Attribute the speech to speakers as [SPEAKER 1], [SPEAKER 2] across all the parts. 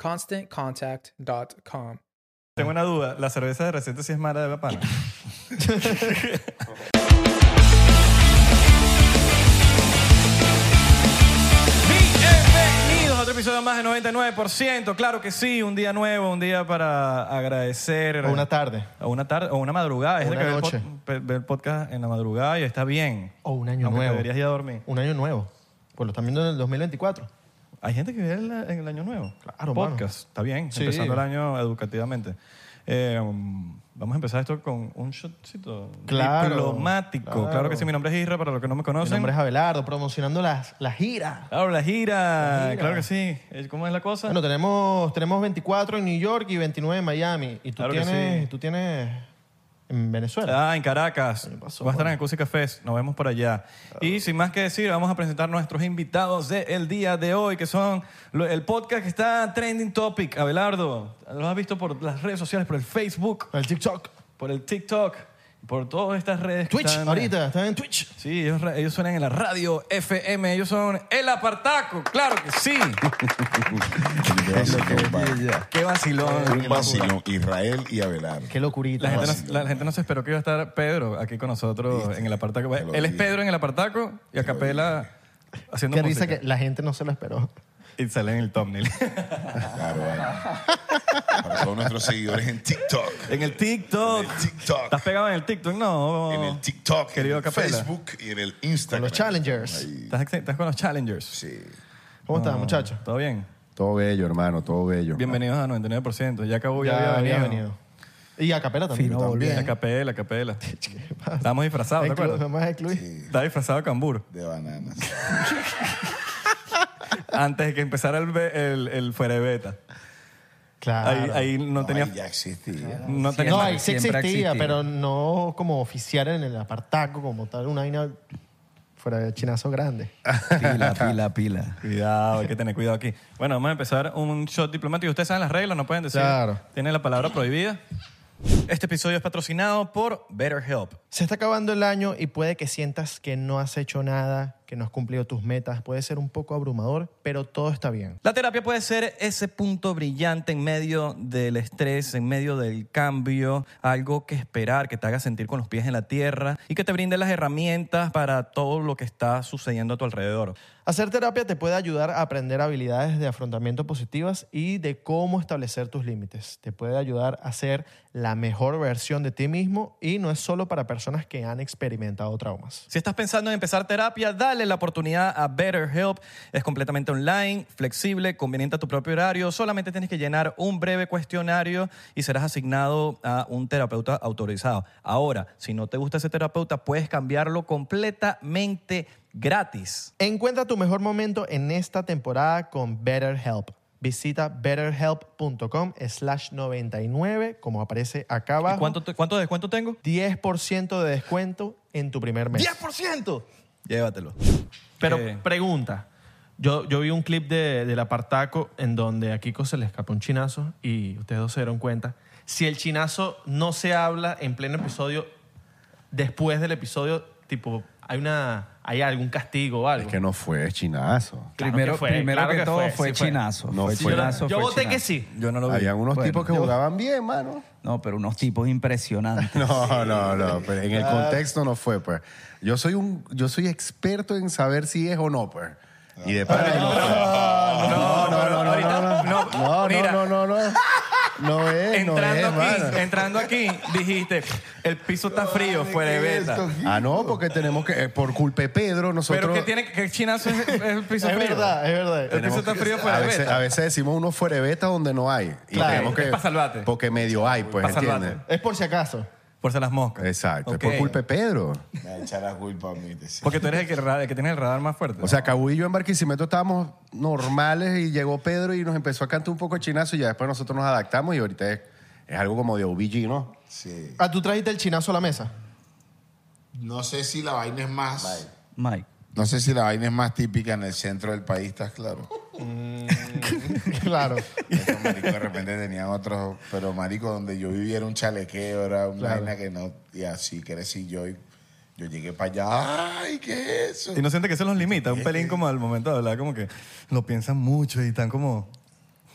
[SPEAKER 1] ConstantContact.com.
[SPEAKER 2] Tengo una duda, la cerveza de reciente sí es mala de la pana. Bienvenidos a otro episodio más de 99%, claro que sí, un día nuevo, un día para agradecer
[SPEAKER 3] O una tarde.
[SPEAKER 2] a una tarde o una madrugada, es
[SPEAKER 3] O una
[SPEAKER 2] el que ve el, pod-
[SPEAKER 3] noche.
[SPEAKER 2] pe- ve el podcast en la madrugada y está bien.
[SPEAKER 3] O un año
[SPEAKER 2] Aunque
[SPEAKER 3] nuevo.
[SPEAKER 2] deberías ir a dormir.
[SPEAKER 3] Un año nuevo. Pues lo están viendo en el 2024.
[SPEAKER 2] Hay gente que ve el, en el año nuevo.
[SPEAKER 3] Claro,
[SPEAKER 2] Podcast.
[SPEAKER 3] mano.
[SPEAKER 2] Está bien.
[SPEAKER 3] Sí.
[SPEAKER 2] Empezando el año educativamente. Eh, um, vamos a empezar esto con un shotcito
[SPEAKER 3] Claro,
[SPEAKER 2] diplomático. Claro.
[SPEAKER 3] claro
[SPEAKER 2] que sí. Mi nombre es Isra, para los que no me
[SPEAKER 3] Mi
[SPEAKER 2] conocen.
[SPEAKER 3] nombre es Abelardo, promocionando las, la gira.
[SPEAKER 2] Claro, la gira.
[SPEAKER 3] La gira.
[SPEAKER 2] Claro que sí. Eh, ¿Cómo es la cosa?
[SPEAKER 3] Bueno, tenemos, tenemos 24 en New York y 29 en Miami. Y tú,
[SPEAKER 2] Claro que
[SPEAKER 3] tienes,
[SPEAKER 2] sí.
[SPEAKER 3] tú tienes en Venezuela.
[SPEAKER 2] Ah, en Caracas.
[SPEAKER 3] pasó,
[SPEAKER 2] Va a estar
[SPEAKER 3] mano.
[SPEAKER 2] en
[SPEAKER 3] Ah.
[SPEAKER 2] el Cusi Cafés. Nos vemos por allá. Y sin más que decir, vamos a presentar nuestros invitados del día de hoy, que son lo- el podcast que está trending topic. Abelardo, lo has visto por las redes sociales, por el Facebook.
[SPEAKER 3] El TikTok.
[SPEAKER 2] por el TikTok, por todas estas redes. que
[SPEAKER 3] Twitch,
[SPEAKER 2] están-
[SPEAKER 3] ahorita, están en Twitch.
[SPEAKER 2] Sí, ellos, ra- ellos suenan en la radio FM, ellos son el apartaco, claro que sí.
[SPEAKER 4] Qué vacilón, padre.
[SPEAKER 2] Qué vacilón.
[SPEAKER 4] Un vacilón, Israel y Abelardo.
[SPEAKER 3] Qué locurita.
[SPEAKER 2] La gente, no,
[SPEAKER 4] vacilón.
[SPEAKER 2] la gente no se esperó que iba a estar Pedro aquí con nosotros en el apartaco.
[SPEAKER 4] Te lo
[SPEAKER 2] Él es
[SPEAKER 4] dije.
[SPEAKER 2] Pedro en el apartaco y a capela haciendo
[SPEAKER 3] Qué risa
[SPEAKER 2] música.
[SPEAKER 3] que la gente no se lo esperó.
[SPEAKER 2] Y sale en el thumbnail.
[SPEAKER 4] Claro, vale. Para todos nuestros seguidores en TikTok.
[SPEAKER 2] en el TikTok.
[SPEAKER 4] En el TikTok.
[SPEAKER 2] ¿Estás pegado en el TikTok? No.
[SPEAKER 4] En el TikTok,
[SPEAKER 2] Querido
[SPEAKER 4] en el
[SPEAKER 2] Capela.
[SPEAKER 4] Facebook y en el Instagram.
[SPEAKER 3] Con los challengers.
[SPEAKER 4] Ahí,
[SPEAKER 2] ¿Estás, estás con los Challengers?
[SPEAKER 4] sí.
[SPEAKER 3] ¿Cómo estás, muchachos?
[SPEAKER 2] ¿Todo bien?
[SPEAKER 5] Todo bello, hermano, todo bello.
[SPEAKER 2] Bienvenidos a 99%. Ya acabó, ya, había venido.
[SPEAKER 3] Y a Capela también.
[SPEAKER 4] también.
[SPEAKER 2] La capela, la capela. Estábamos disfrazados, ¿te acuerdas?
[SPEAKER 3] Además de Cluis.
[SPEAKER 2] Estaba disfrazado de cambur.
[SPEAKER 4] De bananas.
[SPEAKER 2] Antes de que empezara el, be- el, el fuere beta. Ahí,
[SPEAKER 3] Claro.
[SPEAKER 2] ahí no, tenía...
[SPEAKER 4] ahí ya existía.
[SPEAKER 2] No tenía...
[SPEAKER 3] No, ahí sí
[SPEAKER 6] Siempre
[SPEAKER 3] existía,
[SPEAKER 6] ha existido.
[SPEAKER 3] pero no como oficial en el apartaco, como tal, una vaina fuera de chinazo grande.
[SPEAKER 6] Pila, pila, pila.
[SPEAKER 2] Cuidado, hay que tener cuidado aquí. Bueno, vamos a empezar un shot diplomático. Ustedes saben las reglas, no pueden decir.
[SPEAKER 3] Claro.
[SPEAKER 2] Tienen la palabra prohibida. Este episodio es patrocinado por BetterHelp.
[SPEAKER 3] Se está acabando el año y puede que sientas que no has hecho nada, que no has cumplido tus metas. Puede ser un poco abrumador, pero todo está bien.
[SPEAKER 2] La terapia puede ser ese punto brillante en medio del estrés, en medio del cambio, algo que esperar, que te haga sentir con los pies en la tierra y que te brinde las herramientas para todo lo que está sucediendo a tu alrededor.
[SPEAKER 7] Hacer terapia te puede ayudar a aprender habilidades de afrontamiento positivas y de cómo establecer tus límites. Te puede ayudar a ser la mejor versión de ti mismo y no es solo para personas que han experimentado traumas.
[SPEAKER 2] Si estás pensando en empezar terapia, dale la oportunidad a BetterHelp. Es completamente online, flexible, conveniente a tu propio horario. Solamente tienes que llenar un breve cuestionario y serás asignado a un terapeuta autorizado. Ahora, si no te gusta ese terapeuta, puedes cambiarlo completamente gratis.
[SPEAKER 7] Encuentra tu mejor momento en esta temporada con BetterHelp. Visita betterhelp.com slash 99, como aparece acá
[SPEAKER 2] ¿Y
[SPEAKER 7] abajo.
[SPEAKER 2] cuánto, te- cuánto descuento tengo?
[SPEAKER 7] 10% de descuento en tu primer mes.
[SPEAKER 2] ¡10%! Llévatelo.
[SPEAKER 7] Pero
[SPEAKER 2] Eh,
[SPEAKER 7] pregunta. Yo, yo vi un clip de, del apartaco en donde a Kiko se le escapó un chinazo y ustedes dos se dieron cuenta. Si el chinazo no se habla en pleno episodio, después del episodio, tipo, hay una hay algún castigo o algo.
[SPEAKER 5] Es que no fue chinazo.
[SPEAKER 7] Claro
[SPEAKER 8] primero
[SPEAKER 7] que fue,
[SPEAKER 8] primero
[SPEAKER 7] claro
[SPEAKER 8] que,
[SPEAKER 7] que
[SPEAKER 8] todo
[SPEAKER 7] fue,
[SPEAKER 8] fue,
[SPEAKER 7] sí fue.
[SPEAKER 8] chinazo.
[SPEAKER 5] No
[SPEAKER 8] fue
[SPEAKER 5] fue.
[SPEAKER 8] chinazo.
[SPEAKER 7] yo
[SPEAKER 8] fue
[SPEAKER 7] voté
[SPEAKER 8] chinazo.
[SPEAKER 7] que sí.
[SPEAKER 2] Yo no lo vi.
[SPEAKER 5] Habían unos
[SPEAKER 8] Bueno,
[SPEAKER 5] tipos que
[SPEAKER 8] yo-
[SPEAKER 5] jugaban bien, mano.
[SPEAKER 8] No, pero unos tipos impresionantes.
[SPEAKER 5] No, no, no, pero en el contexto no fue, pues. Yo soy un, yo soy experto en saber si es o no, pues. Y de pana que no fue. No, no, no, no, no, no, no,
[SPEAKER 2] mira.
[SPEAKER 5] no, no, no, no es, no
[SPEAKER 2] Entrando
[SPEAKER 5] es,
[SPEAKER 2] aquí,
[SPEAKER 5] mano.
[SPEAKER 2] entrando aquí, dijiste, el piso está frío, fuera de beta.
[SPEAKER 5] Ah, no, porque tenemos que, eh, por culpa de Pedro, nosotros.
[SPEAKER 2] Pero que tiene que chinazo es, es el piso frío.
[SPEAKER 7] es verdad.
[SPEAKER 2] El piso
[SPEAKER 5] tenemos
[SPEAKER 2] está
[SPEAKER 5] que-
[SPEAKER 2] frío fuera
[SPEAKER 5] a
[SPEAKER 2] de
[SPEAKER 5] veces,
[SPEAKER 2] beta.
[SPEAKER 5] a veces decimos uno fuera de beta donde no hay. Y
[SPEAKER 7] Claro.
[SPEAKER 5] tenemos que,
[SPEAKER 2] Es pa' salvarte.
[SPEAKER 5] Porque medio hay, pues,
[SPEAKER 2] Pa' salvarte.
[SPEAKER 5] ¿entiendes?
[SPEAKER 7] Es por si acaso.
[SPEAKER 2] Por ser las moscas.
[SPEAKER 5] Exacto,
[SPEAKER 2] Ok.
[SPEAKER 5] es por culpa de Pedro.
[SPEAKER 4] Me va a echar la culpa a mí. te sí.
[SPEAKER 2] Porque tú eres el que, ra- el que tiene el radar más fuerte.
[SPEAKER 5] O sea, Cabu y yo en Barquisimeto estábamos normales y llegó Pedro y nos empezó a cantar un poco chinazo y ya después nosotros nos adaptamos y ahorita es, es algo como de OBG, ¿no?
[SPEAKER 4] Sí.
[SPEAKER 7] Ah, tú trajiste el chinazo a la mesa.
[SPEAKER 4] No sé si la vaina es más.
[SPEAKER 8] Mike.
[SPEAKER 4] No sé si la vaina es más típica en el centro del país, estás claro.
[SPEAKER 2] Mm.
[SPEAKER 7] claro.
[SPEAKER 4] Estos maricos de repente tenían otros, pero marico, donde yo vivía era un chalequeo, era una
[SPEAKER 7] Claro.
[SPEAKER 4] vaina que no. Y así crecí yo. Y yo llegué para allá. ¡Ay, qué es eso!
[SPEAKER 2] y no siente que eso los limita, un pelín como al momento de hablar, como que lo piensan mucho y están como...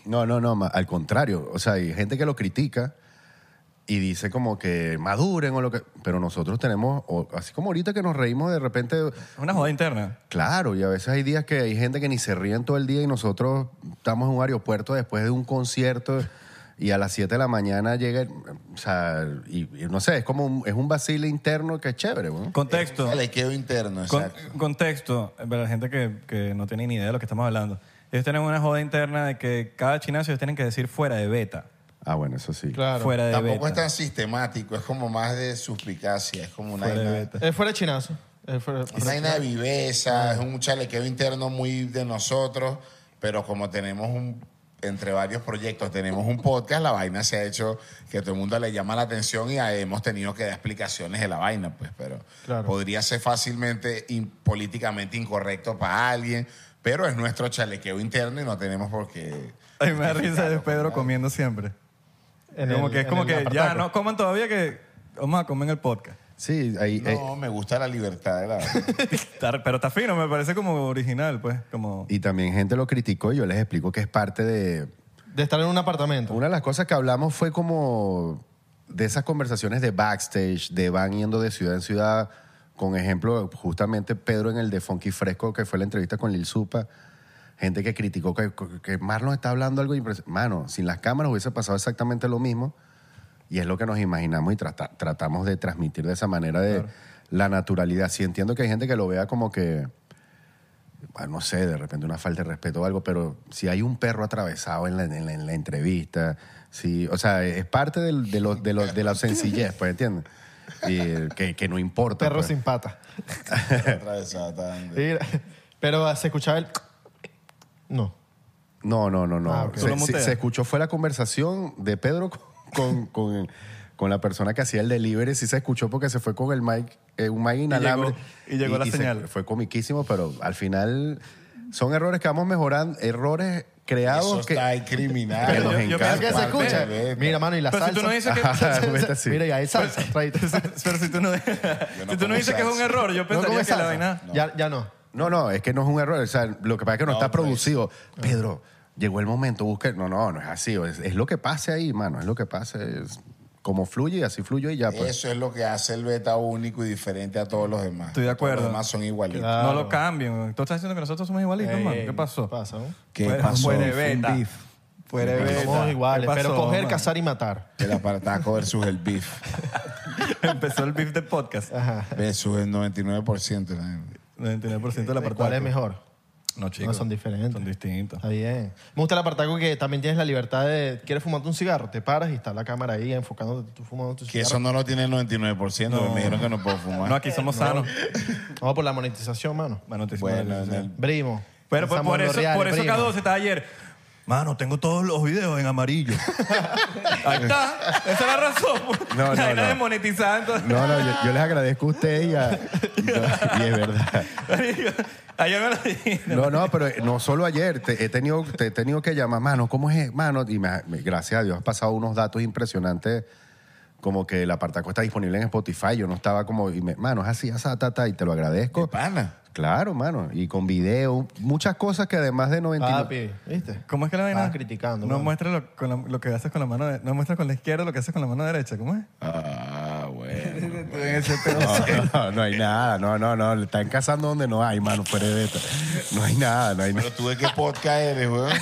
[SPEAKER 5] No, no, no, ma- al contrario. O sea, hay gente que lo critica y dice como que maduren o lo que... Pero nosotros tenemos, o- así como ahorita que nos reímos de repente...
[SPEAKER 2] Una joda interna.
[SPEAKER 5] Claro, y a veces hay días que hay gente que ni se ríen todo el día y nosotros estamos en un aeropuerto después de un concierto y a las 7 de la mañana llega, el- o sea, y, y no sé, es como un, es un vacile interno que es chévere, ¿no?
[SPEAKER 2] Contexto.
[SPEAKER 4] Chalequeo interno,
[SPEAKER 2] Con-
[SPEAKER 4] exacto.
[SPEAKER 2] contexto, para la gente que, que no tiene ni idea de lo que estamos hablando. Ellos tienen una joda interna de que cada chinazo ellos tienen que decir fuera de beta.
[SPEAKER 5] Ah, bueno, eso sí.
[SPEAKER 7] Claro.
[SPEAKER 2] Fuera de
[SPEAKER 4] Tampoco es
[SPEAKER 2] beta.
[SPEAKER 4] tan sistemático, es como más de suspicacia, es como una
[SPEAKER 2] Fuera de
[SPEAKER 4] vaina-
[SPEAKER 2] beta.
[SPEAKER 7] Es Eh, fuera el chinazo. Es fuera-
[SPEAKER 4] Es una vaina de viveza, es un chalequeo interno muy de nosotros, pero como tenemos un entre varios proyectos tenemos un podcast, la vaina se ha hecho que todo el mundo le llama la atención y a- hemos tenido que dar explicaciones de la vaina, pues, pero
[SPEAKER 7] Claro.
[SPEAKER 4] podría ser fácilmente in- políticamente incorrecto para alguien, pero es nuestro chalequeo interno y no tenemos por qué...
[SPEAKER 2] Ay, me da risa de Pedro comiendo siempre.
[SPEAKER 7] en
[SPEAKER 2] como
[SPEAKER 7] el-
[SPEAKER 2] que es
[SPEAKER 7] en
[SPEAKER 2] como
[SPEAKER 7] el
[SPEAKER 2] que ya
[SPEAKER 7] apartaco.
[SPEAKER 2] no coman todavía que vamos a comer en el podcast.
[SPEAKER 5] Sí, ahí... eh,
[SPEAKER 4] No, me gusta la libertad de la...
[SPEAKER 2] Está- pero está fino, me parece como original, pues. Como...
[SPEAKER 5] y también gente lo criticó y yo les explico que es parte de...
[SPEAKER 7] De estar en un apartamento.
[SPEAKER 5] Una de las cosas que hablamos fue como de esas conversaciones de backstage, de van yendo de ciudad en ciudad, con ejemplo, justamente Pedro en el de Funky Fresco, que fue la entrevista con Lil Supa, gente que criticó que, que Marlon está hablando algo impresionante. Mano, sin las cámaras hubiese pasado exactamente lo mismo y es lo que nos imaginamos y trata- tratamos de transmitir de esa manera de la naturalidad. Sí entiendo que hay gente que lo vea como que ah, no sé, de repente una falta de respeto o algo, pero si hay un perro atravesado en la, en la- en la entrevista, si, o sea, es parte del- de, lo- de, lo- de la sencillez, pues, ¿entiendes? Y, eh, que, que no importa.
[SPEAKER 7] Perro
[SPEAKER 5] pues.
[SPEAKER 7] sin pata.
[SPEAKER 4] atravesada tan-
[SPEAKER 7] Mira, Pero ah, se escuchaba el... No.
[SPEAKER 5] No, no, no, no.
[SPEAKER 7] Ah, ok.
[SPEAKER 2] ¿Tú lo
[SPEAKER 5] se, se-
[SPEAKER 2] muteas?
[SPEAKER 5] se escuchó, fue la conversación de Pedro con, con, con- con la persona que hacía el delivery, sí se escuchó porque se fue con el mic, eh, un mic inalámbrico.
[SPEAKER 2] llegó- y llegó la
[SPEAKER 5] se-
[SPEAKER 2] señal.
[SPEAKER 5] fue comiquísimo, pero al final son errores que vamos mejorando, errores creados
[SPEAKER 4] Eso
[SPEAKER 5] que...
[SPEAKER 4] está ahí criminal.
[SPEAKER 5] que nos
[SPEAKER 2] Yo
[SPEAKER 5] encanta.
[SPEAKER 2] pienso que se escucha.
[SPEAKER 7] Mira, mano, y la
[SPEAKER 2] Pero si tú
[SPEAKER 7] salsa.
[SPEAKER 2] no dices que- pues,
[SPEAKER 5] Ajá, vete así.
[SPEAKER 7] Mira, y hay salsa. traído.
[SPEAKER 2] pero si tú no, si tú
[SPEAKER 4] como
[SPEAKER 2] no dices que es un
[SPEAKER 4] salsa.
[SPEAKER 2] error, yo
[SPEAKER 7] ¿No
[SPEAKER 2] pensaría
[SPEAKER 7] comes
[SPEAKER 2] que la
[SPEAKER 7] salsa?
[SPEAKER 2] vaina...
[SPEAKER 7] Ya, ya no.
[SPEAKER 5] No, no, es que no es un error. O sea, lo que pasa es que no, está
[SPEAKER 4] pues.
[SPEAKER 5] producido. Pedro, llegó el momento, busca. No, no, no es así. Es, es lo que pase ahí, mano. Es lo que pase. es- como fluye, así fluyo y
[SPEAKER 2] Ah,
[SPEAKER 5] ya. Pues.
[SPEAKER 4] Eso es lo que hace el beta único y diferente a todos los demás.
[SPEAKER 2] Estoy de acuerdo.
[SPEAKER 4] Todos los demás son igualitos.
[SPEAKER 3] Claro.
[SPEAKER 2] No lo cambien. weón. Tú estás diciendo que nosotros somos igualitos,
[SPEAKER 3] Ey,
[SPEAKER 2] man.
[SPEAKER 7] Eh,
[SPEAKER 2] ¿Qué pasó?
[SPEAKER 3] Pasa, ¿no?
[SPEAKER 4] ¿Qué
[SPEAKER 2] Fuera-
[SPEAKER 4] pasó?
[SPEAKER 2] fuera
[SPEAKER 4] Fue un
[SPEAKER 2] Pues, beta.
[SPEAKER 4] beef.
[SPEAKER 2] Fuera
[SPEAKER 3] Somos
[SPEAKER 2] beta.
[SPEAKER 3] iguales,
[SPEAKER 2] ¿Qué
[SPEAKER 3] pero
[SPEAKER 2] pasó,
[SPEAKER 3] coger,
[SPEAKER 2] man?
[SPEAKER 3] cazar y matar.
[SPEAKER 4] El aparataco versus el beef.
[SPEAKER 2] Empezó el beef del podcast.
[SPEAKER 4] Versus el 99%. de la gente.
[SPEAKER 2] 99% del apartado.
[SPEAKER 3] ¿Cuál es mejor?
[SPEAKER 2] No, chicos.
[SPEAKER 3] No, son diferentes.
[SPEAKER 2] Son distintos.
[SPEAKER 3] Está bien. Me gusta el apartado que también tienes la libertad de. ¿Quieres fumarte un cigarro? Te paras y está la cámara ahí enfocándote tú fumando tu
[SPEAKER 4] Que
[SPEAKER 3] cigarro.
[SPEAKER 4] eso no lo tiene el 99%.
[SPEAKER 2] No.
[SPEAKER 4] Me dijeron que no puedo fumar.
[SPEAKER 2] No, aquí somos sanos.
[SPEAKER 3] Vamos por la monetización, mano.
[SPEAKER 2] Bueno, te hicimos
[SPEAKER 4] Bueno,
[SPEAKER 2] la
[SPEAKER 4] en el-
[SPEAKER 3] Brimo.
[SPEAKER 2] Pero por,
[SPEAKER 3] Pensamos
[SPEAKER 2] por
[SPEAKER 3] en lo
[SPEAKER 2] eso,
[SPEAKER 3] real,
[SPEAKER 2] por eso
[SPEAKER 3] primo.
[SPEAKER 2] K12 estaba ayer. Mano, tengo todos los videos en amarillo. Ahí está. Esa es la razón.
[SPEAKER 5] No, no,
[SPEAKER 2] la vaina
[SPEAKER 5] no.
[SPEAKER 2] de monetizar. entonces-
[SPEAKER 5] No, no, yo, yo les agradezco a ustedes y, a- y es verdad.
[SPEAKER 2] Ayer me lo dije.
[SPEAKER 5] No, no, pero eh, no solo ayer. Te he tenido, te he tenido que llamar, mano, ¿cómo es? Mano, y me- me- gracias a Dios has pasado unos datos impresionantes. Como que el apartaco está disponible en Spotify. Yo no estaba como, y me, mano, es así, asa, ta, ta, y te lo
[SPEAKER 4] De
[SPEAKER 5] agradezco.
[SPEAKER 4] pana.
[SPEAKER 5] Claro, mano. Y con video, muchas cosas que además de 99.
[SPEAKER 3] Papi, ¿viste?
[SPEAKER 2] ¿Cómo es que la vaina?
[SPEAKER 3] Estabas criticando.
[SPEAKER 2] No
[SPEAKER 3] mano.
[SPEAKER 2] muestra lo, con la- lo que haces con la mano. de- no muestra con la izquierda lo que haces con la mano derecha. ¿Cómo es?
[SPEAKER 4] Ah, bueno.
[SPEAKER 3] Ah.
[SPEAKER 5] No, no, no hay nada, no, no, no. Le están cazando donde no hay, mano, fuera de esto. No hay nada, no hay nada.
[SPEAKER 4] Pero tú de qué podcast eres, weón.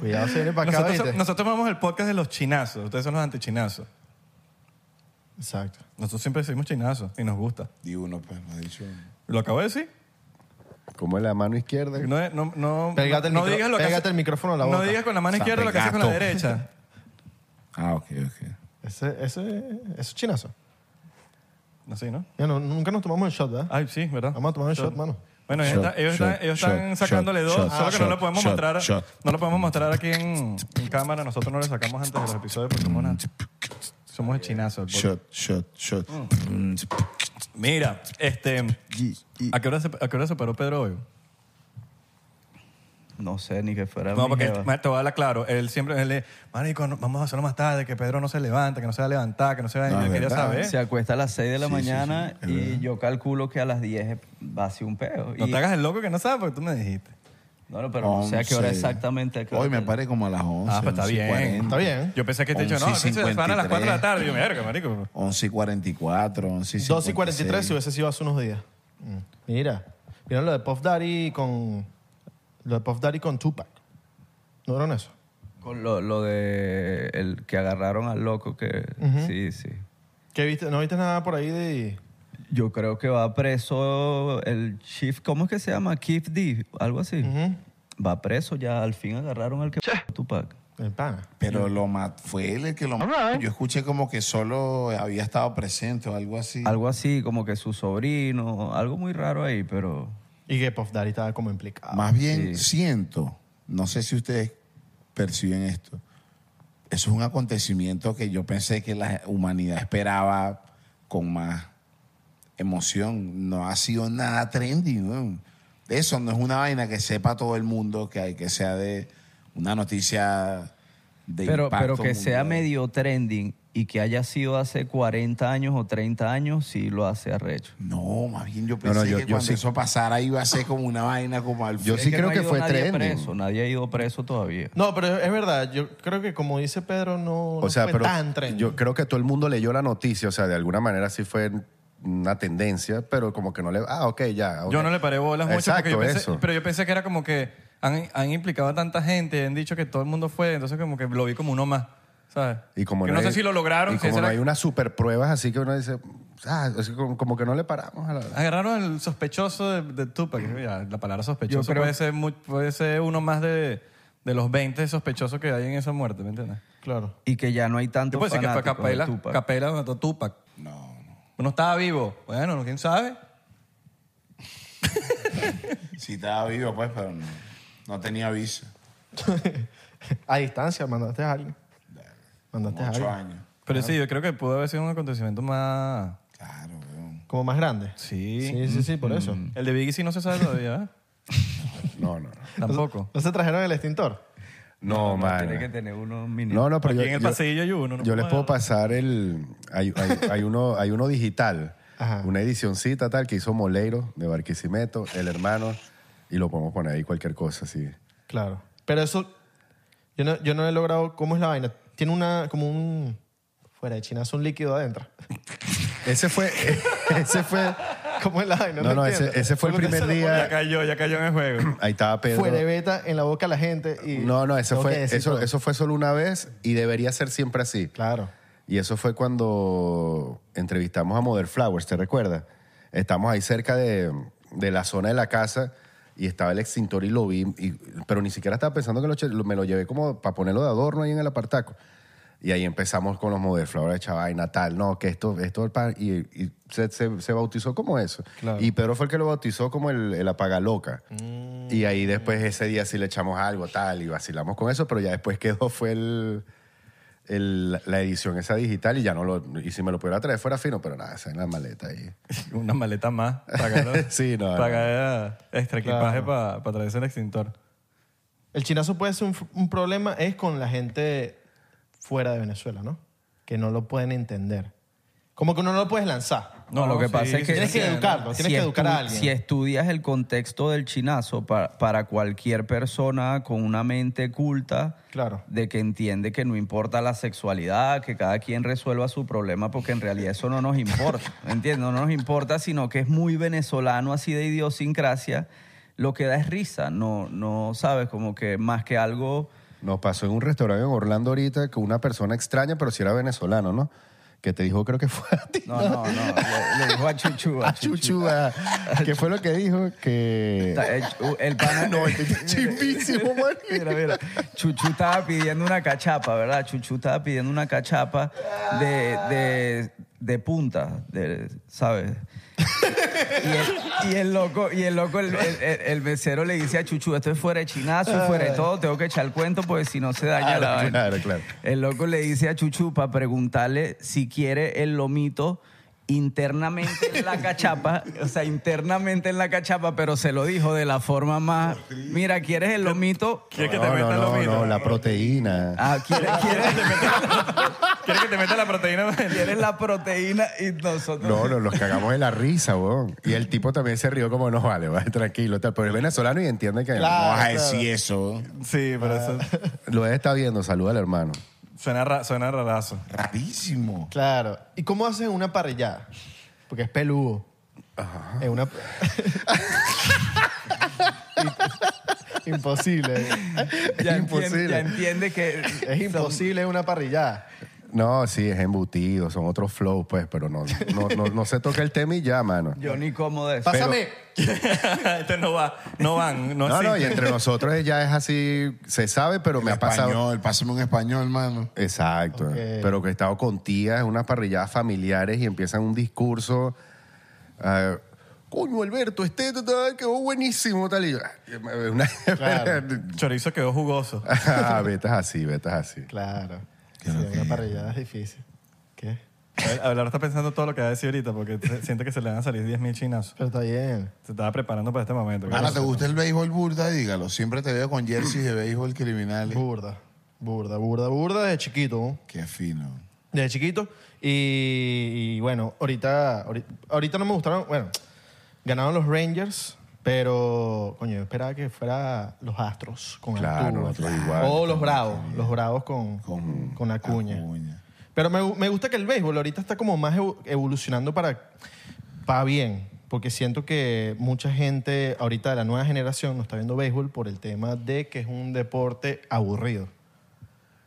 [SPEAKER 3] Cuidado, se viene para acá,
[SPEAKER 2] Nosotros,
[SPEAKER 3] ¿viste?
[SPEAKER 2] nosotros vamos el podcast de los chinazos. Ustedes son los antichinazos.
[SPEAKER 3] Exacto.
[SPEAKER 2] Nosotros siempre decimos chinazos y nos gusta.
[SPEAKER 4] Di uno, pues, no he dicho uno.
[SPEAKER 2] ¿Lo acabo de decir?
[SPEAKER 5] Como la mano izquierda.
[SPEAKER 2] No, es- no, no,
[SPEAKER 3] Pégate el
[SPEAKER 2] no
[SPEAKER 3] micro-
[SPEAKER 2] digas lo que
[SPEAKER 3] pégate
[SPEAKER 2] haces-
[SPEAKER 3] el micrófono a la
[SPEAKER 2] No
[SPEAKER 3] boca.
[SPEAKER 2] digas con la mano izquierda lo que haces con la
[SPEAKER 4] Zapegato.
[SPEAKER 2] derecha.
[SPEAKER 4] Ah, ok, ok.
[SPEAKER 3] Ese, ese, ese es chinazo.
[SPEAKER 2] No sé, ¿no?
[SPEAKER 3] Ya no, nunca nos tomamos el shot, ¿verdad?
[SPEAKER 2] Ay, sí, ¿verdad?
[SPEAKER 3] Vamos a tomar un shot, mano.
[SPEAKER 2] Bueno, ellos,
[SPEAKER 4] Shot,
[SPEAKER 2] están- ellos
[SPEAKER 4] shot,
[SPEAKER 2] están, ellos
[SPEAKER 4] shot,
[SPEAKER 2] están
[SPEAKER 4] shot,
[SPEAKER 2] sacándole dos,
[SPEAKER 4] shot,
[SPEAKER 2] solo que no
[SPEAKER 4] shot,
[SPEAKER 2] lo podemos
[SPEAKER 4] shot,
[SPEAKER 2] mostrar.
[SPEAKER 4] shot.
[SPEAKER 2] No lo podemos mostrar aquí en, en cámara. Nosotros no le sacamos antes de los episodios porque somos, una- somos el chinazo. del podcast.
[SPEAKER 4] Shot, Mm. shot, shot.
[SPEAKER 2] Mira, este. ¿a qué, hora se, ¿A qué hora se paró Pedro hoy?
[SPEAKER 6] No sé ni que fuera.
[SPEAKER 2] No,
[SPEAKER 6] mi
[SPEAKER 2] porque
[SPEAKER 6] jeva.
[SPEAKER 2] ma- te voy a hablar claro. Él siempre, él le, marico, no- vamos a hacerlo más tarde, que Pedro no se levanta, que no se va a levantar, que no se va a...
[SPEAKER 4] No,
[SPEAKER 2] yo
[SPEAKER 4] es
[SPEAKER 2] quería
[SPEAKER 4] verdad.
[SPEAKER 2] saber.
[SPEAKER 6] Se acuesta a las 6 de la
[SPEAKER 4] Sí, sí,
[SPEAKER 6] mañana
[SPEAKER 4] sí, es
[SPEAKER 6] y
[SPEAKER 4] verdad.
[SPEAKER 6] yo calculo que a las 10 va a ser un peo.
[SPEAKER 2] no
[SPEAKER 6] Y-
[SPEAKER 2] te hagas el loco que no sabes porque tú me dijiste.
[SPEAKER 6] No, no, pero no sé a qué hora exactamente. a qué hora
[SPEAKER 4] Hoy me
[SPEAKER 6] te-
[SPEAKER 4] paré como a las 11.
[SPEAKER 2] Ah, pues está bien.
[SPEAKER 4] 11:40.
[SPEAKER 3] Está bien.
[SPEAKER 2] Yo pensé que te he dicho, no,
[SPEAKER 4] 11
[SPEAKER 2] sí,
[SPEAKER 4] y
[SPEAKER 2] se van a las 4 de la
[SPEAKER 4] 53.
[SPEAKER 2] tarde. Y yo, verga, marico.
[SPEAKER 4] 11 y 44, 11 y
[SPEAKER 3] 2 y 43
[SPEAKER 4] 56.
[SPEAKER 3] si hubiese sido hace unos días. Mm. Mira, vieron lo de Puff Daddy con. Lo de Puff Daddy con Tupac. ¿No vieron eso?
[SPEAKER 6] Con lo, lo de el que agarraron al loco que sí, sí.
[SPEAKER 3] ¿Qué viste? ¿No viste nada por ahí de.?
[SPEAKER 6] Yo creo que va preso el chief, ¿cómo es que se llama? Keith D, algo así.
[SPEAKER 3] Ujú.
[SPEAKER 6] Va preso ya, al fin agarraron al que Tupac.
[SPEAKER 3] El pana.
[SPEAKER 4] Pero lo ma- fue él el que lo mató. Yo escuché como que solo había estado presente o algo así.
[SPEAKER 6] Algo así, como que su sobrino, algo muy raro ahí, pero
[SPEAKER 3] Y que Puff Daddy estaba como implicado.
[SPEAKER 4] Ah, Más bien siento, no sé si ustedes perciben esto, eso es un acontecimiento que yo pensé que la humanidad esperaba con más emoción. No ha sido nada trendy. weón. Eso no es una vaina que sepa todo el mundo, que hay que sea de una noticia de
[SPEAKER 6] pero,
[SPEAKER 4] impacto
[SPEAKER 6] pero que sea
[SPEAKER 4] mundial.
[SPEAKER 6] medio trending y que haya sido hace 40 años o 30 años, sí lo hace arrecho.
[SPEAKER 4] No, más bien yo pensé
[SPEAKER 5] no, yo-
[SPEAKER 4] que
[SPEAKER 5] yo
[SPEAKER 4] cuando
[SPEAKER 5] sí.
[SPEAKER 4] eso pasara iba a ser como una vaina como al
[SPEAKER 5] Yo
[SPEAKER 4] fin.
[SPEAKER 5] sí creo
[SPEAKER 6] no ha
[SPEAKER 5] que
[SPEAKER 6] ido
[SPEAKER 5] fue
[SPEAKER 6] nadie
[SPEAKER 5] trending.
[SPEAKER 6] preso, nadie ha ido preso todavía.
[SPEAKER 3] No, pero es verdad. Yo creo que como dice Pedro, no, no
[SPEAKER 5] O sea,
[SPEAKER 3] fue
[SPEAKER 5] pero
[SPEAKER 3] tan trending.
[SPEAKER 5] yo creo que todo el mundo leyó la noticia, o sea, de alguna manera sí fue una tendencia, pero como que no le... Ah, ok, ya. ok.
[SPEAKER 2] Yo no le paré bolas mucho
[SPEAKER 5] Exacto,
[SPEAKER 2] porque yo pensé,
[SPEAKER 5] eso.
[SPEAKER 2] pero yo pensé que era como que han, han implicado a tanta gente, han dicho que todo el mundo fue, entonces como que lo vi como uno más, ¿sabes?
[SPEAKER 5] Y como
[SPEAKER 2] que
[SPEAKER 5] no,
[SPEAKER 2] no, sé
[SPEAKER 5] hay-
[SPEAKER 2] si lo lograron,
[SPEAKER 5] Y
[SPEAKER 2] si
[SPEAKER 5] como
[SPEAKER 2] esa
[SPEAKER 5] no
[SPEAKER 2] era-
[SPEAKER 5] hay unas super pruebas, así que uno dice, ah, es que como, como que no le paramos a la...
[SPEAKER 2] agarraron al sospechoso de, de Tupac, que ya, la palabra sospechoso
[SPEAKER 6] Yo creo-
[SPEAKER 2] puede, ser mu- puede ser uno más de, de los 20 sospechosos que hay en esa muerte, ¿me entiendes?
[SPEAKER 3] Claro.
[SPEAKER 6] Y que ya no hay tanto
[SPEAKER 2] Yo puedo decir que fue
[SPEAKER 6] fanáticos de
[SPEAKER 2] Capela,
[SPEAKER 6] Tupac.
[SPEAKER 2] Capela mató a Tupac.
[SPEAKER 4] No, no.
[SPEAKER 2] Uno estaba vivo, bueno, quién sabe.
[SPEAKER 4] Sí estaba vivo, pues, pero no, no tenía visa.
[SPEAKER 3] a distancia, mandaste a alguien. Mandaste a
[SPEAKER 4] Ocho
[SPEAKER 3] alguien.
[SPEAKER 4] años.
[SPEAKER 2] Pero sí, yo creo que pudo haber sido un acontecimiento más...
[SPEAKER 4] Claro, weón.
[SPEAKER 3] Como más grande.
[SPEAKER 2] Sí.
[SPEAKER 3] Sí, sí, sí, por eso.
[SPEAKER 5] Mm.
[SPEAKER 2] El de Biggie sí no se sabe todavía, ¿eh?
[SPEAKER 5] No, no, no.
[SPEAKER 2] Tampoco.
[SPEAKER 3] ¿No se trajeron el extintor?
[SPEAKER 5] No, man.
[SPEAKER 6] Tiene que tener uno mínimo.
[SPEAKER 5] No, no, pero
[SPEAKER 2] Aquí
[SPEAKER 5] yo,
[SPEAKER 2] en el
[SPEAKER 5] yo-
[SPEAKER 2] pasillo hay uno. no
[SPEAKER 5] yo les
[SPEAKER 2] puedo-
[SPEAKER 5] puedo pasar el... Hay, hay- hay uno, hay uno digital,
[SPEAKER 3] Ajá.
[SPEAKER 5] una edicioncita tal que hizo Moleiro de Barquisimeto, el hermano, y lo podemos poner ahí cualquier cosa, así.
[SPEAKER 3] Claro. Pero eso
[SPEAKER 7] Yo no, yo no he logrado. ¿Cómo es la vaina? Tiene una. como un. Fuera de chinazo, un líquido adentro.
[SPEAKER 5] Ese fue. Ese fue.
[SPEAKER 7] ¿Cómo es la vaina?
[SPEAKER 5] No, no,
[SPEAKER 7] entiendo.
[SPEAKER 5] ese- ese fue el
[SPEAKER 7] Porque
[SPEAKER 5] primer
[SPEAKER 7] se le pone
[SPEAKER 5] día.
[SPEAKER 2] Ya cayó, ya cayó en el juego.
[SPEAKER 5] Ahí estaba Pedro.
[SPEAKER 7] Fuera de beta en la boca a la gente. Y
[SPEAKER 5] No, no, eso
[SPEAKER 7] tengo que
[SPEAKER 5] fue,
[SPEAKER 7] decir
[SPEAKER 5] eso,
[SPEAKER 7] todo.
[SPEAKER 5] eso fue solo una vez y debería ser siempre así.
[SPEAKER 7] Claro.
[SPEAKER 5] Y eso fue cuando entrevistamos a Mother Flowers, ¿te recuerdas? Estamos ahí cerca de, de la zona de la casa y estaba el extintor y lo vi, y- pero ni siquiera estaba pensando que lo che- lo- me lo llevé como para ponerlo de adorno ahí en el apartaco. Y ahí empezamos con los Mother Flowers, chaval, y Natal, no, que esto, esto, pa- y, y se, se- se bautizó como eso.
[SPEAKER 7] Claro.
[SPEAKER 5] Y Pedro fue el que lo bautizó como el, el apagaloca. Y ahí después ese día sí le echamos algo, tal, y vacilamos con eso, pero ya después quedó, fue el el- la edición esa digital y ya no lo y si me lo pudiera traer fuera fino pero nada esa en la maleta ahí
[SPEAKER 2] Una maleta más. Pagar,
[SPEAKER 5] Sí, no, no.
[SPEAKER 2] Pagar extra equipaje
[SPEAKER 7] Claro.
[SPEAKER 2] para traerse el extintor.
[SPEAKER 7] El chinazo puede ser un, f- un problema es con la gente fuera de Venezuela, ¿no? Que no lo pueden entender. Como que uno no lo puedes lanzar.
[SPEAKER 6] No, lo que pasa es que...
[SPEAKER 7] Tienes que educarlo, tienes que educar a
[SPEAKER 6] estu-
[SPEAKER 7] alguien.
[SPEAKER 6] Si estudias el contexto del chinazo para, para cualquier persona con una mente culta,
[SPEAKER 7] Claro.
[SPEAKER 6] de que entiende que no importa la sexualidad, que cada quien resuelva su problema, porque en realidad eso no nos importa, ¿me ¿entiendes? No nos importa, sino que es muy venezolano, así de idiosincrasia, lo que da es risa, no, no sabes, como que más que algo...
[SPEAKER 5] nos pasó en un restaurante en Orlando ahorita que una persona extraña pero si era venezolano no que te dijo creo que fue a ti
[SPEAKER 6] No, no, no, le, le dijo a Chuchu, a
[SPEAKER 5] a
[SPEAKER 6] Chuchu.
[SPEAKER 5] Chuchuga que fue lo que dijo que
[SPEAKER 6] Ta- eh, Chu- El pana,
[SPEAKER 5] no este está chimbísimo man.
[SPEAKER 6] Mira, mira. Chuchu estaba pidiendo una cachapa, ¿verdad? Chuchu estaba pidiendo una cachapa de, de, de punta, de, ¿sabes? Y el, y el loco, y el, loco el, el- el- el mesero le dice a Chuchu, esto es fuera de chinazo, y fuera de todo, tengo que echar el cuento porque si no se daña la
[SPEAKER 5] claro
[SPEAKER 6] vaina.
[SPEAKER 5] Ah, claro, claro.
[SPEAKER 6] El loco le dice a Chuchu para preguntarle si quiere el lomito internamente en la cachapa, o sea, internamente en la cachapa, pero se lo dijo de la forma más, mira, ¿quieres el lomito?
[SPEAKER 2] ¿Quieres que te
[SPEAKER 5] no
[SPEAKER 2] meta
[SPEAKER 5] no
[SPEAKER 2] lo
[SPEAKER 5] no,
[SPEAKER 2] mismo?
[SPEAKER 5] no, la proteína
[SPEAKER 6] Ah, ¿quieres, quieres,
[SPEAKER 2] ¿Quieres que te meta la proteína?
[SPEAKER 6] quieres la proteína? Y nosotros...
[SPEAKER 5] no, no, los cagamos de la risa, weón. Y el tipo también se rió como, no, vale, va, tranquilo, tal. Pero es venezolano y entiende que
[SPEAKER 4] No
[SPEAKER 7] Claro.
[SPEAKER 4] vas a decir eso.
[SPEAKER 2] Sí, pero eso
[SPEAKER 5] lo está viendo. Saluda al hermano.
[SPEAKER 2] suena, ra- suena rarazo.
[SPEAKER 4] Rarísimo.
[SPEAKER 7] Claro. ¿Y cómo haces una parrillada? Porque es peludo. Es una... imposible.
[SPEAKER 6] ya,
[SPEAKER 5] imposible.
[SPEAKER 6] entiende, ya entiende que...
[SPEAKER 7] Es imposible una parrillada.
[SPEAKER 5] No, sí, es embutido, son otros flows, pues, pero no, no, no, no se toca el tema y ya, mano.
[SPEAKER 6] Yo ni como de eso.
[SPEAKER 7] Pásame.
[SPEAKER 2] Esto Este no va, no van, no,
[SPEAKER 5] No, no, y
[SPEAKER 2] existe.
[SPEAKER 5] entre nosotros ya es así, se sabe, pero me
[SPEAKER 4] El
[SPEAKER 5] ha pasado.
[SPEAKER 4] español, pásame un español, mano.
[SPEAKER 5] Exacto.
[SPEAKER 7] Ok.
[SPEAKER 5] Pero que he estado con tías en unas parrilladas familiares y empiezan un discurso. ah, Coño, Alberto, este tal, quedó buenísimo, tal y yo, ah, una-
[SPEAKER 7] Claro.
[SPEAKER 2] Chorizo quedó jugoso.
[SPEAKER 5] Ah, Betas así, betas así.
[SPEAKER 7] Claro. Sí, una parrillada es difícil. ¿Qué?
[SPEAKER 2] Hablar Eh, está pensando todo lo que va a decir ahorita porque se- siente que se le van a salir 10.000 chinazos.
[SPEAKER 7] Pero está bien.
[SPEAKER 2] Se estaba preparando para este momento.
[SPEAKER 4] Ana, Ah, ¿te gusta el béisbol burda? Dígalo. Siempre te veo con jerseys de béisbol criminales.
[SPEAKER 7] Burda. Burda, burda, burda desde chiquito. ¿no?
[SPEAKER 4] Qué fino.
[SPEAKER 7] desde chiquito. Y, y bueno, ahorita, ahori- ahorita no me gustaron. Bueno, ganaron los Rangers, pero coño, yo esperaba que fuera los Astros con
[SPEAKER 5] Claro,
[SPEAKER 7] Arturo.
[SPEAKER 5] nosotros igual.
[SPEAKER 7] O los Bravos, los Bravos con, con, Acuña.
[SPEAKER 4] Acuña.
[SPEAKER 7] Pero me, gu- me gusta que el béisbol ahorita está como más evo- evolucionando para, para bien. Porque siento que mucha gente ahorita de la nueva generación no está viendo béisbol por el tema de que es un deporte aburrido.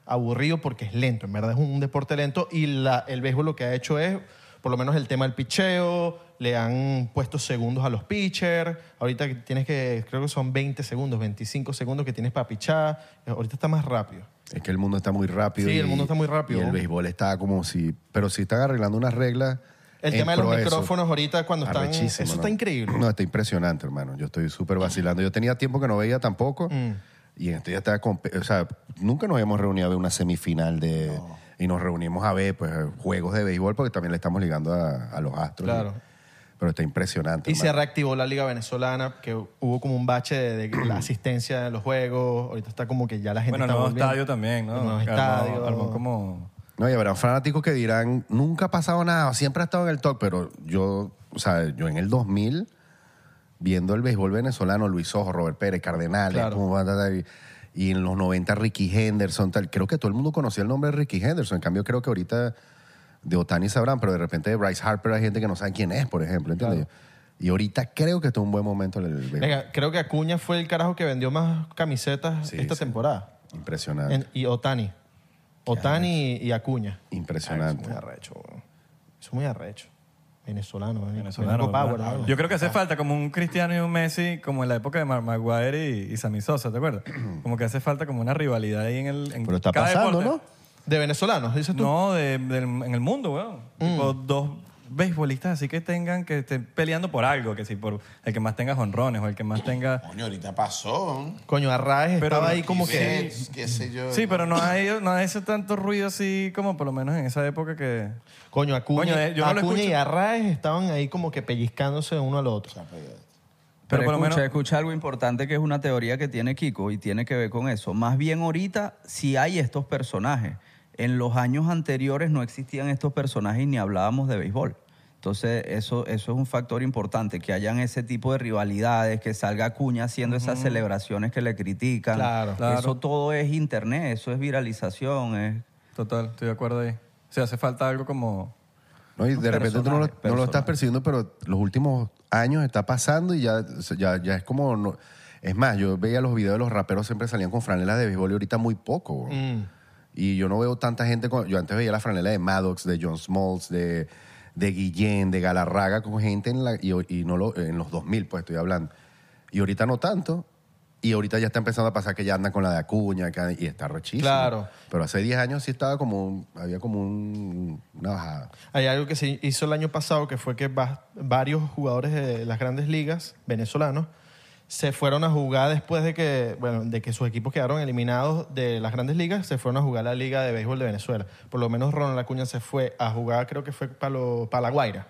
[SPEAKER 7] Aburrido porque es lento, en verdad es un deporte lento y la- el béisbol lo que ha hecho es, por lo menos el tema del picheo, le han puesto segundos a los pitchers, ahorita que tienes que, creo que son 20 segundos, 25 segundos que tienes para pichar, ahorita está más rápido.
[SPEAKER 5] Es que el mundo está muy rápido.
[SPEAKER 7] Sí,
[SPEAKER 5] y-
[SPEAKER 7] el mundo está muy rápido.
[SPEAKER 5] Y el béisbol está como si. Pero si están arreglando unas reglas.
[SPEAKER 7] El
[SPEAKER 5] en
[SPEAKER 7] tema de los
[SPEAKER 5] pro eso.
[SPEAKER 7] micrófonos ahorita cuando están- eso
[SPEAKER 5] Arrechísimo, ¿no?
[SPEAKER 7] está increíble.
[SPEAKER 5] No, está impresionante, hermano. Yo estoy súper vacilando. Yo tenía tiempo que no veía tampoco.
[SPEAKER 7] Mm.
[SPEAKER 5] Y en esto ya estaba. con- O sea, nunca nos habíamos reunido a ver una semifinal de. Y nos reunimos a ver pues, juegos de béisbol porque también le estamos ligando a, a los astros.
[SPEAKER 7] Claro.
[SPEAKER 5] pero está impresionante.
[SPEAKER 7] Y se
[SPEAKER 5] hermano.
[SPEAKER 7] reactivó la Liga Venezolana, que hubo como un bache de, de la asistencia de los juegos. Ahorita está como que ya la gente
[SPEAKER 2] Bueno,
[SPEAKER 7] está
[SPEAKER 2] nuevo
[SPEAKER 7] volviendo.
[SPEAKER 2] estadio también, ¿no?
[SPEAKER 7] Nuevo
[SPEAKER 2] Armó-
[SPEAKER 7] estadio.
[SPEAKER 2] armó como...
[SPEAKER 5] No, y habrá fanáticos que dirán, nunca ha pasado nada, siempre ha estado en el top, pero yo, o sea, yo en el 2000, viendo el béisbol venezolano, Luis Ojo, Robert Pérez, Cardenales,
[SPEAKER 7] Claro.
[SPEAKER 5] pum, ta, ta, ta, y, Y en los 90 Ricky Henderson, tal. Creo que todo el mundo conocía el nombre de Ricky Henderson. En cambio, creo que ahorita de Otani sabrán, pero de repente de Bryce Harper hay gente que no sabe quién es, por ejemplo, ¿entiendes? Y ahorita creo que está un buen momento el- el béisbol.
[SPEAKER 7] Venga, creo que Acuña fue el carajo que vendió más camisetas
[SPEAKER 5] Sí,
[SPEAKER 7] esta
[SPEAKER 5] sí.
[SPEAKER 7] temporada.
[SPEAKER 5] Impresionante.
[SPEAKER 7] En- y Otani. Otani y, y Acuña. Eso es
[SPEAKER 2] Ah,
[SPEAKER 5] Impresionante.
[SPEAKER 7] muy arrecho, weón. Eso es muy arrecho. Venezolano, ¿eh?
[SPEAKER 2] Venezolano,
[SPEAKER 7] Vengo power,
[SPEAKER 2] ¿verdad?
[SPEAKER 7] ¿no?
[SPEAKER 2] Yo creo que hace falta como un Cristiano y un Messi, como en la época de Mar Maguire y, y Sammy Sosa, ¿te acuerdas? Como que hace falta como una rivalidad ahí en el. En
[SPEAKER 5] Pero está
[SPEAKER 2] cada
[SPEAKER 5] pasando,
[SPEAKER 2] deporte.
[SPEAKER 7] De venezolanos, dices tú. Mm.
[SPEAKER 2] No, de- del- en el mundo, weón. Tipo, dos beisbolistas así que tengan que estén peleando por algo, que si por el que más tenga jonrones o el que más tenga.
[SPEAKER 4] Coño, ahorita pasó.
[SPEAKER 7] Coño, Arraes
[SPEAKER 2] Pero
[SPEAKER 7] estaba ahí
[SPEAKER 2] no
[SPEAKER 7] como que...
[SPEAKER 4] Mets, qué sé yo.
[SPEAKER 2] Sí, pero no hay, no hay ese tanto ruido así como por lo menos en esa época que.
[SPEAKER 7] Coño, Acuña,
[SPEAKER 2] Coño, eh, yo no lo
[SPEAKER 7] Acuña y
[SPEAKER 2] escucho.
[SPEAKER 7] Arraes estaban ahí como que pellizcándose uno al otro.
[SPEAKER 2] Pero,
[SPEAKER 6] Pero,
[SPEAKER 2] por lo
[SPEAKER 6] escucha,
[SPEAKER 2] menos.
[SPEAKER 6] escucha algo importante que es una teoría que tiene Kiko y tiene que ver con eso. Más bien ahorita si hay estos personajes. En los años anteriores no existían estos personajes y ni hablábamos de béisbol. Entonces eso, eso es un factor importante, que hayan ese tipo de rivalidades, que salga Cuña haciendo esas celebraciones que le critican.
[SPEAKER 7] Claro.
[SPEAKER 2] Claro.
[SPEAKER 6] Eso todo es internet, eso es viralización, es
[SPEAKER 2] Total, estoy de acuerdo ahí. O sea, hace falta algo como.
[SPEAKER 5] No, y de repente tú no lo,
[SPEAKER 6] personajes,
[SPEAKER 5] no lo estás
[SPEAKER 6] personajes.
[SPEAKER 5] percibiendo, pero los últimos años está pasando y ya, ya, ya es como... no- es más, yo veía los videos de los raperos siempre salían con franelas de béisbol y ahorita muy poco.
[SPEAKER 7] Mm.
[SPEAKER 5] bro. Y yo no veo tanta gente... con- yo antes veía la franela de Maddox, de John Smalls, de, de Guillén, de Galarraga, con gente en, la, y, y no lo, en los 2000, pues estoy hablando. Y ahorita no tanto. Y ahorita ya está empezando a pasar que ya andan con la de Acuña que- y está rechísimo.
[SPEAKER 7] Claro.
[SPEAKER 5] Pero hace 10 años sí estaba como... un- había como un- una bajada.
[SPEAKER 7] Hay algo que se hizo el año pasado que fue que va- varios jugadores de las grandes ligas venezolanos se fueron a jugar después de que, bueno, de que sus equipos quedaron eliminados de las grandes ligas, se fueron a jugar la Liga de Béisbol de Venezuela. Por lo menos Ronald Acuña se fue a jugar, creo que fue para, la Guaira.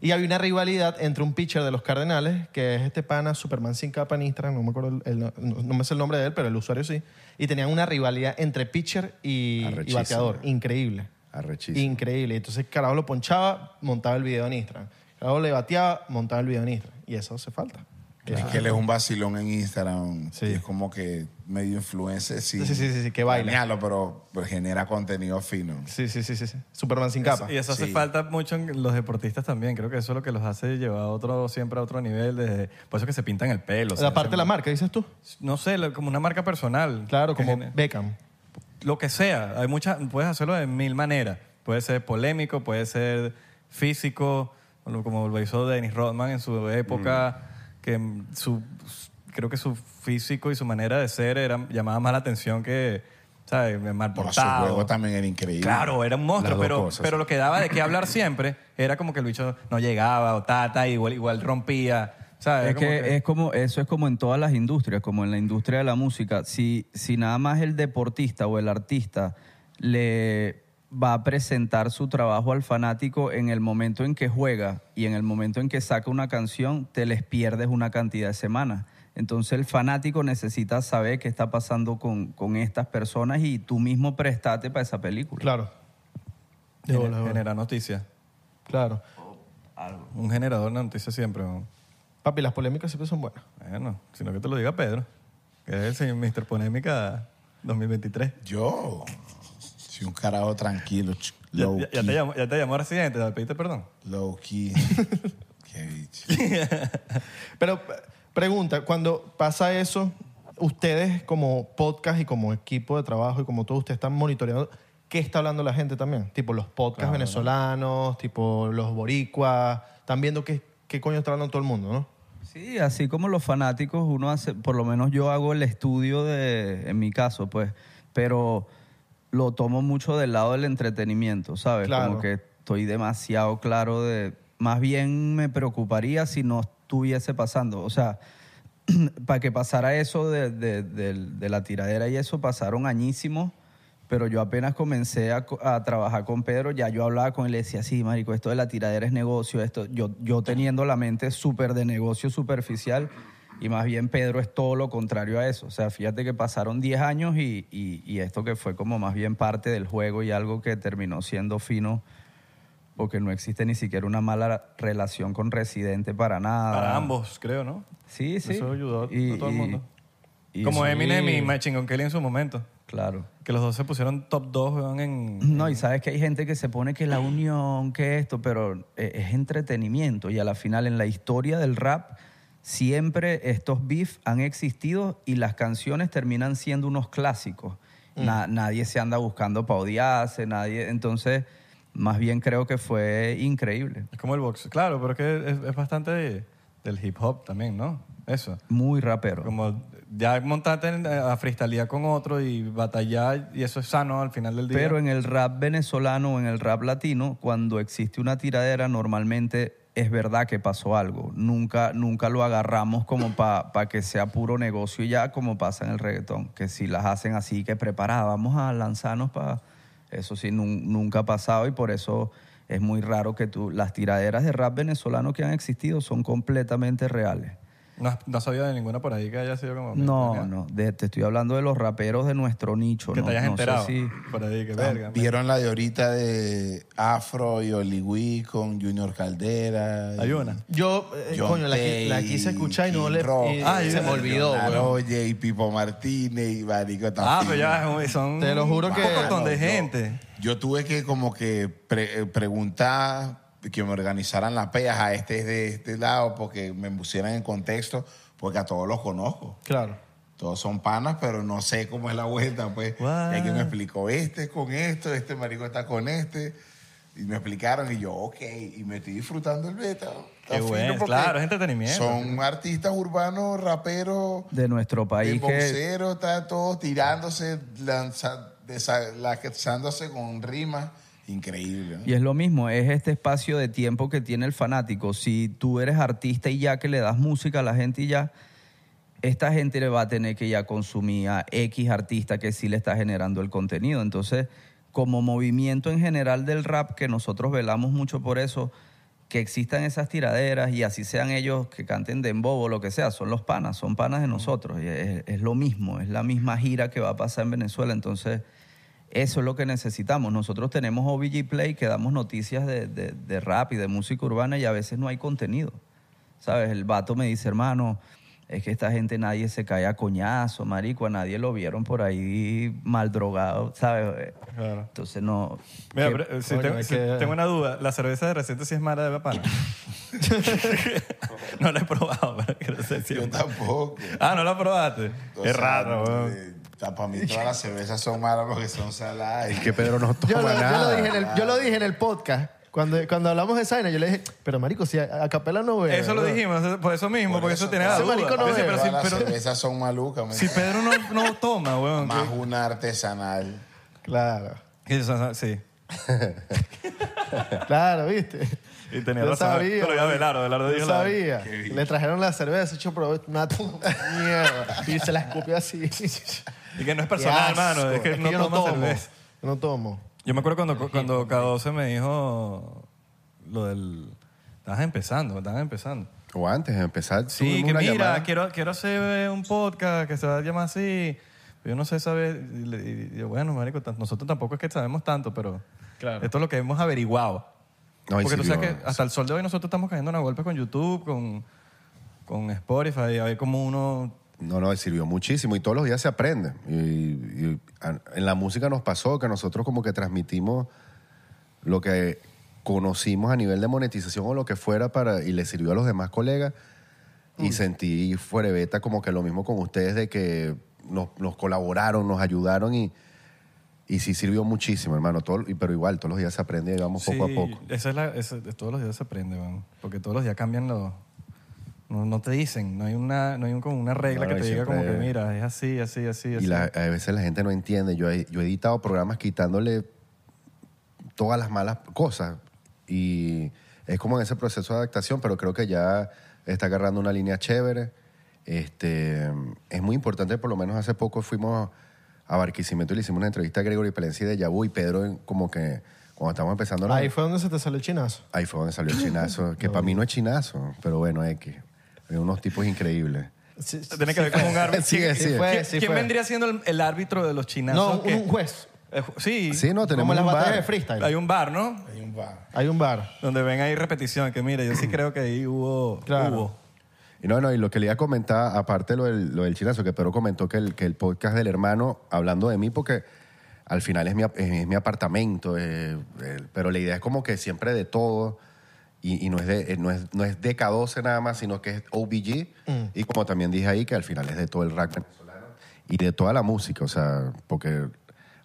[SPEAKER 7] Y había una rivalidad entre un pitcher de los Cardenales, que es este pana Superman sin capa en Instagram, no me acuerdo, el- el- no, no me sé el nombre de él, pero el usuario sí. Y tenían una rivalidad entre pitcher y, y
[SPEAKER 5] Arrechísimo.
[SPEAKER 7] bateador. Increíble.
[SPEAKER 5] Arrechísimo.
[SPEAKER 7] Increíble. Entonces, carajo lo ponchaba, montaba el video en Instagram. Carajo le bateaba, montaba el video en Instagram. Y eso hace falta.
[SPEAKER 4] Es que él es un vacilón en Instagram.
[SPEAKER 7] Sí.
[SPEAKER 4] Y es como que medio influencer. Sí,
[SPEAKER 7] Sí, sí, sí, sí, que baila.
[SPEAKER 4] Genialo, pero, pero genera contenido fino.
[SPEAKER 7] Sí, sí, sí, sí. sí. Superman sin capa.
[SPEAKER 2] Y eso hace
[SPEAKER 4] Sí.
[SPEAKER 2] falta mucho en los deportistas también. Creo que eso es lo que los hace llevar a otro, siempre a otro nivel. desde- por eso que se pintan el pelo. se
[SPEAKER 7] la parte de
[SPEAKER 2] hacen-
[SPEAKER 7] la marca, dices tú.
[SPEAKER 2] No sé, lo- como una marca personal.
[SPEAKER 7] Claro,
[SPEAKER 2] Que
[SPEAKER 7] como
[SPEAKER 2] gene-
[SPEAKER 7] Beckham.
[SPEAKER 2] Lo que sea. Hay muchas, puedes hacerlo de mil maneras. Puede ser polémico, puede ser físico, lo- como lo hizo Dennis Rodman en su época, que mm, su, s- creo que su físico y su manera de ser era, llamaba más la atención que, ¿sabes? Mal
[SPEAKER 4] Por su
[SPEAKER 2] portado.
[SPEAKER 4] juego también era increíble.
[SPEAKER 2] Claro, era un
[SPEAKER 5] Las
[SPEAKER 2] monstruo,
[SPEAKER 5] dos
[SPEAKER 2] pero,
[SPEAKER 5] cosas.
[SPEAKER 2] pero lo que daba de qué hablar siempre era como que el bicho no llegaba o tata, igual, igual rompía. ¿sabes?
[SPEAKER 6] Es
[SPEAKER 2] Como
[SPEAKER 6] que,
[SPEAKER 2] que-
[SPEAKER 6] es como, eso es como en todas las industrias, como en la industria de la música. Si, si nada más el deportista o el artista le va a presentar su trabajo al fanático en el momento en que juega y en el momento en que saca una canción, te les pierdes una cantidad de semanas. Entonces el fanático necesita saber qué está pasando con, con estas personas y tú mismo prestate para esa película.
[SPEAKER 7] Claro. De bola, de
[SPEAKER 2] gener-
[SPEAKER 7] bola.
[SPEAKER 2] genera noticias.
[SPEAKER 7] Claro.
[SPEAKER 2] Un generador de noticias siempre. ¿no?
[SPEAKER 7] Papi, las polémicas siempre son buenas.
[SPEAKER 2] Bueno, sino que te lo diga Pedro, que es el señor Mr. Polémica 2023.
[SPEAKER 4] Yo. Soy un carajo tranquilo. ch-
[SPEAKER 2] Ya,
[SPEAKER 4] Low
[SPEAKER 2] ya- ya
[SPEAKER 4] key.
[SPEAKER 2] te llamó, ya te llamó ahora siguiente, te pediste perdón.
[SPEAKER 4] Low key. Qué bicho.
[SPEAKER 7] Pero p- pregunta, cuando pasa eso, ustedes como podcast y como equipo de trabajo y como todos ustedes están monitoreando, ¿qué está hablando la gente también? Tipo los podcasts venezolanos, tipo los boricuas, están viendo qué, qué coño está hablando todo el mundo, ¿no?
[SPEAKER 6] Sí, así como los fanáticos, uno hace, por lo menos yo hago el estudio de, en mi caso, pues, pero lo tomo mucho del lado del entretenimiento, ¿sabes?
[SPEAKER 7] Claro.
[SPEAKER 6] Como que estoy demasiado claro de, más bien me preocuparía si no estuviese pasando, o sea, para que pasara eso de, de- del- de la tiradera y eso, pasaron añísimos. Pero yo apenas comencé a, co- a trabajar con Pedro, ya yo hablaba con él y le decía, sí, marico, esto de la tiradera es negocio, esto, yo, yo teniendo la mente súper de negocio superficial, y más bien Pedro es todo lo contrario a eso. O sea, fíjate que pasaron 10 años y, y- y esto que fue como más bien parte del juego y algo que terminó siendo fino, porque no existe ni siquiera una mala relación con Residente para nada.
[SPEAKER 2] Para ambos, creo, ¿no?
[SPEAKER 6] Sí, sí.
[SPEAKER 2] Eso ayudó a-
[SPEAKER 6] Ah. Y-
[SPEAKER 2] a todo el
[SPEAKER 6] y-
[SPEAKER 2] mundo.
[SPEAKER 6] Y
[SPEAKER 2] Como
[SPEAKER 6] sí,
[SPEAKER 2] Eminem y Machine Gun Kelly en su momento.
[SPEAKER 6] Claro.
[SPEAKER 2] Que los dos se pusieron top 2 weón, en...
[SPEAKER 6] No, y sabes que hay gente que se pone que la unión, que esto, pero eh, es entretenimiento. Y a la final, en la historia del rap, siempre estos beef han existido y las canciones terminan siendo unos clásicos. Na- nadie se anda buscando para odiarse, nadie. Entonces, más bien creo que fue increíble.
[SPEAKER 2] Es como el box. Claro, pero es que es, es bastante de- del hip hop también, ¿no? Eso.
[SPEAKER 6] Muy rapero.
[SPEAKER 2] Como ya montarte en- eh, a freestalear con otro y batallar, y eso es sano al final del día.
[SPEAKER 6] Pero en el rap venezolano o en el rap latino, cuando existe una tiradera, normalmente es verdad que pasó algo. Nunca, nunca lo agarramos como para que sea puro negocio y ya, como pasa en el reggaetón. Que si las hacen así, que preparadas, vamos a lanzarnos para... Eso sí, nun- nunca ha pasado y por eso es muy raro que tú... Las tiraderas de rap venezolano que han existido son completamente reales.
[SPEAKER 2] no, has- no has sabido de ninguna por ahí que haya sido como...
[SPEAKER 6] No, no, de- te estoy hablando de los raperos de nuestro nicho.
[SPEAKER 2] Que
[SPEAKER 6] no,
[SPEAKER 2] te hayas
[SPEAKER 6] no sé
[SPEAKER 2] enterado.
[SPEAKER 6] si-
[SPEAKER 2] Por ahí, que verga. man.
[SPEAKER 4] Vieron la de ahorita de Afro y Oligui con Junior Caldera. y
[SPEAKER 2] Hay una.
[SPEAKER 3] Yo, eh,
[SPEAKER 4] John
[SPEAKER 3] coño, la, qui-
[SPEAKER 4] Tay,
[SPEAKER 3] la quise escuchar y no
[SPEAKER 4] King
[SPEAKER 3] le.
[SPEAKER 4] Rock,
[SPEAKER 3] y
[SPEAKER 2] Ah,
[SPEAKER 3] se me
[SPEAKER 2] yo-
[SPEAKER 3] olvidó,
[SPEAKER 4] John
[SPEAKER 3] weón.
[SPEAKER 4] Aroye y Pipo Martínez y Marico
[SPEAKER 2] Ah,
[SPEAKER 4] Tafí.
[SPEAKER 2] pero ya son...
[SPEAKER 3] Te lo juro
[SPEAKER 2] un
[SPEAKER 3] que-
[SPEAKER 2] pocotón de
[SPEAKER 4] yo-
[SPEAKER 2] gente.
[SPEAKER 4] Yo tuve que como que pre- eh, preguntar que me organizaran las peas a este es de este lado porque me pusieran en contexto porque a todos los conozco.
[SPEAKER 3] Claro.
[SPEAKER 4] Todos son panas, pero no sé cómo es la vuelta, pues. Y
[SPEAKER 2] What?
[SPEAKER 4] alguien me explicó, este con esto, este marico está con este. Y me explicaron y yo, ok, y me estoy disfrutando el beta.
[SPEAKER 2] Qué
[SPEAKER 4] Está fino
[SPEAKER 2] bueno,
[SPEAKER 4] porque
[SPEAKER 2] claro, es entretenimiento.
[SPEAKER 4] Son artistas urbanos, raperos,
[SPEAKER 6] de nuestro
[SPEAKER 4] de
[SPEAKER 6] país que
[SPEAKER 4] boxeros, está todos tirándose, lanza- desa- lanzándose con rimas. Increíble. ¿no?
[SPEAKER 6] y es lo mismo, es este espacio de tiempo que tiene el fanático. Si tú eres artista y ya que le das música a la gente y ya, esta gente le va a tener que ya consumir a X artista que sí le está generando el contenido. Entonces, como movimiento en general del rap, que nosotros velamos mucho por eso, que existan esas tiraderas y así sean ellos que canten dembow o lo que sea, son los panas, son panas de nosotros. Y es, es lo mismo, es la misma gira que va a pasar en Venezuela. Entonces, eso es lo que necesitamos. Nosotros tenemos OBG Play que damos noticias de, de- de rap y de música urbana y a veces no hay contenido. ¿Sabes? El vato me dice, hermano, es que esta gente nadie se cae a coñazo, marico, a nadie lo vieron por ahí mal drogado, ¿sabes?
[SPEAKER 2] Claro.
[SPEAKER 6] Entonces no...
[SPEAKER 2] Mira,
[SPEAKER 6] que-
[SPEAKER 2] pero, eh, si
[SPEAKER 3] Coño,
[SPEAKER 2] tengo,
[SPEAKER 3] es
[SPEAKER 2] si
[SPEAKER 3] que-
[SPEAKER 2] tengo una duda. La cerveza de reciente sí es mala de pana. no la he probado, pero quiero sé si es
[SPEAKER 4] Yo
[SPEAKER 2] mala.
[SPEAKER 4] tampoco.
[SPEAKER 2] Ah, no la probaste.
[SPEAKER 4] O
[SPEAKER 2] es
[SPEAKER 4] sea,
[SPEAKER 2] raro, weón.
[SPEAKER 4] eh, Para mí todas las cervezas son malas porque son saladas. y-
[SPEAKER 5] Es que Pedro no toma
[SPEAKER 7] Yo lo, yo lo
[SPEAKER 5] nada.
[SPEAKER 7] dije en el, yo lo dije en el podcast. Cuando, cuando hablamos de esa vaina, yo le dije, pero marico, si a, a capela no veo.
[SPEAKER 2] Eso lo dijimos, por eso mismo,
[SPEAKER 4] Por
[SPEAKER 2] porque
[SPEAKER 4] eso,
[SPEAKER 2] eso tiene la
[SPEAKER 7] ese
[SPEAKER 2] duda.
[SPEAKER 7] marico no
[SPEAKER 2] Yo decía,
[SPEAKER 7] bebe.
[SPEAKER 2] pero si,
[SPEAKER 4] todas las
[SPEAKER 2] pero-
[SPEAKER 4] cervezas son malucas. man.
[SPEAKER 2] si Pedro no, no toma, weón.
[SPEAKER 4] Más una artesanal.
[SPEAKER 7] Claro,
[SPEAKER 2] que- que- Sí.
[SPEAKER 7] claro, viste.
[SPEAKER 2] Y tenía
[SPEAKER 7] Yo
[SPEAKER 2] razón.
[SPEAKER 7] sabía.
[SPEAKER 2] Pero ya Abelardo, Abelardo
[SPEAKER 7] Yo
[SPEAKER 2] dijo la-
[SPEAKER 7] sabía. Le trajeron la cerveza, yo probé una t- mierda. Y se la escupió así.
[SPEAKER 2] Y que no es
[SPEAKER 7] Qué
[SPEAKER 2] personal,
[SPEAKER 7] asco.
[SPEAKER 2] hermano. Es que no
[SPEAKER 7] yo
[SPEAKER 2] toma cerveza.
[SPEAKER 7] Yo no tomo.
[SPEAKER 2] Yo me acuerdo cuando, cuando K12 me dijo lo del... Estabas empezando, estabas empezando.
[SPEAKER 5] O antes de empezar,
[SPEAKER 2] Sí,
[SPEAKER 5] tuvimos
[SPEAKER 2] que
[SPEAKER 5] una
[SPEAKER 2] mira,
[SPEAKER 5] llamada.
[SPEAKER 2] quiero, quiero hacer un podcast que se va a llamar así. Yo no sé saber. Y, le- y yo, bueno, marico, tan- nosotros tampoco es que sabemos tanto, pero esto es lo que hemos averiguado.
[SPEAKER 5] No, y
[SPEAKER 2] Porque tú sabes
[SPEAKER 5] sirvió.
[SPEAKER 2] que hasta el sol de hoy nosotros estamos cayendo en una golpe con YouTube, con, con Spotify, a ver cómo uno...
[SPEAKER 5] No, no, sirvió muchísimo y todos los días se aprende. Y, y a- en la música nos pasó que nosotros como que transmitimos lo que conocimos a nivel de monetización o lo que fuera para y le sirvió a los demás colegas. Y sentí fuera de beta como que lo mismo con ustedes de que nos, nos colaboraron, nos ayudaron y, y sí sirvió muchísimo, hermano. Todo, y- pero igual, todos los días se aprende y vamos poco
[SPEAKER 2] Sí,
[SPEAKER 5] a poco.
[SPEAKER 2] Esa es la, esa- todos los días se aprende, man, porque todos los días cambian los... No, no te dicen, no hay una, no hay un- como una regla
[SPEAKER 5] Claro,
[SPEAKER 2] que te
[SPEAKER 5] y
[SPEAKER 2] diga como que
[SPEAKER 5] siempre-
[SPEAKER 2] mira, es así, así, así, así.
[SPEAKER 5] Y la- a veces la gente no entiende. Yo he, yo he editado programas quitándole todas las malas cosas. Y es como en ese proceso de adaptación, pero creo que ya está agarrando una línea chévere. Este, es muy importante, por lo menos hace poco fuimos a Barquisimeto y le hicimos una entrevista a Gregory Palencia de Yabú y Pedro, en- como que cuando estábamos empezando. la-
[SPEAKER 7] Ahí fue donde se te salió el chinazo.
[SPEAKER 5] Ahí fue donde salió el chinazo, que para mí no es chinazo, pero bueno, es que hay unos tipos increíbles.
[SPEAKER 7] Sí, sí,
[SPEAKER 2] Tiene que ver con un árbitro.
[SPEAKER 5] Sí,
[SPEAKER 2] ¿Quién,
[SPEAKER 5] sí.
[SPEAKER 2] quién-
[SPEAKER 7] Fue, sí
[SPEAKER 2] quién
[SPEAKER 7] fue.
[SPEAKER 2] vendría siendo el, el árbitro de los chinazos?
[SPEAKER 7] No,
[SPEAKER 2] que-
[SPEAKER 7] un, un juez.
[SPEAKER 2] Eh, ju- sí.
[SPEAKER 5] Sí, no,
[SPEAKER 7] Como
[SPEAKER 5] tenemos
[SPEAKER 7] las
[SPEAKER 5] un
[SPEAKER 7] batallas
[SPEAKER 5] bar.
[SPEAKER 7] de freestyle.
[SPEAKER 2] Hay un bar, ¿no?
[SPEAKER 4] Hay un bar.
[SPEAKER 7] Hay un bar.
[SPEAKER 2] Donde ven ahí repetición, que mire, yo sí creo que ahí hubo...
[SPEAKER 7] Claro.
[SPEAKER 2] hubo.
[SPEAKER 5] Y no, no, y lo que le iba a comentar, aparte lo del, lo del chinazo, que Pedro comentó que el, que el podcast del hermano, hablando de mí, porque al final es mi, ap- es, es mi apartamento, eh, el- pero la idea es como que siempre de todo, y, y no, es de, eh, no, es, no es de K12 nada más, sino que es OBG, y como también dije ahí, que al final es de todo el rack venezolano y de toda la música, o sea, porque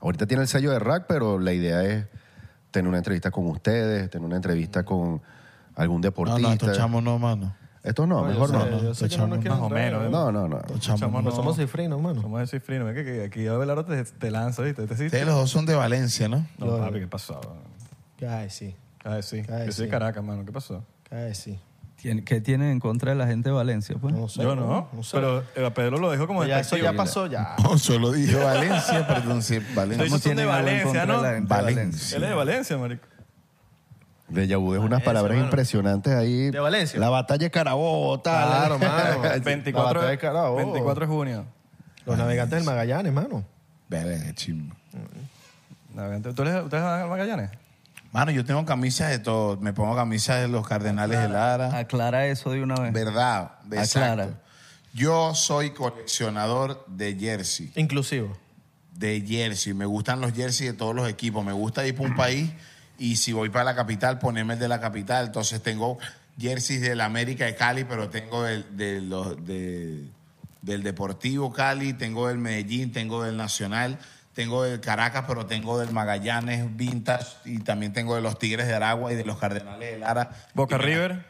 [SPEAKER 5] ahorita tiene el sello de rack, pero la idea es tener una entrevista con ustedes, tener una entrevista con algún
[SPEAKER 9] No,
[SPEAKER 5] deportista.
[SPEAKER 9] no, estos chamos no, mano.
[SPEAKER 5] Estos no,
[SPEAKER 7] Oye,
[SPEAKER 5] mejor
[SPEAKER 7] yo
[SPEAKER 5] no.
[SPEAKER 7] sé, yo sé
[SPEAKER 9] Los
[SPEAKER 7] que no nos
[SPEAKER 9] chamos,
[SPEAKER 7] quieren
[SPEAKER 2] más o
[SPEAKER 7] traer,
[SPEAKER 2] menos,
[SPEAKER 7] ¿eh?
[SPEAKER 2] ¿eh?
[SPEAKER 5] No, no, no.
[SPEAKER 9] Los chamos
[SPEAKER 2] Chamo,
[SPEAKER 9] no.
[SPEAKER 7] Pues Somos cifrinos, mano.
[SPEAKER 2] Somos de cifrino, mira que, que aquí Abelardo te, te lanza, ¿viste? Te,
[SPEAKER 9] Ustedes los dos son de Valencia, ¿no?
[SPEAKER 2] No, papi, ¿qué pasó?
[SPEAKER 7] Ay, sí.
[SPEAKER 2] Ay, sí.
[SPEAKER 7] Ay,
[SPEAKER 2] Yo soy
[SPEAKER 7] sí.
[SPEAKER 2] de Caracas, mano. ¿Qué pasó?
[SPEAKER 7] Ay, sí.
[SPEAKER 6] Tien- ¿Qué tienen en contra de la gente de Valencia? Pues?
[SPEAKER 7] No sé.
[SPEAKER 2] ¿Ah? Yo no,
[SPEAKER 7] sé.
[SPEAKER 2] pero eh, a Pedro lo dejó como
[SPEAKER 7] Ya, eso
[SPEAKER 2] despectivo.
[SPEAKER 7] ya pasó, ya.
[SPEAKER 9] Solo dije.
[SPEAKER 4] Yo Valencia, perdón, sí, Valencia.
[SPEAKER 2] Estoy- Ellos son de
[SPEAKER 6] algo en
[SPEAKER 2] Valencia,
[SPEAKER 6] contra
[SPEAKER 2] ¿no?
[SPEAKER 6] de la gente de
[SPEAKER 4] Valencia.
[SPEAKER 2] Él es de Valencia, marico.
[SPEAKER 5] De Yabú es unas
[SPEAKER 3] Valencia,
[SPEAKER 5] palabras
[SPEAKER 3] mano.
[SPEAKER 5] impresionantes ahí.
[SPEAKER 3] De Valencia.
[SPEAKER 5] La batalla de Carabobo, tal.
[SPEAKER 7] Claro, mano.
[SPEAKER 5] La
[SPEAKER 2] 24
[SPEAKER 7] batalla
[SPEAKER 2] de,
[SPEAKER 7] de Carabobo.
[SPEAKER 2] 24 de junio.
[SPEAKER 7] Los navegantes del Magallanes, mano.
[SPEAKER 9] Verga, qué chimbo.
[SPEAKER 2] Navegante- ¿Tú eres, ¿Ustedes van a Magallanes?
[SPEAKER 4] Mano, yo tengo camisas de todo. Me pongo camisas de los Cardenales de Lara.
[SPEAKER 6] Aclara eso de una vez.
[SPEAKER 4] Verdad, de
[SPEAKER 6] Aclara.
[SPEAKER 4] exacto. Yo soy coleccionador de jersey.
[SPEAKER 3] Inclusivo.
[SPEAKER 4] De jersey. Me gustan los jerseys de todos los equipos. Me gusta ir para un país y si voy para la capital, ponerme el de la capital. Entonces tengo jerseys del América de Cali, pero tengo del, de los- de- del Deportivo Cali, tengo del Medellín, tengo del Nacional, tengo del Caracas, pero tengo del Magallanes Vintage y también tengo de los Tigres de Aragua y de los Cardenales de Lara.
[SPEAKER 2] Boca
[SPEAKER 4] Y me-
[SPEAKER 2] River,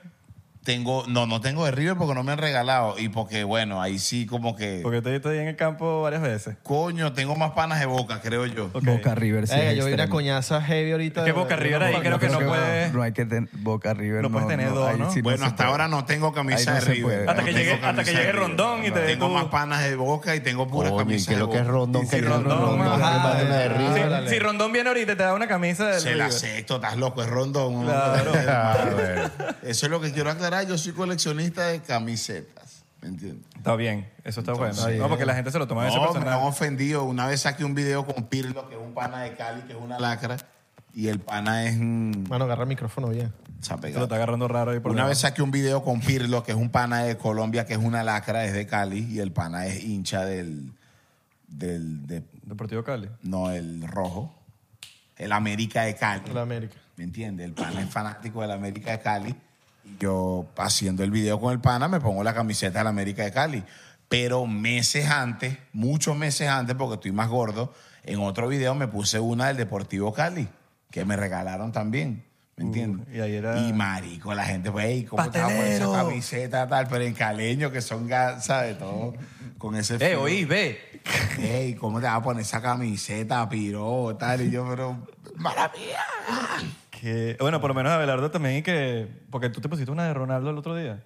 [SPEAKER 4] tengo, no, no tengo de River porque no me han regalado y porque, bueno, ahí sí como que,
[SPEAKER 2] porque te viste ahí en el campo varias veces.
[SPEAKER 4] coño, tengo más panas de boca, creo yo.
[SPEAKER 2] Ok.
[SPEAKER 6] Boca River, sí.
[SPEAKER 3] Eh,
[SPEAKER 6] es
[SPEAKER 3] yo vi una
[SPEAKER 6] extremo.
[SPEAKER 3] coñaza heavy ahorita.
[SPEAKER 2] Es que
[SPEAKER 3] de-
[SPEAKER 2] Boca
[SPEAKER 3] de
[SPEAKER 2] River
[SPEAKER 3] una
[SPEAKER 2] ahí
[SPEAKER 3] banda.
[SPEAKER 2] creo que no
[SPEAKER 6] Creo que
[SPEAKER 2] puede-
[SPEAKER 6] No hay que tener Boca River.
[SPEAKER 2] No puedes tener dos,
[SPEAKER 6] ahí
[SPEAKER 2] ¿no?
[SPEAKER 6] sí
[SPEAKER 4] bueno,
[SPEAKER 6] se
[SPEAKER 4] hasta
[SPEAKER 6] puede.
[SPEAKER 4] ahora no tengo camisa
[SPEAKER 6] Ahí no
[SPEAKER 4] de
[SPEAKER 6] se
[SPEAKER 4] River.
[SPEAKER 6] puede.
[SPEAKER 4] no
[SPEAKER 6] Hasta que
[SPEAKER 4] tengo
[SPEAKER 2] llegue- hasta
[SPEAKER 4] camisa
[SPEAKER 2] que
[SPEAKER 4] de
[SPEAKER 2] llegue
[SPEAKER 4] River.
[SPEAKER 2] Rondón y te dé
[SPEAKER 4] Tengo
[SPEAKER 2] tu-
[SPEAKER 4] más panas de boca y tengo puras
[SPEAKER 5] Coño, ¿y
[SPEAKER 4] camisas
[SPEAKER 5] qué es
[SPEAKER 4] de
[SPEAKER 5] lo que es
[SPEAKER 4] Boca.
[SPEAKER 5] Rondón?
[SPEAKER 2] Sí,
[SPEAKER 5] que tiene
[SPEAKER 2] Rondón,
[SPEAKER 5] Rondón,
[SPEAKER 2] mano.
[SPEAKER 5] que manda una de
[SPEAKER 2] Sí,
[SPEAKER 5] River.
[SPEAKER 2] si Rondón viene ahorita y te da una camisa del
[SPEAKER 4] Se la
[SPEAKER 2] River.
[SPEAKER 4] acepto, estás loco, es Rondón.
[SPEAKER 2] Claro.
[SPEAKER 5] Ah, bueno.
[SPEAKER 4] Eso es lo que quiero aclarar, yo soy coleccionista de camisetas, ¿me entiendes?
[SPEAKER 2] Está bien, eso está bueno.
[SPEAKER 7] bien.
[SPEAKER 2] No, porque la gente se lo toma de ese
[SPEAKER 4] No, me han
[SPEAKER 2] personaje.
[SPEAKER 4] ofendido. Una vez saqué un video con Pirlo, que es un pana de Cali, que es una lacra, y el pana es... mm,
[SPEAKER 7] Mano, agarra el micrófono bien.
[SPEAKER 4] se ha
[SPEAKER 2] Se
[SPEAKER 4] pegado.
[SPEAKER 2] lo está agarrando raro ahí por
[SPEAKER 4] Una
[SPEAKER 2] debajo.
[SPEAKER 4] vez saqué un video con Pirlo, que es un pana de Colombia, que es una lacra, es de Cali, y el pana es hincha del. del de-
[SPEAKER 2] Deportivo Cali.
[SPEAKER 4] no, el rojo. El América de Cali.
[SPEAKER 7] La América.
[SPEAKER 4] ¿Me entiendes? El pana es fanático del América de Cali. Y Yo, haciendo el video con el pana, me pongo la camiseta del América de Cali. Pero meses antes, muchos meses antes, porque estoy más gordo, en otro video me puse una del Deportivo Cali, que me regalaron también. ¿Me entiendes?
[SPEAKER 2] y ahí era-
[SPEAKER 4] Y marico, la gente, güey, ¿cómo te vas a poner esa
[SPEAKER 2] Pastelero.
[SPEAKER 4] camiseta tal? Pero en caleño, que son gansas de todo, con ese
[SPEAKER 2] Eh,
[SPEAKER 4] frío.
[SPEAKER 2] oí, ve.
[SPEAKER 4] Ey, ¿cómo te vas a poner esa camiseta, piro, tal? Y yo, pero, maravilla.
[SPEAKER 2] Que, bueno, por lo menos Abelardo también y que... Porque tú te pusiste una de Ronaldo el otro día.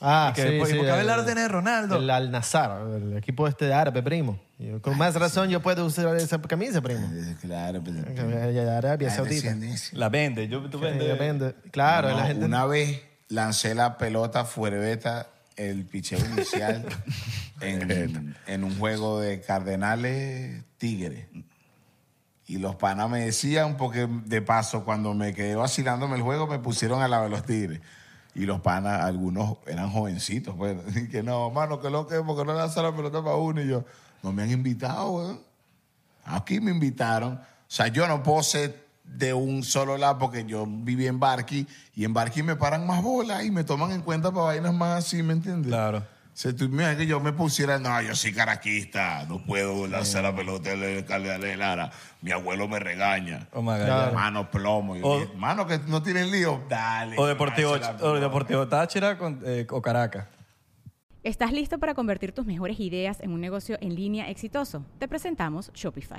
[SPEAKER 7] Ah,
[SPEAKER 2] Y que
[SPEAKER 7] sí,
[SPEAKER 2] después-
[SPEAKER 7] sí.
[SPEAKER 2] ¿y por qué
[SPEAKER 7] el-
[SPEAKER 2] Abelardo tiene Ronaldo?
[SPEAKER 7] El Al Nazar, el equipo este de árabe, primo. Y yo, con más razón yo puedo usar esa camisa, primo.
[SPEAKER 4] Eh, Claro, pues,
[SPEAKER 7] Que me- De Arabia
[SPEAKER 4] la
[SPEAKER 7] Saudita.
[SPEAKER 4] descendencia.
[SPEAKER 2] La vende. Yo, tú
[SPEAKER 7] Que
[SPEAKER 2] vende.
[SPEAKER 7] depende. Claro,
[SPEAKER 4] No,
[SPEAKER 7] la gente...
[SPEAKER 4] Una vez lancé la pelota fuerbeta, el picheo inicial, en, en un juego de Cardenales Tigres. Y los panas me decían, porque de paso, cuando me quedé vacilándome el juego, me pusieron al lado de los Tigres. Y los panas, algunos eran jovencitos, pues. y que no, mano, que lo que, porque no lanzaron la pelota para uno. Y yo, no me han invitado, weón. Aquí me invitaron. O sea, yo no puedo ser de un solo lado porque yo viví en Barqui y en Barqui me paran más bolas y me toman en cuenta para vainas más así, ¿me entiendes?
[SPEAKER 2] Claro.
[SPEAKER 4] Se tú imaginas que yo me pusiera, no, yo soy caraquista, no puedo lanzar la pelota de de Lara, mi abuelo me regaña.
[SPEAKER 2] O Magallanes.
[SPEAKER 4] Mano plomo. Yo
[SPEAKER 2] O-
[SPEAKER 4] dije, mano, que no tienes lío, dale.
[SPEAKER 2] O Deportivo,
[SPEAKER 4] lánzala,
[SPEAKER 2] o
[SPEAKER 4] pelota".
[SPEAKER 2] Deportivo Táchira con- eh, o Caracas.
[SPEAKER 10] ¿Estás listo para convertir tus mejores ideas en un negocio en línea exitoso? Te presentamos Shopify.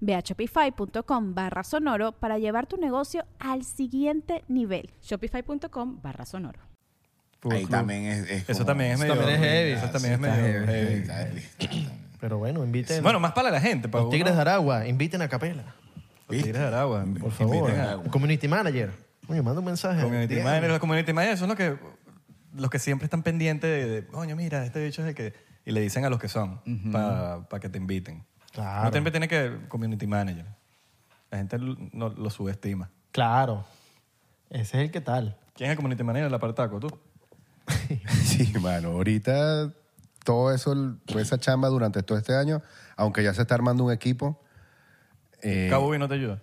[SPEAKER 11] Ve a shopify.com barra sonoro para llevar tu negocio al siguiente nivel.
[SPEAKER 10] Shopify.com barra sonoro.
[SPEAKER 4] Ahí también es, es
[SPEAKER 2] Eso
[SPEAKER 4] como-
[SPEAKER 2] también es medio.
[SPEAKER 3] también es heavy,
[SPEAKER 2] Eso
[SPEAKER 4] Ah,
[SPEAKER 2] también es
[SPEAKER 4] sí, está
[SPEAKER 2] medio.
[SPEAKER 4] heavy,
[SPEAKER 2] heavy.
[SPEAKER 4] está heavy.
[SPEAKER 7] Pero bueno, inviten.
[SPEAKER 2] Bueno, más para la gente. Para
[SPEAKER 7] los
[SPEAKER 2] uno-
[SPEAKER 7] Tigres de Aragua, inviten a Capela.
[SPEAKER 2] Los Tigres de Aragua.
[SPEAKER 7] Por favor.
[SPEAKER 2] Inviten a-
[SPEAKER 7] Community manager. Coño, manda un mensaje.
[SPEAKER 2] Community
[SPEAKER 7] Bien.
[SPEAKER 2] manager, los community managers son los que, los que siempre están pendientes de, de, coño, mira, este bicho es el que... Y le dicen a los que son para que te inviten.
[SPEAKER 7] Claro.
[SPEAKER 2] No siempre tiene que community manager. La gente lo, no- lo subestima.
[SPEAKER 7] Claro. Ese es el que tal.
[SPEAKER 2] ¿Quién es el community manager del apartaco? ¿Tú?
[SPEAKER 5] Sí, mano, ahorita todo eso, toda esa chamba durante todo este año, aunque ya se está armando un equipo. eh,
[SPEAKER 2] Cabo B no te ayuda.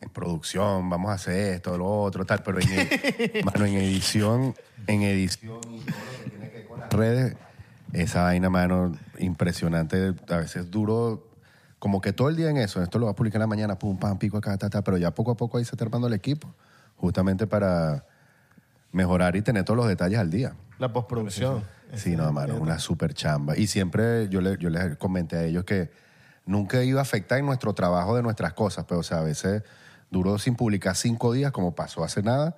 [SPEAKER 5] en producción, vamos a hacer esto, lo otro, tal, pero en, ed- mano, en edición, en edición y todo lo que tiene que ver con las redes, esa vaina, mano, impresionante, a veces duro, como que todo el día en eso, esto lo va a publicar en la mañana, pum, pam, pico acá, ta, ta, pero ya poco a poco ahí se está armando el equipo, justamente para mejorar y tener todos los detalles al día.
[SPEAKER 7] La postproducción.
[SPEAKER 5] Sí, no, mano, una super chamba. Y siempre yo, le- yo les comenté a ellos que nunca iba a afectar en nuestro trabajo de nuestras cosas, pero o sea, a veces duró sin publicar cinco días, como pasó hace nada,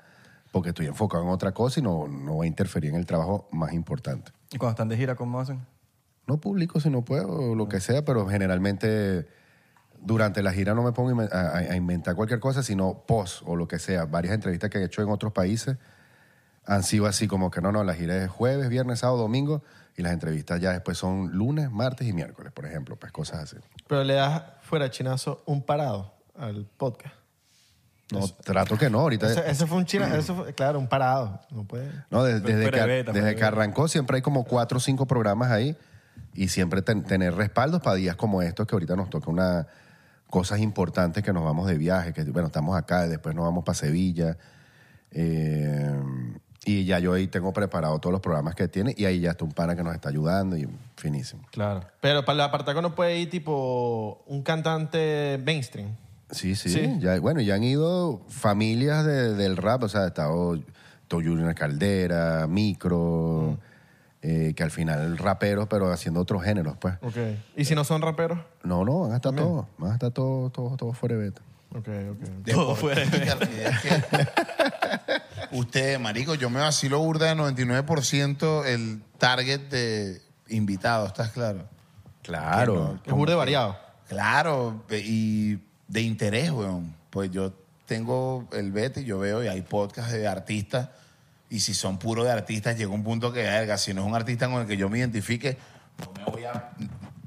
[SPEAKER 5] porque estoy enfocado en otra cosa y no, no va a interferir en el trabajo más importante.
[SPEAKER 2] ¿Y cuando están de gira, cómo hacen?
[SPEAKER 5] No publico si no puedo, o lo que sea, pero generalmente durante la gira no me pongo a inven- a, a inventar cualquier cosa, sino post o lo que sea. Varias entrevistas que he hecho en otros países han sido así como que no, no, la gira es jueves, viernes, sábado, domingo y las entrevistas ya después son lunes, martes y miércoles, por ejemplo, pues cosas así.
[SPEAKER 7] Pero le das fuera chinazo un parado al podcast.
[SPEAKER 5] No, trato que no, ahorita...
[SPEAKER 7] Ese, ese fue un chinazo, eso fue- claro, un parado. No puede.
[SPEAKER 5] No, de-
[SPEAKER 2] Pero
[SPEAKER 5] desde, que,
[SPEAKER 2] breveta,
[SPEAKER 5] desde que
[SPEAKER 2] breveta.
[SPEAKER 5] arrancó siempre hay como cuatro o cinco programas ahí y siempre ten- tener respaldos para días como estos que ahorita nos toca una cosas importantes que nos vamos de viaje, que bueno, estamos acá, después nos vamos para Sevilla. eh, y ya yo ahí tengo preparado todos los programas que tiene y ahí ya está un pana que nos está ayudando y finísimo.
[SPEAKER 3] Claro.
[SPEAKER 7] Pero para el apartaco no puede ir tipo un cantante mainstream.
[SPEAKER 5] Sí, sí.
[SPEAKER 7] Sí.
[SPEAKER 5] Ya, bueno, ya han ido familias de- del rap, o sea, ha estado Toyurina Caldera, Micro, eh, que al final raperos, pero haciendo otros géneros, pues.
[SPEAKER 7] Ok. ¿Y si no son raperos?
[SPEAKER 5] No, no, van a estar todos. Van a estar todos, todos, todos fuera de beta.
[SPEAKER 7] Ok, ok.
[SPEAKER 4] Todo fuera Usted, marico, yo me vacilo burda de 99% el target de invitados, ¿estás claro?
[SPEAKER 5] Claro.
[SPEAKER 7] Es burde variado.
[SPEAKER 4] Claro, pe- y de interés, weón. Pues yo tengo el beta y yo veo y hay podcasts de artistas. Y si son puros de artistas, llega un punto que, verga, si no es un artista con el que yo me identifique, no me voy a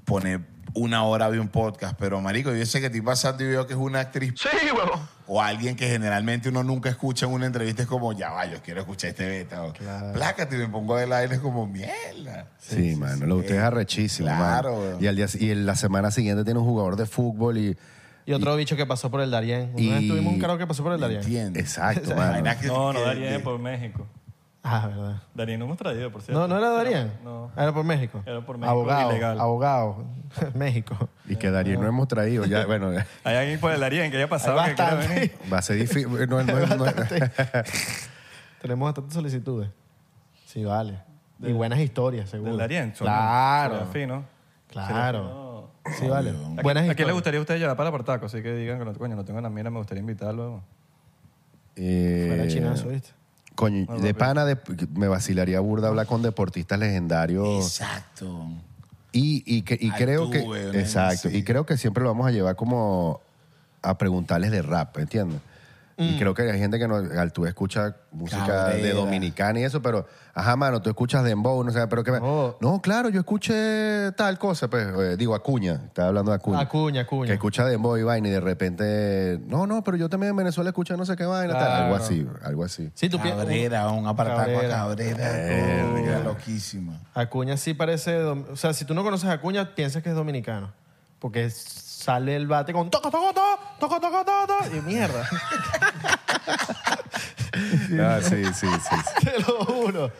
[SPEAKER 4] poner una hora de un podcast. Pero, marico, yo sé que estoy pasando y veo que es una actriz. Sí, weón. O alguien que generalmente uno nunca escucha en una entrevista, es como, ya va, yo quiero escuchar este beta. o, Plácate y me pongo del aire, es como, mierda.
[SPEAKER 5] Sí, mano. lo de ustedes es arrechísimo,
[SPEAKER 4] Claro,
[SPEAKER 5] mano.
[SPEAKER 4] weón.
[SPEAKER 5] Y, al día, y en la semana siguiente tiene un jugador de fútbol y...
[SPEAKER 7] Y otro bicho que pasó por el Darien. Una vez
[SPEAKER 5] Y-
[SPEAKER 7] tuvimos un caro que pasó por el Darien.
[SPEAKER 4] Entiendo.
[SPEAKER 5] Exacto, mano.
[SPEAKER 4] Vaina que-
[SPEAKER 2] No, no,
[SPEAKER 4] que-
[SPEAKER 2] Darien
[SPEAKER 4] que-
[SPEAKER 2] por México.
[SPEAKER 7] Ah, verdad.
[SPEAKER 2] Darien no hemos traído, por cierto.
[SPEAKER 7] No, no era Darien.
[SPEAKER 2] No.
[SPEAKER 7] Era por México.
[SPEAKER 2] Era por México,
[SPEAKER 7] Abogado.
[SPEAKER 2] ilegal.
[SPEAKER 7] Abogado. México.
[SPEAKER 5] Y que Darío no hemos traído. Ya, bueno, va
[SPEAKER 2] Hay alguien por el Darien que haya pasado
[SPEAKER 7] Hay
[SPEAKER 2] que quiera
[SPEAKER 7] bastante.
[SPEAKER 2] venir.
[SPEAKER 5] a ser difícil. No, no, no-
[SPEAKER 7] Tenemos bastantes solicitudes. Sí, vale. y buenas historias, seguro.
[SPEAKER 2] Del Darien. suena-
[SPEAKER 7] Claro.
[SPEAKER 2] suena fino.
[SPEAKER 7] Claro. Sí, vale.
[SPEAKER 2] ¿A,
[SPEAKER 7] Buenas
[SPEAKER 2] ¿a quién le
[SPEAKER 7] historias.
[SPEAKER 2] gustaría a usted llevar para el apartaco? Así que digan, que coño, no tengo en la mira, me gustaría invitarlo.
[SPEAKER 5] Eh,
[SPEAKER 7] Fuera chinazo, ¿viste?
[SPEAKER 5] Coño, de pana de- me vacilaría burda hablar con deportistas legendarios.
[SPEAKER 4] Exacto.
[SPEAKER 5] Y, y, que- y
[SPEAKER 4] Al
[SPEAKER 5] creo
[SPEAKER 4] tú,
[SPEAKER 5] que.
[SPEAKER 4] güey, ¿no?
[SPEAKER 5] exacto.
[SPEAKER 4] Sí.
[SPEAKER 5] Y creo que siempre lo vamos a llevar como a preguntarles de rap, ¿entiendes? Y creo que hay gente que no, al tú escuchas música
[SPEAKER 4] Mm.
[SPEAKER 5] de
[SPEAKER 4] Cabrera.
[SPEAKER 5] dominicana y eso, pero, ajá, mano, tú escuchas dembow, no sé, pero que me-
[SPEAKER 7] Oh.
[SPEAKER 5] No, claro, yo escuché tal cosa, pues, eh, digo, Acuña, estaba hablando de Acuña.
[SPEAKER 7] Acuña, Acuña.
[SPEAKER 5] Que escucha dembow y vaina y de repente, no, no, pero yo también en Venezuela escuché no sé qué vaina, tal, algo
[SPEAKER 7] Claro.
[SPEAKER 5] así, algo así.
[SPEAKER 7] Sí, tú piensas.
[SPEAKER 4] Cabrera, un apartado
[SPEAKER 7] Cabrera.
[SPEAKER 4] a Cabrera. Verga, loquísima.
[SPEAKER 7] Acuña sí parece. dom- O sea, si tú no conoces a Acuña, piensas que es dominicano. Porque es sale el bate con toco, toco, toco, toco, toco, toco, toco, y mierda.
[SPEAKER 5] Ah, sí, sí, sí. sí.
[SPEAKER 7] Te lo juro.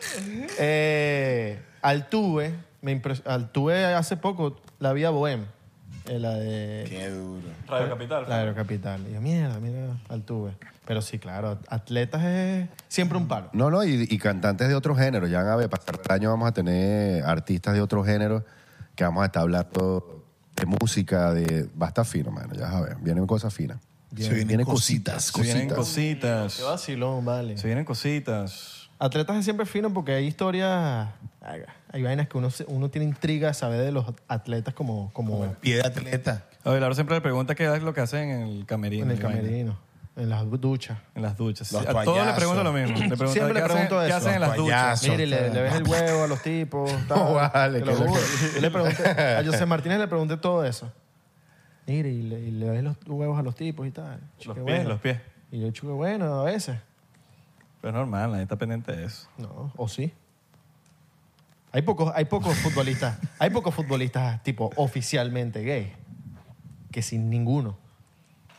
[SPEAKER 7] Eh, Altuve, me impres- Altuve hace poco, la vía Bohem, eh, la de
[SPEAKER 9] Qué duro.
[SPEAKER 2] Radio Capital.
[SPEAKER 7] la Aerocapital. Y yo, mierda, mira, Altuve. Pero sí, claro, atletas es siempre un paro.
[SPEAKER 5] No, no, y, y cantantes de otro género. Ya van a ver, pasar el año vamos a tener artistas de otro género que vamos a estar hablando de música, de... Va a estar fino, mano, ya sabes. Vienen cosas finas.
[SPEAKER 9] Se vienen cositas,
[SPEAKER 5] cositas.
[SPEAKER 2] Se vienen cositas.
[SPEAKER 7] Qué vacilón, vale.
[SPEAKER 2] Se vienen cositas.
[SPEAKER 7] Atletas es siempre fino porque hay historias, hay vainas que uno, se- uno tiene intriga de saber de los atletas como, como
[SPEAKER 9] Pie de atleta.
[SPEAKER 2] Abelardo siempre le pregunta qué es lo que hacen en el camerino.
[SPEAKER 7] en el
[SPEAKER 2] y vaina.
[SPEAKER 7] camerino, en las duchas.
[SPEAKER 2] En las duchas.
[SPEAKER 9] Los
[SPEAKER 2] Sí, a todos le
[SPEAKER 9] toallazos.
[SPEAKER 2] pregunto lo mismo. Le pregunto,
[SPEAKER 7] Siempre le
[SPEAKER 2] ¿qué
[SPEAKER 7] pregunto
[SPEAKER 2] hacen,
[SPEAKER 7] eso,
[SPEAKER 2] ¿Qué hacen en las duchas?
[SPEAKER 9] toallazos. Son
[SPEAKER 7] Mire, le,
[SPEAKER 9] todas.
[SPEAKER 7] le ves el huevo a los tipos. tal.
[SPEAKER 5] No vale,
[SPEAKER 7] Te lo
[SPEAKER 5] que lo
[SPEAKER 7] juro.
[SPEAKER 5] que-
[SPEAKER 7] Yo le pregunté, a José Martínez le pregunté todo eso. Mire, y le, y le ves los huevos a los tipos y tal. Che,
[SPEAKER 2] Los
[SPEAKER 7] qué
[SPEAKER 2] pies,
[SPEAKER 7] bueno.
[SPEAKER 2] los pies.
[SPEAKER 7] Y yo, chuque, bueno, a veces.
[SPEAKER 2] Pero es normal, nadie está pendiente de eso.
[SPEAKER 7] No, o sí. Hay pocos, hay pocos futbolistas, hay pocos futbolistas tipo oficialmente gay, que sin ninguno.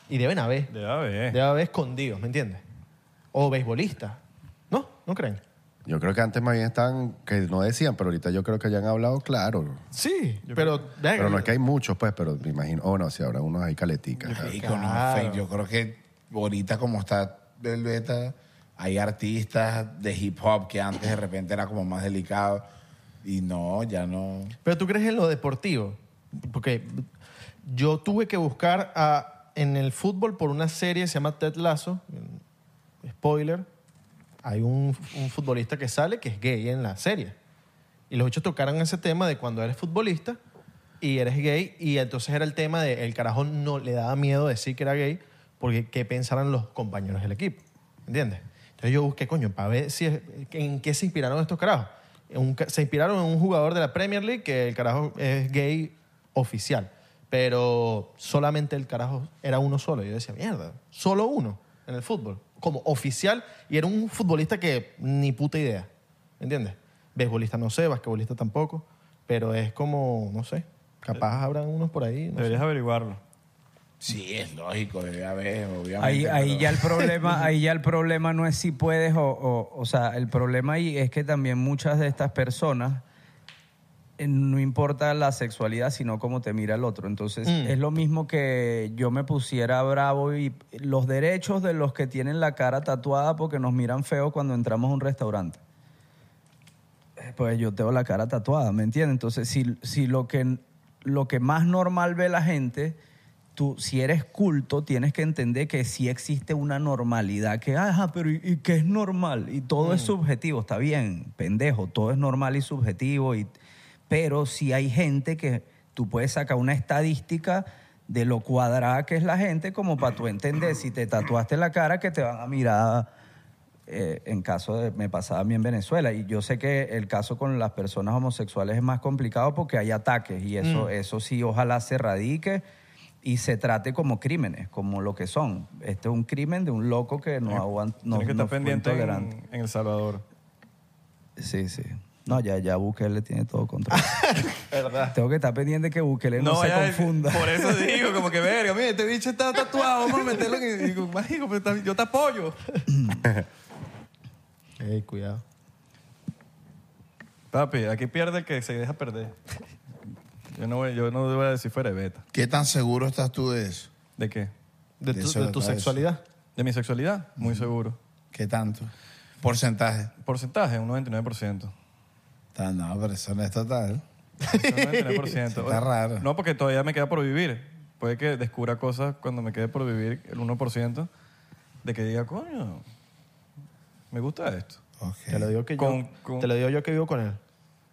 [SPEAKER 7] Y deben haber,
[SPEAKER 2] Debe haber.
[SPEAKER 7] debe haber escondidos, ¿me entiendes? O beisbolistas. ¿No? ¿No creen?
[SPEAKER 5] Yo creo que antes más bien estaban, que no decían, pero ahorita yo creo que ya han hablado claro.
[SPEAKER 7] Sí, pero...
[SPEAKER 5] Pero no es que hay muchos, pues, pero me imagino. Oh, no, si ahora unos hay caleticas.
[SPEAKER 9] Y con los
[SPEAKER 7] Claro.
[SPEAKER 9] fake, yo creo que ahorita como está el beta, hay artistas de hip hop que antes de repente era como más delicado y no, ya no.
[SPEAKER 7] Pero tú crees en lo deportivo. Porque yo tuve que buscar a- en el fútbol por una serie que se llama Ted Lasso. mm, Spoiler. Hay un, un futbolista que sale que es gay en la serie. Y los hechos tocaron ese tema de cuando eres futbolista y eres gay. Y entonces era el tema de el carajo no le daba miedo decir que era gay porque qué pensaran los compañeros del equipo. ¿Entiendes? Entonces yo busqué, coño, para ver si es- en qué se inspiraron estos carajos. En un ca- se inspiraron en un jugador de la Premier League que el carajo es gay oficial. Pero solamente el carajo era uno solo. Yo decía, mierda, solo uno en el fútbol, como oficial. Y era un futbolista que ni puta idea. ¿Entiendes? Beisbolista no sé, basquetbolista tampoco. Pero es como, no sé, capaz
[SPEAKER 9] Eh,
[SPEAKER 7] habrán unos por ahí. no sé.
[SPEAKER 2] Deberías averiguarlo.
[SPEAKER 9] Sí, es lógico, debe haber, obviamente.
[SPEAKER 6] Ahí, ahí
[SPEAKER 9] pero-
[SPEAKER 6] ya el problema, ahí ya el problema no es si puedes o, o, o sea, el problema ahí es que también muchas de estas personas eh, no importa la sexualidad, sino cómo te mira el otro. Entonces, es lo mismo que yo me pusiera bravo y los derechos de los que tienen la cara tatuada porque nos miran feo cuando entramos a un restaurante. Eh, Pues yo tengo la cara tatuada, ¿me entiendes? Entonces, si, si lo, que, lo que más normal ve la gente, tú, si eres culto, tienes que entender que sí existe una normalidad, que, ajá, pero ¿y, y qué es normal? Y todo es subjetivo, está bien, pendejo, todo es normal y subjetivo, y, pero si hay gente que tú puedes sacar una estadística de lo cuadrada que es la gente como para tú entender si te tatuaste la cara que te van a mirar eh, en caso de, me pasaba a mí en Venezuela, y yo sé que el caso con las personas homosexuales es más complicado porque hay ataques, y eso,
[SPEAKER 2] Mm.
[SPEAKER 6] eso sí, ojalá se radique y se trate como crímenes, como lo que son. Este es un crimen de un loco que no aguanta, no,
[SPEAKER 2] Eh, Tienes que
[SPEAKER 6] no
[SPEAKER 2] estar
[SPEAKER 6] fue
[SPEAKER 2] pendiente
[SPEAKER 6] intolerante.
[SPEAKER 2] en, en El Salvador.
[SPEAKER 6] Sí, sí. No, ya, ya Bukele tiene todo control. Tengo que estar pendiente que Bukele no, se
[SPEAKER 2] vaya a decir-
[SPEAKER 6] confunda.
[SPEAKER 2] Por eso digo, como que verga, mira, este bicho está tatuado, vamos a meterlo en. y digo, "Marico, pero está- yo te apoyo.
[SPEAKER 7] Ey, cuidado.
[SPEAKER 2] Papi, aquí pierde el que se deja perder. Yo no, voy- yo no voy a decir fuera de beta.
[SPEAKER 9] ¿Qué tan seguro estás tú de eso?
[SPEAKER 2] ¿De qué?
[SPEAKER 7] De
[SPEAKER 9] De
[SPEAKER 7] tu,
[SPEAKER 9] eso
[SPEAKER 7] de
[SPEAKER 9] trata
[SPEAKER 7] tu
[SPEAKER 9] eso.
[SPEAKER 7] sexualidad.
[SPEAKER 2] ¿De mi sexualidad? Muy seguro.
[SPEAKER 9] ¿Qué tanto? Porcentaje.
[SPEAKER 2] Porcentaje, un 99%.
[SPEAKER 9] Está, no, pero eso no es total.
[SPEAKER 2] Un 99%.
[SPEAKER 9] Está raro.
[SPEAKER 2] No, porque todavía me queda por vivir. Puede que descubra cosas cuando me quede por vivir el 1% de que diga, coño, me gusta esto.
[SPEAKER 9] Ok.
[SPEAKER 7] Te lo digo que yo.
[SPEAKER 2] Con- con-
[SPEAKER 7] Te lo digo yo que vivo con él.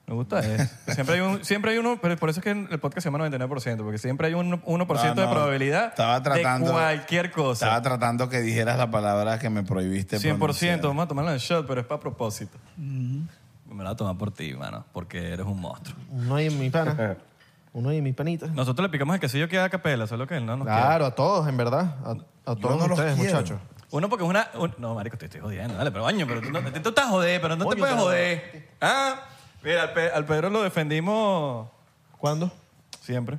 [SPEAKER 2] Me gusta
[SPEAKER 9] Eh.
[SPEAKER 2] esto. Siempre hay, un, siempre hay uno, pero por eso es que el podcast se llama 99%, porque siempre hay un 1%
[SPEAKER 9] No,
[SPEAKER 2] de
[SPEAKER 9] no.
[SPEAKER 2] probabilidad
[SPEAKER 9] Estaba tratando-
[SPEAKER 2] de cualquier cosa.
[SPEAKER 9] Estaba tratando que dijeras la palabra que me prohibiste.
[SPEAKER 2] 100%,
[SPEAKER 9] pronunciar.
[SPEAKER 2] vamos a tomarlo en shot, pero es para propósito. Mm-hmm. Me la voy a tomar por ti, mano, porque eres un monstruo.
[SPEAKER 7] Uno de mis panas. Uno de mis panitas.
[SPEAKER 2] Nosotros le picamos el quesillo que a capela, solo que él no nos queda.
[SPEAKER 7] Claro, a todos, en verdad. A, a todos
[SPEAKER 9] no los
[SPEAKER 7] ustedes,
[SPEAKER 9] quiero.
[SPEAKER 7] muchachos.
[SPEAKER 2] Uno porque es una... un- no, marico, te estoy jodiendo. Dale, pero baño, pero tú, no, te- tú estás joder, pero no te
[SPEAKER 7] Coño,
[SPEAKER 2] puedes
[SPEAKER 7] pero-
[SPEAKER 2] joder. Ah, mira, al, Pe- al Pedro lo defendimos
[SPEAKER 7] ¿Cuándo?
[SPEAKER 2] siempre.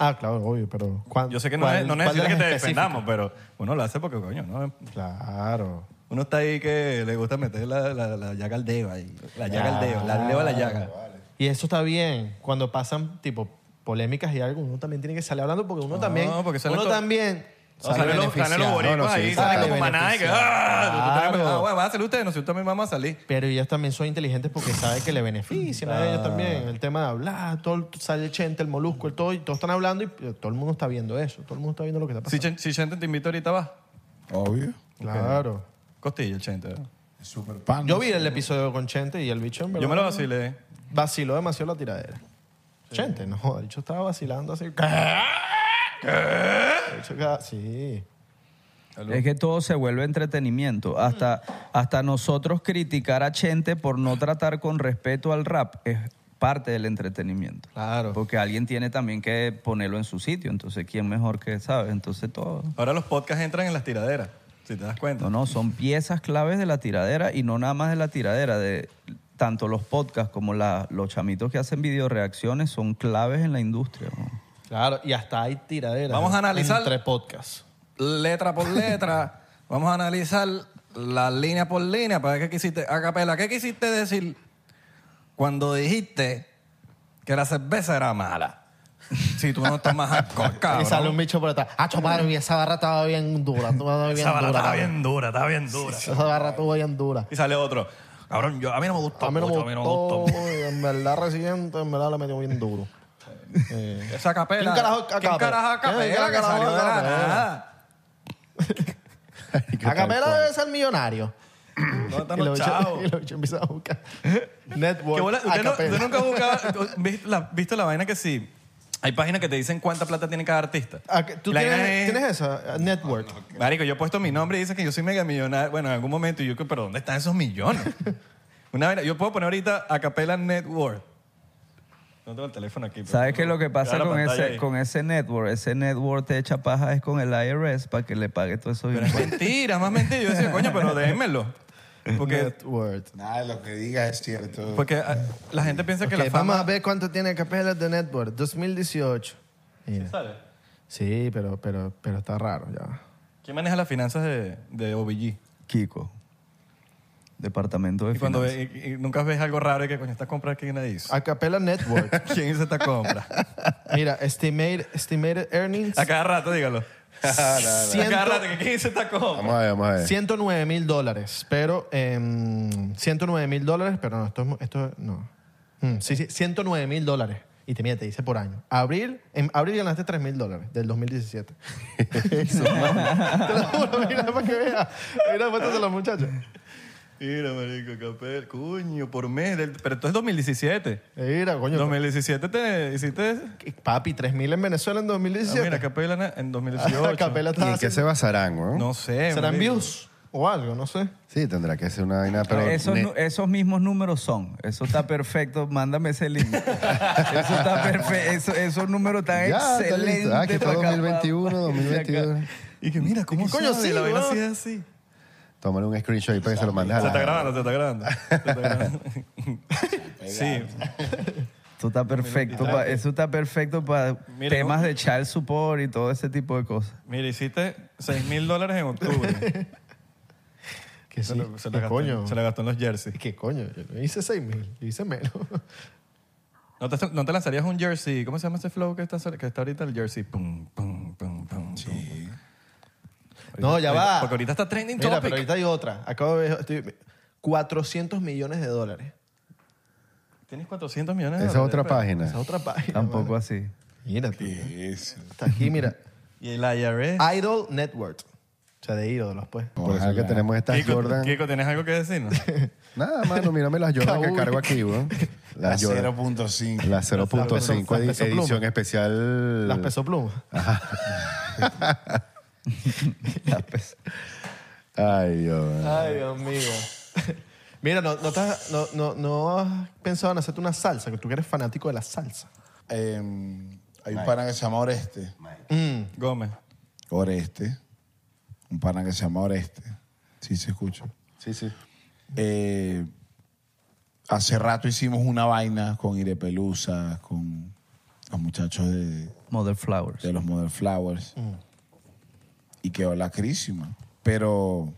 [SPEAKER 7] Ah, claro, obvio, pero... ¿cuán-
[SPEAKER 2] Yo sé que no,
[SPEAKER 7] cuál-
[SPEAKER 2] es, no
[SPEAKER 7] cuál de
[SPEAKER 2] necesita
[SPEAKER 7] las
[SPEAKER 2] que te
[SPEAKER 7] específicas?
[SPEAKER 2] defendamos, pero uno lo hace porque, coño, ¿no?
[SPEAKER 7] Claro.
[SPEAKER 2] Uno está ahí que le gusta meter la, la, la llaga al dedo ahí. La llaga al dedo, la leo a la llaga.
[SPEAKER 7] Y eso está bien. Cuando pasan, tipo, polémicas y algo, uno también tiene que salir hablando porque uno
[SPEAKER 2] No,
[SPEAKER 7] también...
[SPEAKER 2] porque salen
[SPEAKER 7] uno
[SPEAKER 2] con-
[SPEAKER 7] también...
[SPEAKER 2] O sea, los, salen los boricuas
[SPEAKER 5] No, no, sí,
[SPEAKER 2] ahí,
[SPEAKER 5] sí,
[SPEAKER 2] salen
[SPEAKER 7] sale
[SPEAKER 2] como manada y que... ¡Ah!
[SPEAKER 7] beneficiado.
[SPEAKER 2] Ustedes,
[SPEAKER 7] Claro.
[SPEAKER 2] ah, bueno, van a salir ustedes, nosotros también vamos a salir.
[SPEAKER 7] Pero ellas también son inteligentes porque saben que le benefician a ellos también.
[SPEAKER 2] Ah.
[SPEAKER 7] El tema de hablar, todo el- sale el chente, el molusco, el todo, y todos están hablando y eh, todo el mundo está viendo eso. Todo el mundo está viendo lo que está
[SPEAKER 2] Si,
[SPEAKER 7] pasando.
[SPEAKER 2] Chen- si Chente te invita ahorita, vas.
[SPEAKER 9] Obvio.
[SPEAKER 7] claro.
[SPEAKER 2] Costilla, el Chente. ¿verdad?
[SPEAKER 9] Super pan.
[SPEAKER 7] Yo vi el episodio con Chente y el bicho en verdad
[SPEAKER 2] Yo me lo vacilé.
[SPEAKER 7] vaciló demasiado la tiradera. Chente, no, el bicho estaba vacilando así. ¿Qué? El bicho estaba- sí.
[SPEAKER 6] Es que todo se vuelve entretenimiento. Hasta, hasta nosotros criticar a Chente por no tratar con respeto al rap es parte del entretenimiento.
[SPEAKER 7] Claro.
[SPEAKER 6] Porque alguien tiene también que ponerlo en su sitio. Entonces, ¿quién mejor que sabe? Entonces, todo.
[SPEAKER 2] Ahora los podcasts entran en las tiraderas, si te das cuenta.
[SPEAKER 6] No, no, son piezas claves de la tiradera y no nada más de la tiradera. De, tanto los podcasts como la- los chamitos que hacen videoreacciones son claves en la industria. ¿no?
[SPEAKER 7] Claro, y hasta hay tiraderas.
[SPEAKER 2] Vamos a analizar-
[SPEAKER 7] Entre podcasts.
[SPEAKER 2] Letra por letra, vamos a analizar la línea por línea para ver qué quisiste, a capela, ¿qué quisiste decir cuando dijiste que la cerveza era mala? Si tú no tomas alcohol,
[SPEAKER 7] Y sale un
[SPEAKER 2] cabrón.
[SPEAKER 7] bicho por atrás. Ah, chomaro, y esa barra estaba bien dura. Estaba bien
[SPEAKER 2] Esa barra
[SPEAKER 7] dura.
[SPEAKER 2] está bien dura, está bien dura.
[SPEAKER 7] Esa barra estuvo bien dura.
[SPEAKER 2] Y sale otro. Cabrón, yo, a mí no me gustó
[SPEAKER 7] A mí no me
[SPEAKER 2] mucho,
[SPEAKER 7] gustó. y En verdad, Residente, en verdad, le metió bien duro. Eh,
[SPEAKER 2] Esa capela.
[SPEAKER 7] ¿Quién carajo a
[SPEAKER 2] ¿Quién
[SPEAKER 7] capela?
[SPEAKER 2] carajo a capela
[SPEAKER 7] ¿Quién
[SPEAKER 2] que
[SPEAKER 7] carajo
[SPEAKER 2] salió
[SPEAKER 7] a
[SPEAKER 2] de la
[SPEAKER 7] capela?
[SPEAKER 2] nada?
[SPEAKER 7] a Capela debe ser millonario.
[SPEAKER 2] ¿Dónde están
[SPEAKER 7] y lo
[SPEAKER 2] los chavos?
[SPEAKER 7] bichos empieza a buscar. Network.
[SPEAKER 2] ¿Qué bola? ¿Usted, no-
[SPEAKER 7] Acapela.
[SPEAKER 2] usted nunca buscaba. ¿Viste la, viste la vaina que sí? Hay páginas que te dicen cuánta plata tiene cada artista.
[SPEAKER 7] Ah, que- ¿Tú
[SPEAKER 2] La
[SPEAKER 7] tienes,
[SPEAKER 2] vaina es-
[SPEAKER 7] tienes esa? eh, Network.
[SPEAKER 2] Marico, yo he puesto mi nombre y dice que yo soy mega millonario. Bueno, en algún momento y yo, pero ¿dónde están esos millones? Una vaina, yo puedo poner ahorita a capela network. No tengo el teléfono aquí. pero-
[SPEAKER 6] ¿Sabes qué lo que pasa
[SPEAKER 2] Queda la
[SPEAKER 6] con
[SPEAKER 2] pantalla
[SPEAKER 6] ese,
[SPEAKER 2] ahí.
[SPEAKER 6] con ese network? Ese network te echa paja es con el IRS para que le pague todo eso.
[SPEAKER 2] Pero es mentira, más mentira. Yo decía, coño, pero déjenmelo. Porque,
[SPEAKER 7] Network.
[SPEAKER 9] Nada de lo que digas es cierto.
[SPEAKER 2] porque ah, la gente piensa que
[SPEAKER 7] Ok,
[SPEAKER 2] la
[SPEAKER 7] Vamos
[SPEAKER 2] fama.
[SPEAKER 7] a ver cuánto tiene Capela de Network. 2018. Mira.
[SPEAKER 2] ¿Sabes?
[SPEAKER 7] Sí, pero, pero, pero está raro ya.
[SPEAKER 2] ¿Quién maneja las finanzas de, de OBG?
[SPEAKER 6] Kiko. Departamento de
[SPEAKER 2] Y cuando
[SPEAKER 6] Finanzas.
[SPEAKER 2] ve- y- y nunca ves algo raro y que coño, esta compra quién la hizo.
[SPEAKER 7] A Capela Network.
[SPEAKER 2] ¿Quién hizo esta compra?
[SPEAKER 7] Mira, estimated, estimated earnings.
[SPEAKER 2] A cada rato, dígalo. A cada rato,
[SPEAKER 7] ciento-
[SPEAKER 2] que ¿quién hizo esta compra?
[SPEAKER 5] Vamos a ver, vamos a ver.
[SPEAKER 7] 109 mil dólares, pero... em, 109 mil dólares, pero no, esto, es- esto no. Mm, sí, sí, 109 mil dólares. Y te mira, te dice por año. Abril, en abril ganaste 3 mil dólares del 2017. Eso, mami. te lo juro, mira para que veas. Mira fotos de los muchachos.
[SPEAKER 2] Mira, marico, capel, coño, por mes. del- pero esto es 2017.
[SPEAKER 7] Mira, coño.
[SPEAKER 2] 2017 te hiciste...
[SPEAKER 7] Papi, 3 mil en Venezuela en
[SPEAKER 2] Ah,
[SPEAKER 7] 2017.
[SPEAKER 2] mira, capela na- en
[SPEAKER 7] La
[SPEAKER 2] 2018.
[SPEAKER 7] capela
[SPEAKER 5] ¿Y
[SPEAKER 7] está
[SPEAKER 5] en qué se basarán, weón?
[SPEAKER 2] No sé.
[SPEAKER 7] ¿Serán
[SPEAKER 2] marico.
[SPEAKER 7] views o algo? No sé.
[SPEAKER 5] Sí, tendrá que ser una vaina, pero...
[SPEAKER 6] Ah, esos,
[SPEAKER 5] ne-
[SPEAKER 6] nu- esos mismos números son. Eso está perfecto. Mándame ese link. eso está perfecto. esos números
[SPEAKER 5] Ya,
[SPEAKER 6] tan
[SPEAKER 5] está listo.
[SPEAKER 6] excelentes.
[SPEAKER 5] Ah, que está
[SPEAKER 6] pa' acá, pa-
[SPEAKER 5] 2021,
[SPEAKER 6] pa' que se acabe.
[SPEAKER 5] 2022.
[SPEAKER 2] Y que mira, ¿cómo
[SPEAKER 7] ¿Qué coño
[SPEAKER 2] sabe?
[SPEAKER 7] sí,
[SPEAKER 2] La vaina
[SPEAKER 7] weón?
[SPEAKER 2] sí es así.
[SPEAKER 5] Tómale un screenshot y para que se lo mandes a
[SPEAKER 2] Se está
[SPEAKER 5] la...
[SPEAKER 2] grabando, se está grabando. Se está grabando. sí.
[SPEAKER 6] Eso está perfecto. pa- eso está perfecto para
[SPEAKER 2] Mira,
[SPEAKER 6] temas de child support y todo ese tipo de cosas.
[SPEAKER 2] Mira, hiciste 6 mil dólares en octubre.
[SPEAKER 7] Que
[SPEAKER 2] Se
[SPEAKER 7] sí.
[SPEAKER 2] lo- se lo
[SPEAKER 7] ¿Qué
[SPEAKER 2] gastó-
[SPEAKER 7] coño?
[SPEAKER 2] Se la gastó en los jerseys.
[SPEAKER 7] ¿Qué coño? Yo no hice 6 mil, yo hice menos.
[SPEAKER 2] ¿No te, no te lanzarías un jersey? ¿Cómo se llama ese flow que está, que está ahorita el jersey? Pum, pum, pum, pum, pum. Ahorita-
[SPEAKER 7] No, ya va.
[SPEAKER 2] Porque ahorita está trending
[SPEAKER 7] Mira,
[SPEAKER 2] topic.
[SPEAKER 7] pero ahorita hay otra. Acabo de ver. estoy- 400 millones de dólares.
[SPEAKER 2] Tienes 400 millones de
[SPEAKER 5] Esa es
[SPEAKER 2] dólares, pues.
[SPEAKER 5] otra
[SPEAKER 2] pero-
[SPEAKER 5] página.
[SPEAKER 7] Esa otra página.
[SPEAKER 6] Tampoco
[SPEAKER 7] mano.
[SPEAKER 6] así.
[SPEAKER 7] Mira, tío. Está aquí, mira.
[SPEAKER 2] Y el IRS.
[SPEAKER 5] Ah,
[SPEAKER 7] Idol Network. O sea, de ídolos, pues.
[SPEAKER 5] Por eso es que tenemos estas
[SPEAKER 2] Kiko,
[SPEAKER 5] Jordan.
[SPEAKER 2] Kiko, ¿tienes algo que decirnos?
[SPEAKER 5] Nada, mano, mírame las Jordan que
[SPEAKER 7] Kabuy.
[SPEAKER 5] cargo aquí, weón.
[SPEAKER 9] La
[SPEAKER 5] Las Jordan.
[SPEAKER 9] 0.5.
[SPEAKER 5] La 0.5
[SPEAKER 7] Las peso
[SPEAKER 5] edi- edición
[SPEAKER 7] pluma.
[SPEAKER 5] especial.
[SPEAKER 7] Las peso plumas.
[SPEAKER 5] Ay, Dios.
[SPEAKER 7] Ay, Dios mío. Mira, no, no, te has- no, no, no has pensado en hacerte una salsa, que tú que eres fanático de la salsa.
[SPEAKER 9] Em, hay un pana que se llama Oreste.
[SPEAKER 2] Gómez.
[SPEAKER 9] Oreste. Un pana que se llama Oreste. Sí, se escucha.
[SPEAKER 5] Sí, sí.
[SPEAKER 9] Eh, hace rato hicimos una vaina con Irepelusa, con los muchachos de
[SPEAKER 6] Mother Flowers.
[SPEAKER 4] de los Modern Flowers. Y quedó lacrísima. Pero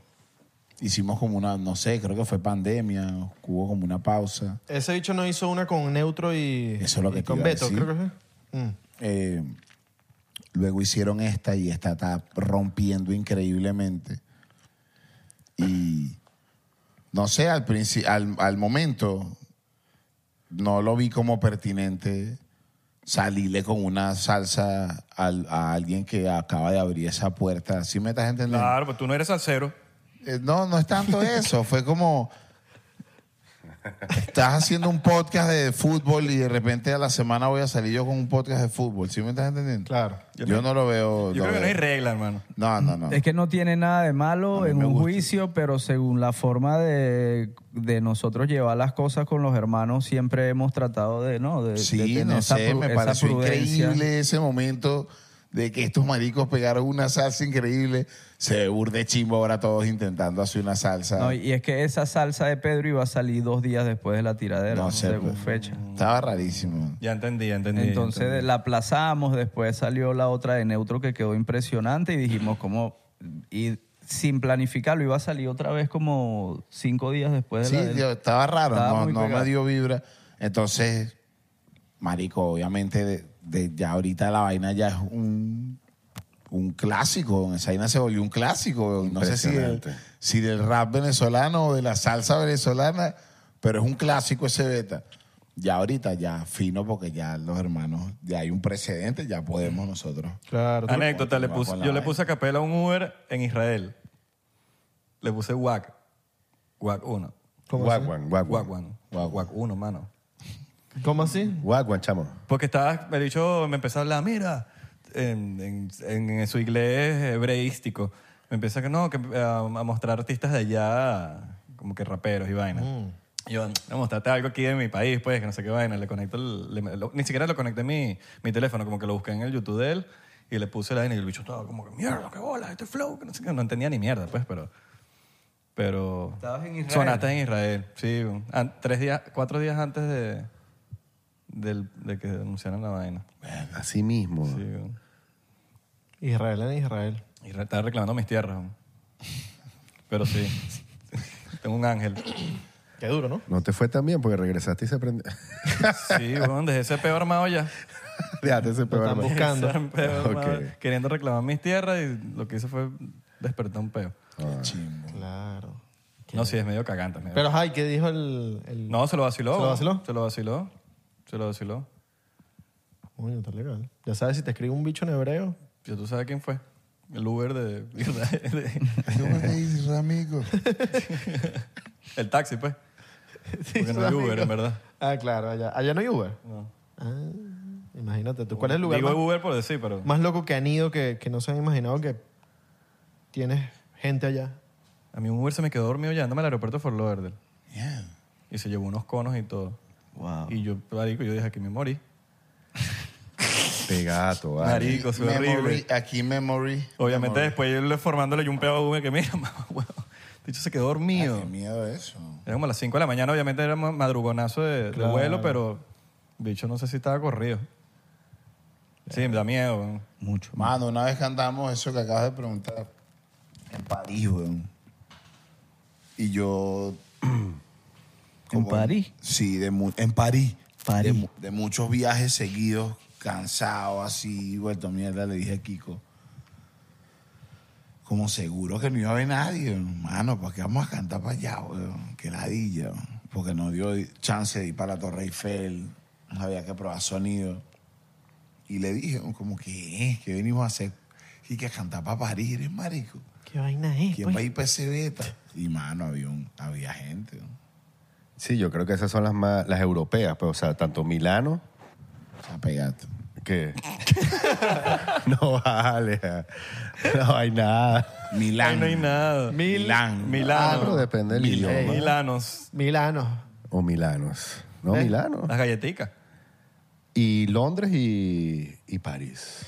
[SPEAKER 4] hicimos como una, no sé, creo que fue pandemia, hubo como una pausa.
[SPEAKER 7] Ese bicho no hizo una con Neutro y,
[SPEAKER 4] Eso es lo que
[SPEAKER 7] y
[SPEAKER 4] te
[SPEAKER 7] con
[SPEAKER 4] iba a
[SPEAKER 7] Beto,
[SPEAKER 4] decir.
[SPEAKER 7] creo que fue. Mm.
[SPEAKER 4] Eh, luego hicieron esta y esta está rompiendo increíblemente. Y no sé, al, princi- al, al momento no lo vi como pertinente salirle con una salsa al- a alguien que acaba de abrir esa puerta. ¿Sí me estás entendiendo?
[SPEAKER 2] Claro, pues tú no eres salsero.
[SPEAKER 4] Eh, No, no es tanto eso. Fue como. Estás haciendo un podcast de fútbol y de repente a la semana voy a salir yo con un podcast de fútbol. ¿Sí me estás entendiendo?
[SPEAKER 7] Claro.
[SPEAKER 4] Yo, no lo veo.
[SPEAKER 2] Yo
[SPEAKER 4] lo
[SPEAKER 2] creo que no hay
[SPEAKER 4] veo.
[SPEAKER 2] regla, hermano.
[SPEAKER 4] no, no, no.
[SPEAKER 6] Es que no tiene nada de
[SPEAKER 4] Ah. A
[SPEAKER 6] malo
[SPEAKER 4] mí
[SPEAKER 6] en
[SPEAKER 4] me
[SPEAKER 6] un
[SPEAKER 4] gusta.
[SPEAKER 6] juicio, pero según la forma de, de nosotros llevar las cosas con los hermanos, siempre hemos tratado de, ¿no? De, de
[SPEAKER 4] sí,
[SPEAKER 6] tener
[SPEAKER 4] no
[SPEAKER 6] esa
[SPEAKER 4] sé.
[SPEAKER 6] pru-
[SPEAKER 4] Me
[SPEAKER 6] esa
[SPEAKER 4] pareció
[SPEAKER 6] prudencia.
[SPEAKER 4] increíble ese momento de que estos maricos pegaron una salsa increíble. Se burde chimbo ahora todos intentando hacer una salsa.
[SPEAKER 6] No, y es que esa salsa de Pedro iba a salir dos días después de la tiradera,
[SPEAKER 4] No sé,
[SPEAKER 6] según
[SPEAKER 4] pues.
[SPEAKER 6] fecha.
[SPEAKER 4] Estaba rarísimo.
[SPEAKER 2] Ya entendí, ya entendí. ya
[SPEAKER 6] Entonces
[SPEAKER 2] entendí.
[SPEAKER 6] la aplazamos, después salió la otra de neutro que quedó impresionante y dijimos como y sin planificarlo iba a salir otra vez como cinco días después
[SPEAKER 4] Sí,
[SPEAKER 6] de la del-
[SPEAKER 4] yo- estaba raro,
[SPEAKER 6] Estaba
[SPEAKER 4] no-
[SPEAKER 6] muy
[SPEAKER 4] no, me
[SPEAKER 6] pegado.
[SPEAKER 4] dio vibra. Entonces, marico, obviamente de, de- ya ahorita la vaina ya es un, un clásico. Esa vaina se volvió un clásico. No sé si del,
[SPEAKER 5] Impresionante.
[SPEAKER 4] si del rap venezolano o de la salsa venezolana, pero es un clásico ese beta. Ya ahorita, ya fino, porque ya los hermanos, ya hay un precedente, ya podemos nosotros.
[SPEAKER 7] Claro. tú-
[SPEAKER 2] Anécdota, le puse-
[SPEAKER 4] Con la
[SPEAKER 2] yo le
[SPEAKER 4] vaina.
[SPEAKER 2] puse a capela a un Uber en Israel. Le puse WAC. WAC 1.
[SPEAKER 7] ¿Cómo
[SPEAKER 5] Guaguan,
[SPEAKER 2] WAC
[SPEAKER 5] guaguan.
[SPEAKER 2] 1. WAC 1, mano.
[SPEAKER 7] ¿Cómo así?
[SPEAKER 5] Guaguan, chamo.
[SPEAKER 2] Porque estaba, me dicho, me empezó a hablar, mira, en, en- en su inglés hebreístico. Me empieza que no, que, eh, a, a mostrar artistas de allá, como que raperos y vainas. Y Yo, no, mostrate algo aquí de mi país, pues, que no sé qué vaina. Le conecto, el- le- lo- ni siquiera lo conecté a mi, mi teléfono, como que lo busqué en el YouTube de él y le puse la vaina y el bicho estaba como que, mierda, qué bola, este flow, que no sé qué. No entendía ni mierda, pues, pero... Pero...
[SPEAKER 6] Estabas en Israel.
[SPEAKER 2] Sonaste en Israel, sí. un- an- tres días, cuatro días antes de del, de que denunciaran la vaina.
[SPEAKER 5] Así mismo.
[SPEAKER 2] Sí, weón.
[SPEAKER 7] Israel en Israel.
[SPEAKER 2] y re- estaba reclamando mis tierras. weón. Pero sí, tengo un ángel.
[SPEAKER 7] Qué duro, ¿no?
[SPEAKER 5] No te fue tan bien porque regresaste y se prendió.
[SPEAKER 2] Sí, weón, dejé ese peo armado ya.
[SPEAKER 5] ya, te se pegó
[SPEAKER 7] están
[SPEAKER 5] la-
[SPEAKER 7] buscando. Buscando.
[SPEAKER 2] Ese peo armado,
[SPEAKER 5] Ok.
[SPEAKER 2] Queriendo reclamar mis tierras y lo que hice fue despertar un peo.
[SPEAKER 7] Claro.
[SPEAKER 2] No, sí, es medio cagante. es medio-
[SPEAKER 7] Pero, ay, ¿qué dijo el...? el...
[SPEAKER 2] no, se lo vaciló.
[SPEAKER 7] ¿Se lo
[SPEAKER 2] weón.
[SPEAKER 7] vaciló?
[SPEAKER 2] Se lo vaciló. Se lo vaciló.
[SPEAKER 7] Coño, está legal. Ya sabes, si te escribe un bicho en hebreo,
[SPEAKER 2] Ya tú sabes quién fue. El Uber de...
[SPEAKER 4] amigo.
[SPEAKER 2] el taxi, pues. Porque no hay Uber, en verdad.
[SPEAKER 7] Ah, claro, allá. Allá no hay Uber.
[SPEAKER 2] No.
[SPEAKER 7] Ah, imagínate tú. ¿Cuál es el lugar
[SPEAKER 2] Digo
[SPEAKER 7] más,
[SPEAKER 2] Uber por decir, pero...
[SPEAKER 7] más loco que han ido que, que no se han imaginado que tienes gente allá?
[SPEAKER 2] A mí un Uber se me quedó dormido llevándome al aeropuerto de Fort Lauderdale. Y se llevó unos conos y todo.
[SPEAKER 4] Ah.
[SPEAKER 6] Wow.
[SPEAKER 2] Y yo, marico, yo dije, aquí me morí.
[SPEAKER 5] Pegato, vale.
[SPEAKER 2] Marico, soy horrible.
[SPEAKER 4] aquí Memory.
[SPEAKER 2] Obviamente
[SPEAKER 4] Memory.
[SPEAKER 2] después yo le formándole yo un pedo a Uber que mira, mamá, huevo. De hecho, se quedó dormido.
[SPEAKER 4] Qué miedo eso.
[SPEAKER 2] Era como a las 5 de la mañana, obviamente era ma- madrugonazo de, de vuelo, pero bicho no sé si estaba corrido. Sí, me da miedo. weón.
[SPEAKER 6] Mucho.
[SPEAKER 4] Mano, una vez cantamos eso que acabas de preguntar en París, weón. Y yo. como-
[SPEAKER 6] París?
[SPEAKER 4] Sí, de mu- en París.
[SPEAKER 6] París.
[SPEAKER 4] De, mu- de muchos viajes seguidos, cansado, así, vuelto a mierda, le dije a Kiko. Como seguro que no iba a haber nadie, hermano, ¿para qué vamos a cantar para allá, weón? Que ladilla, weón. porque nos dio chance de ir para la Torre Eiffel, había que probar sonido. Y le dije, como que, "Eh, ¿qué venimos a hacer? Y que a cantar para París, eres marico.
[SPEAKER 7] ¿Qué vaina es?
[SPEAKER 4] ¿Quién va a ir para ese beta? Y mano, había, un- había gente. ¿no?
[SPEAKER 5] Sí, yo creo que esas son las más, las europeas, pues, o sea, tanto Milano
[SPEAKER 4] O sea, pegate.
[SPEAKER 5] que no vale, no hay nada.
[SPEAKER 4] Milán.
[SPEAKER 2] Ahí no hay nada.
[SPEAKER 4] Milán.
[SPEAKER 5] Ah, pero
[SPEAKER 2] Milano.
[SPEAKER 5] depende del
[SPEAKER 4] Milano.
[SPEAKER 5] idioma.
[SPEAKER 2] Milanos.
[SPEAKER 7] Milano.
[SPEAKER 5] O Milanos, no
[SPEAKER 7] ¿Eh?
[SPEAKER 5] Milano.
[SPEAKER 2] Las galletitas.
[SPEAKER 5] Y Londres y, y París.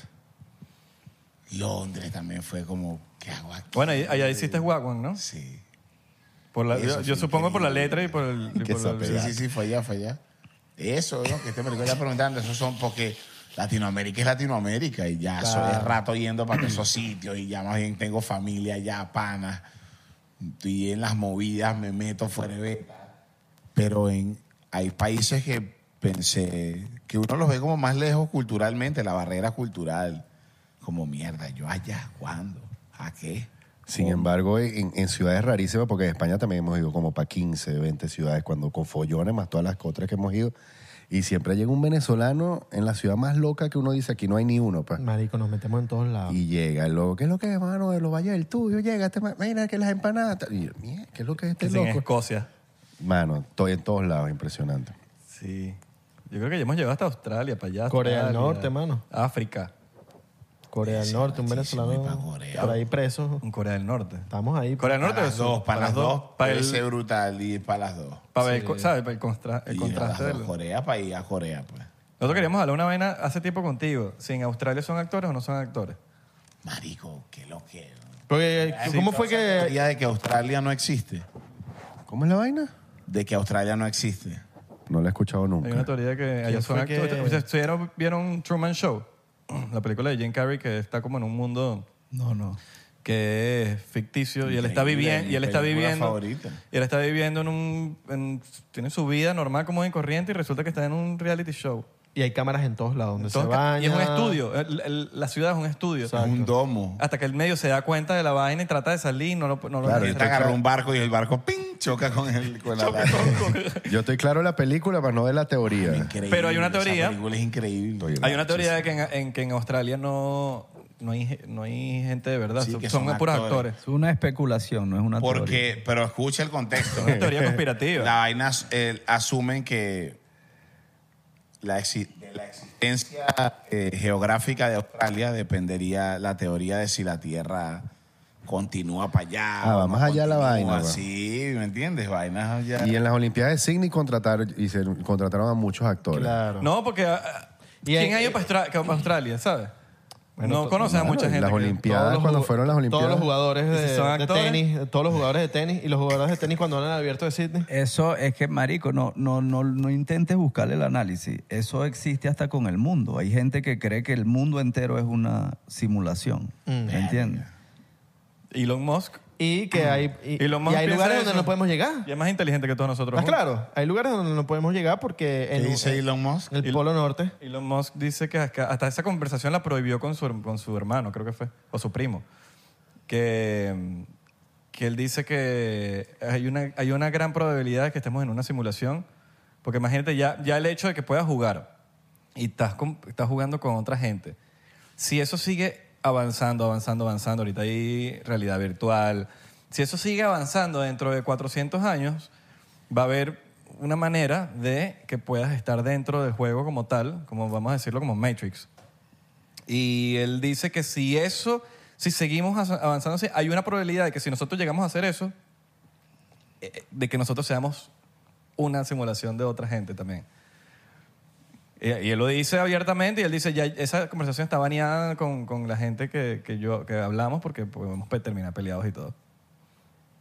[SPEAKER 4] Londres también fue como, ¿qué hago aquí?
[SPEAKER 2] Bueno, ahí- allá hiciste guaguan, ¿no?
[SPEAKER 4] Sí.
[SPEAKER 2] Por la-
[SPEAKER 4] Eso
[SPEAKER 2] yo
[SPEAKER 4] fue
[SPEAKER 2] yo supongo por la
[SPEAKER 4] increíble.
[SPEAKER 2] letra y por el... y
[SPEAKER 5] Qué
[SPEAKER 2] por la-
[SPEAKER 4] este Sí, sí, sí, fue allá, fue allá. Eso, ¿no? que usted me lo está preguntando, esos son porque Latinoamérica es Latinoamérica y ya soy de rato yendo para esos sitios y ya más bien tengo familia ya, panas. Y en las movidas me meto fuera de beta. Pero en, hay países que pensé que uno los ve como más lejos culturalmente, la barrera cultural. Como mierda, yo allá, ¿cuándo? ¿A qué?
[SPEAKER 5] Sin
[SPEAKER 4] ¿Cómo?
[SPEAKER 5] embargo, en, en ciudades rarísimas, porque en España también hemos ido como para 15, 20 ciudades, cuando con follones, más todas las otras que hemos ido. Y siempre llega un venezolano en la ciudad más loca que uno dice, aquí no hay ni uno, pues.
[SPEAKER 7] Marico, nos metemos en todos lados.
[SPEAKER 5] Y llega el loco, ¿qué es lo que es, mano? De los valles del tuyo, llega este, ma- mira que las empanadas. tal. Y yo, "Mierda, ¿qué es lo que es este
[SPEAKER 2] en
[SPEAKER 5] loco?
[SPEAKER 2] Escocia.
[SPEAKER 5] Mano, estoy en todos lados, impresionante.
[SPEAKER 2] Sí. Yo creo que ya hemos llegado hasta Australia, para allá.
[SPEAKER 7] Corea del
[SPEAKER 2] Australia,
[SPEAKER 7] Norte, mano.
[SPEAKER 2] África.
[SPEAKER 7] Corea del Norte, un venezolano por ahí preso.
[SPEAKER 2] En Corea del Norte.
[SPEAKER 7] Estamos ahí.
[SPEAKER 2] Corea del Norte.
[SPEAKER 4] Para las dos, para las dos.
[SPEAKER 2] Para
[SPEAKER 4] debe
[SPEAKER 2] el,
[SPEAKER 4] ser brutal y para las dos.
[SPEAKER 2] para ver el co- ¿sabes? Para el, contra- el
[SPEAKER 4] Y las
[SPEAKER 2] contraste.
[SPEAKER 4] dos,
[SPEAKER 2] de los-
[SPEAKER 4] Corea para ir a Corea, pues.
[SPEAKER 2] Nosotros queríamos hablar una vaina hace tiempo contigo. Si en Australia son actores o no son actores.
[SPEAKER 4] Marico, qué lo que.
[SPEAKER 7] Porque, eh, ¿Cómo fue
[SPEAKER 4] La
[SPEAKER 7] que...?
[SPEAKER 4] teoría de que Australia no existe.
[SPEAKER 5] ¿Cómo es la vaina?
[SPEAKER 4] De que Australia no existe.
[SPEAKER 5] No la he escuchado
[SPEAKER 2] Hay una
[SPEAKER 5] nunca.
[SPEAKER 2] teoría que allá
[SPEAKER 7] ¿Quién
[SPEAKER 2] son
[SPEAKER 7] fue que-
[SPEAKER 2] actores. Ustedes vieron- vieron Truman Show, la película de Jim Carrey que está como en un mundo
[SPEAKER 6] No, no.
[SPEAKER 2] que es ficticio y él está
[SPEAKER 4] Increíble,
[SPEAKER 2] viviendo y él
[SPEAKER 4] mi
[SPEAKER 2] está
[SPEAKER 4] película
[SPEAKER 2] viviendo
[SPEAKER 4] favorita.
[SPEAKER 2] y él está viviendo en un en- tiene su vida normal como en corriente y resulta que está en un reality show
[SPEAKER 7] Y hay cámaras en todos lados, donde se
[SPEAKER 2] Entonces,
[SPEAKER 7] baña.
[SPEAKER 2] y es un estudio El- el- la ciudad es un estudio
[SPEAKER 4] Es un domo.
[SPEAKER 2] hasta que el medio se da cuenta de la vaina y trata de salir no lo Ah, no lo
[SPEAKER 4] Claro,
[SPEAKER 2] no
[SPEAKER 4] y te
[SPEAKER 2] lo-
[SPEAKER 4] agarra un barco y el barco ¡ping! choca con el con la
[SPEAKER 5] Yo estoy claro de la película, pero no de la teoría.
[SPEAKER 4] Increíble,
[SPEAKER 2] Pero hay una
[SPEAKER 4] esa
[SPEAKER 2] teoría.
[SPEAKER 4] película es increíble.
[SPEAKER 2] hay una teoría de que en, en- que en Australia no no hay, ge- no hay gente de verdad
[SPEAKER 4] Sí,
[SPEAKER 2] son,
[SPEAKER 4] que
[SPEAKER 2] son
[SPEAKER 4] son
[SPEAKER 2] puros
[SPEAKER 4] actores.
[SPEAKER 2] actores
[SPEAKER 6] Es una especulación, no es una teoría.
[SPEAKER 4] Porque, pero escucha el contexto.
[SPEAKER 2] una teoría conspirativa
[SPEAKER 4] La vaina eh, asumen que la, exi- de la existencia eh, geográfica de Australia dependería la teoría de si la Tierra continúa para allá.
[SPEAKER 5] Ah,
[SPEAKER 4] o
[SPEAKER 5] va
[SPEAKER 4] no
[SPEAKER 5] más allá la
[SPEAKER 4] continúa.
[SPEAKER 5] vaina, va.
[SPEAKER 4] Sí, ¿me entiendes? Vainas allá.
[SPEAKER 5] Y en las Olimpiadas de Sydney contrataron, y se, contrataron a muchos actores.
[SPEAKER 7] Claro.
[SPEAKER 2] No, porque ah, ah,
[SPEAKER 7] Y
[SPEAKER 2] ¿quién
[SPEAKER 7] hay-
[SPEAKER 2] ha ido para Austra- para Australia, sabes?
[SPEAKER 7] Bueno,
[SPEAKER 2] no
[SPEAKER 7] to-
[SPEAKER 2] conoces a
[SPEAKER 5] Claro,
[SPEAKER 2] mucha
[SPEAKER 5] y
[SPEAKER 2] gente.
[SPEAKER 5] Las
[SPEAKER 2] que-
[SPEAKER 5] Olimpiadas, cuando
[SPEAKER 7] jugu-
[SPEAKER 5] fueron las Olimpiadas.
[SPEAKER 7] Todos los jugadores
[SPEAKER 2] ¿Y si
[SPEAKER 7] de,
[SPEAKER 2] son
[SPEAKER 7] de
[SPEAKER 2] actores?
[SPEAKER 7] tenis, todos los jugadores de tenis y los jugadores de tenis cuando van al abierto de Sydney.
[SPEAKER 6] Eso es que, marico, no, no, no, no intentes buscarle el análisis. Eso existe hasta con el mundo. Hay gente que cree que el mundo entero es una simulación.
[SPEAKER 7] Mm,
[SPEAKER 6] ¿Me entiendes?
[SPEAKER 2] Elon Musk.
[SPEAKER 7] Y
[SPEAKER 2] Mm.
[SPEAKER 7] que hay, y,
[SPEAKER 2] Elon
[SPEAKER 7] y
[SPEAKER 2] Musk
[SPEAKER 7] hay
[SPEAKER 2] piensa
[SPEAKER 7] lugares
[SPEAKER 2] eso.
[SPEAKER 7] donde no podemos llegar.
[SPEAKER 2] Y es más inteligente que todos nosotros.
[SPEAKER 7] Más
[SPEAKER 2] juntos.
[SPEAKER 7] claro, hay lugares donde no podemos llegar porque
[SPEAKER 4] ¿Qué
[SPEAKER 7] en,
[SPEAKER 4] dice Elon Musk?
[SPEAKER 7] en el Polo Norte
[SPEAKER 2] Elon Musk dice que hasta hasta esa conversación la prohibió con su, con su hermano, creo que fue, o su primo. Que, mm, que él dice que hay una, hay una gran probabilidad de que estemos en una simulación. Porque imagínate, ya, ya el hecho de que puedas jugar y estás, con- estás jugando con otra gente. Si eso sigue avanzando, avanzando, avanzando, ahorita hay realidad virtual. Si eso sigue avanzando dentro de 400 años, va a haber una manera de que puedas estar dentro del juego como tal, como vamos a decirlo, como Matrix. Y él dice que si eso, si seguimos avanz- avanzando, sí, hay una probabilidad de que si nosotros llegamos a hacer eso, eh, de que nosotros seamos una simulación de otra gente también. Y, y él lo dice abiertamente y él dice, ya esa conversación está baneada con, con la gente que, que yo, que hablamos porque podemos pe- terminar peleados y todo.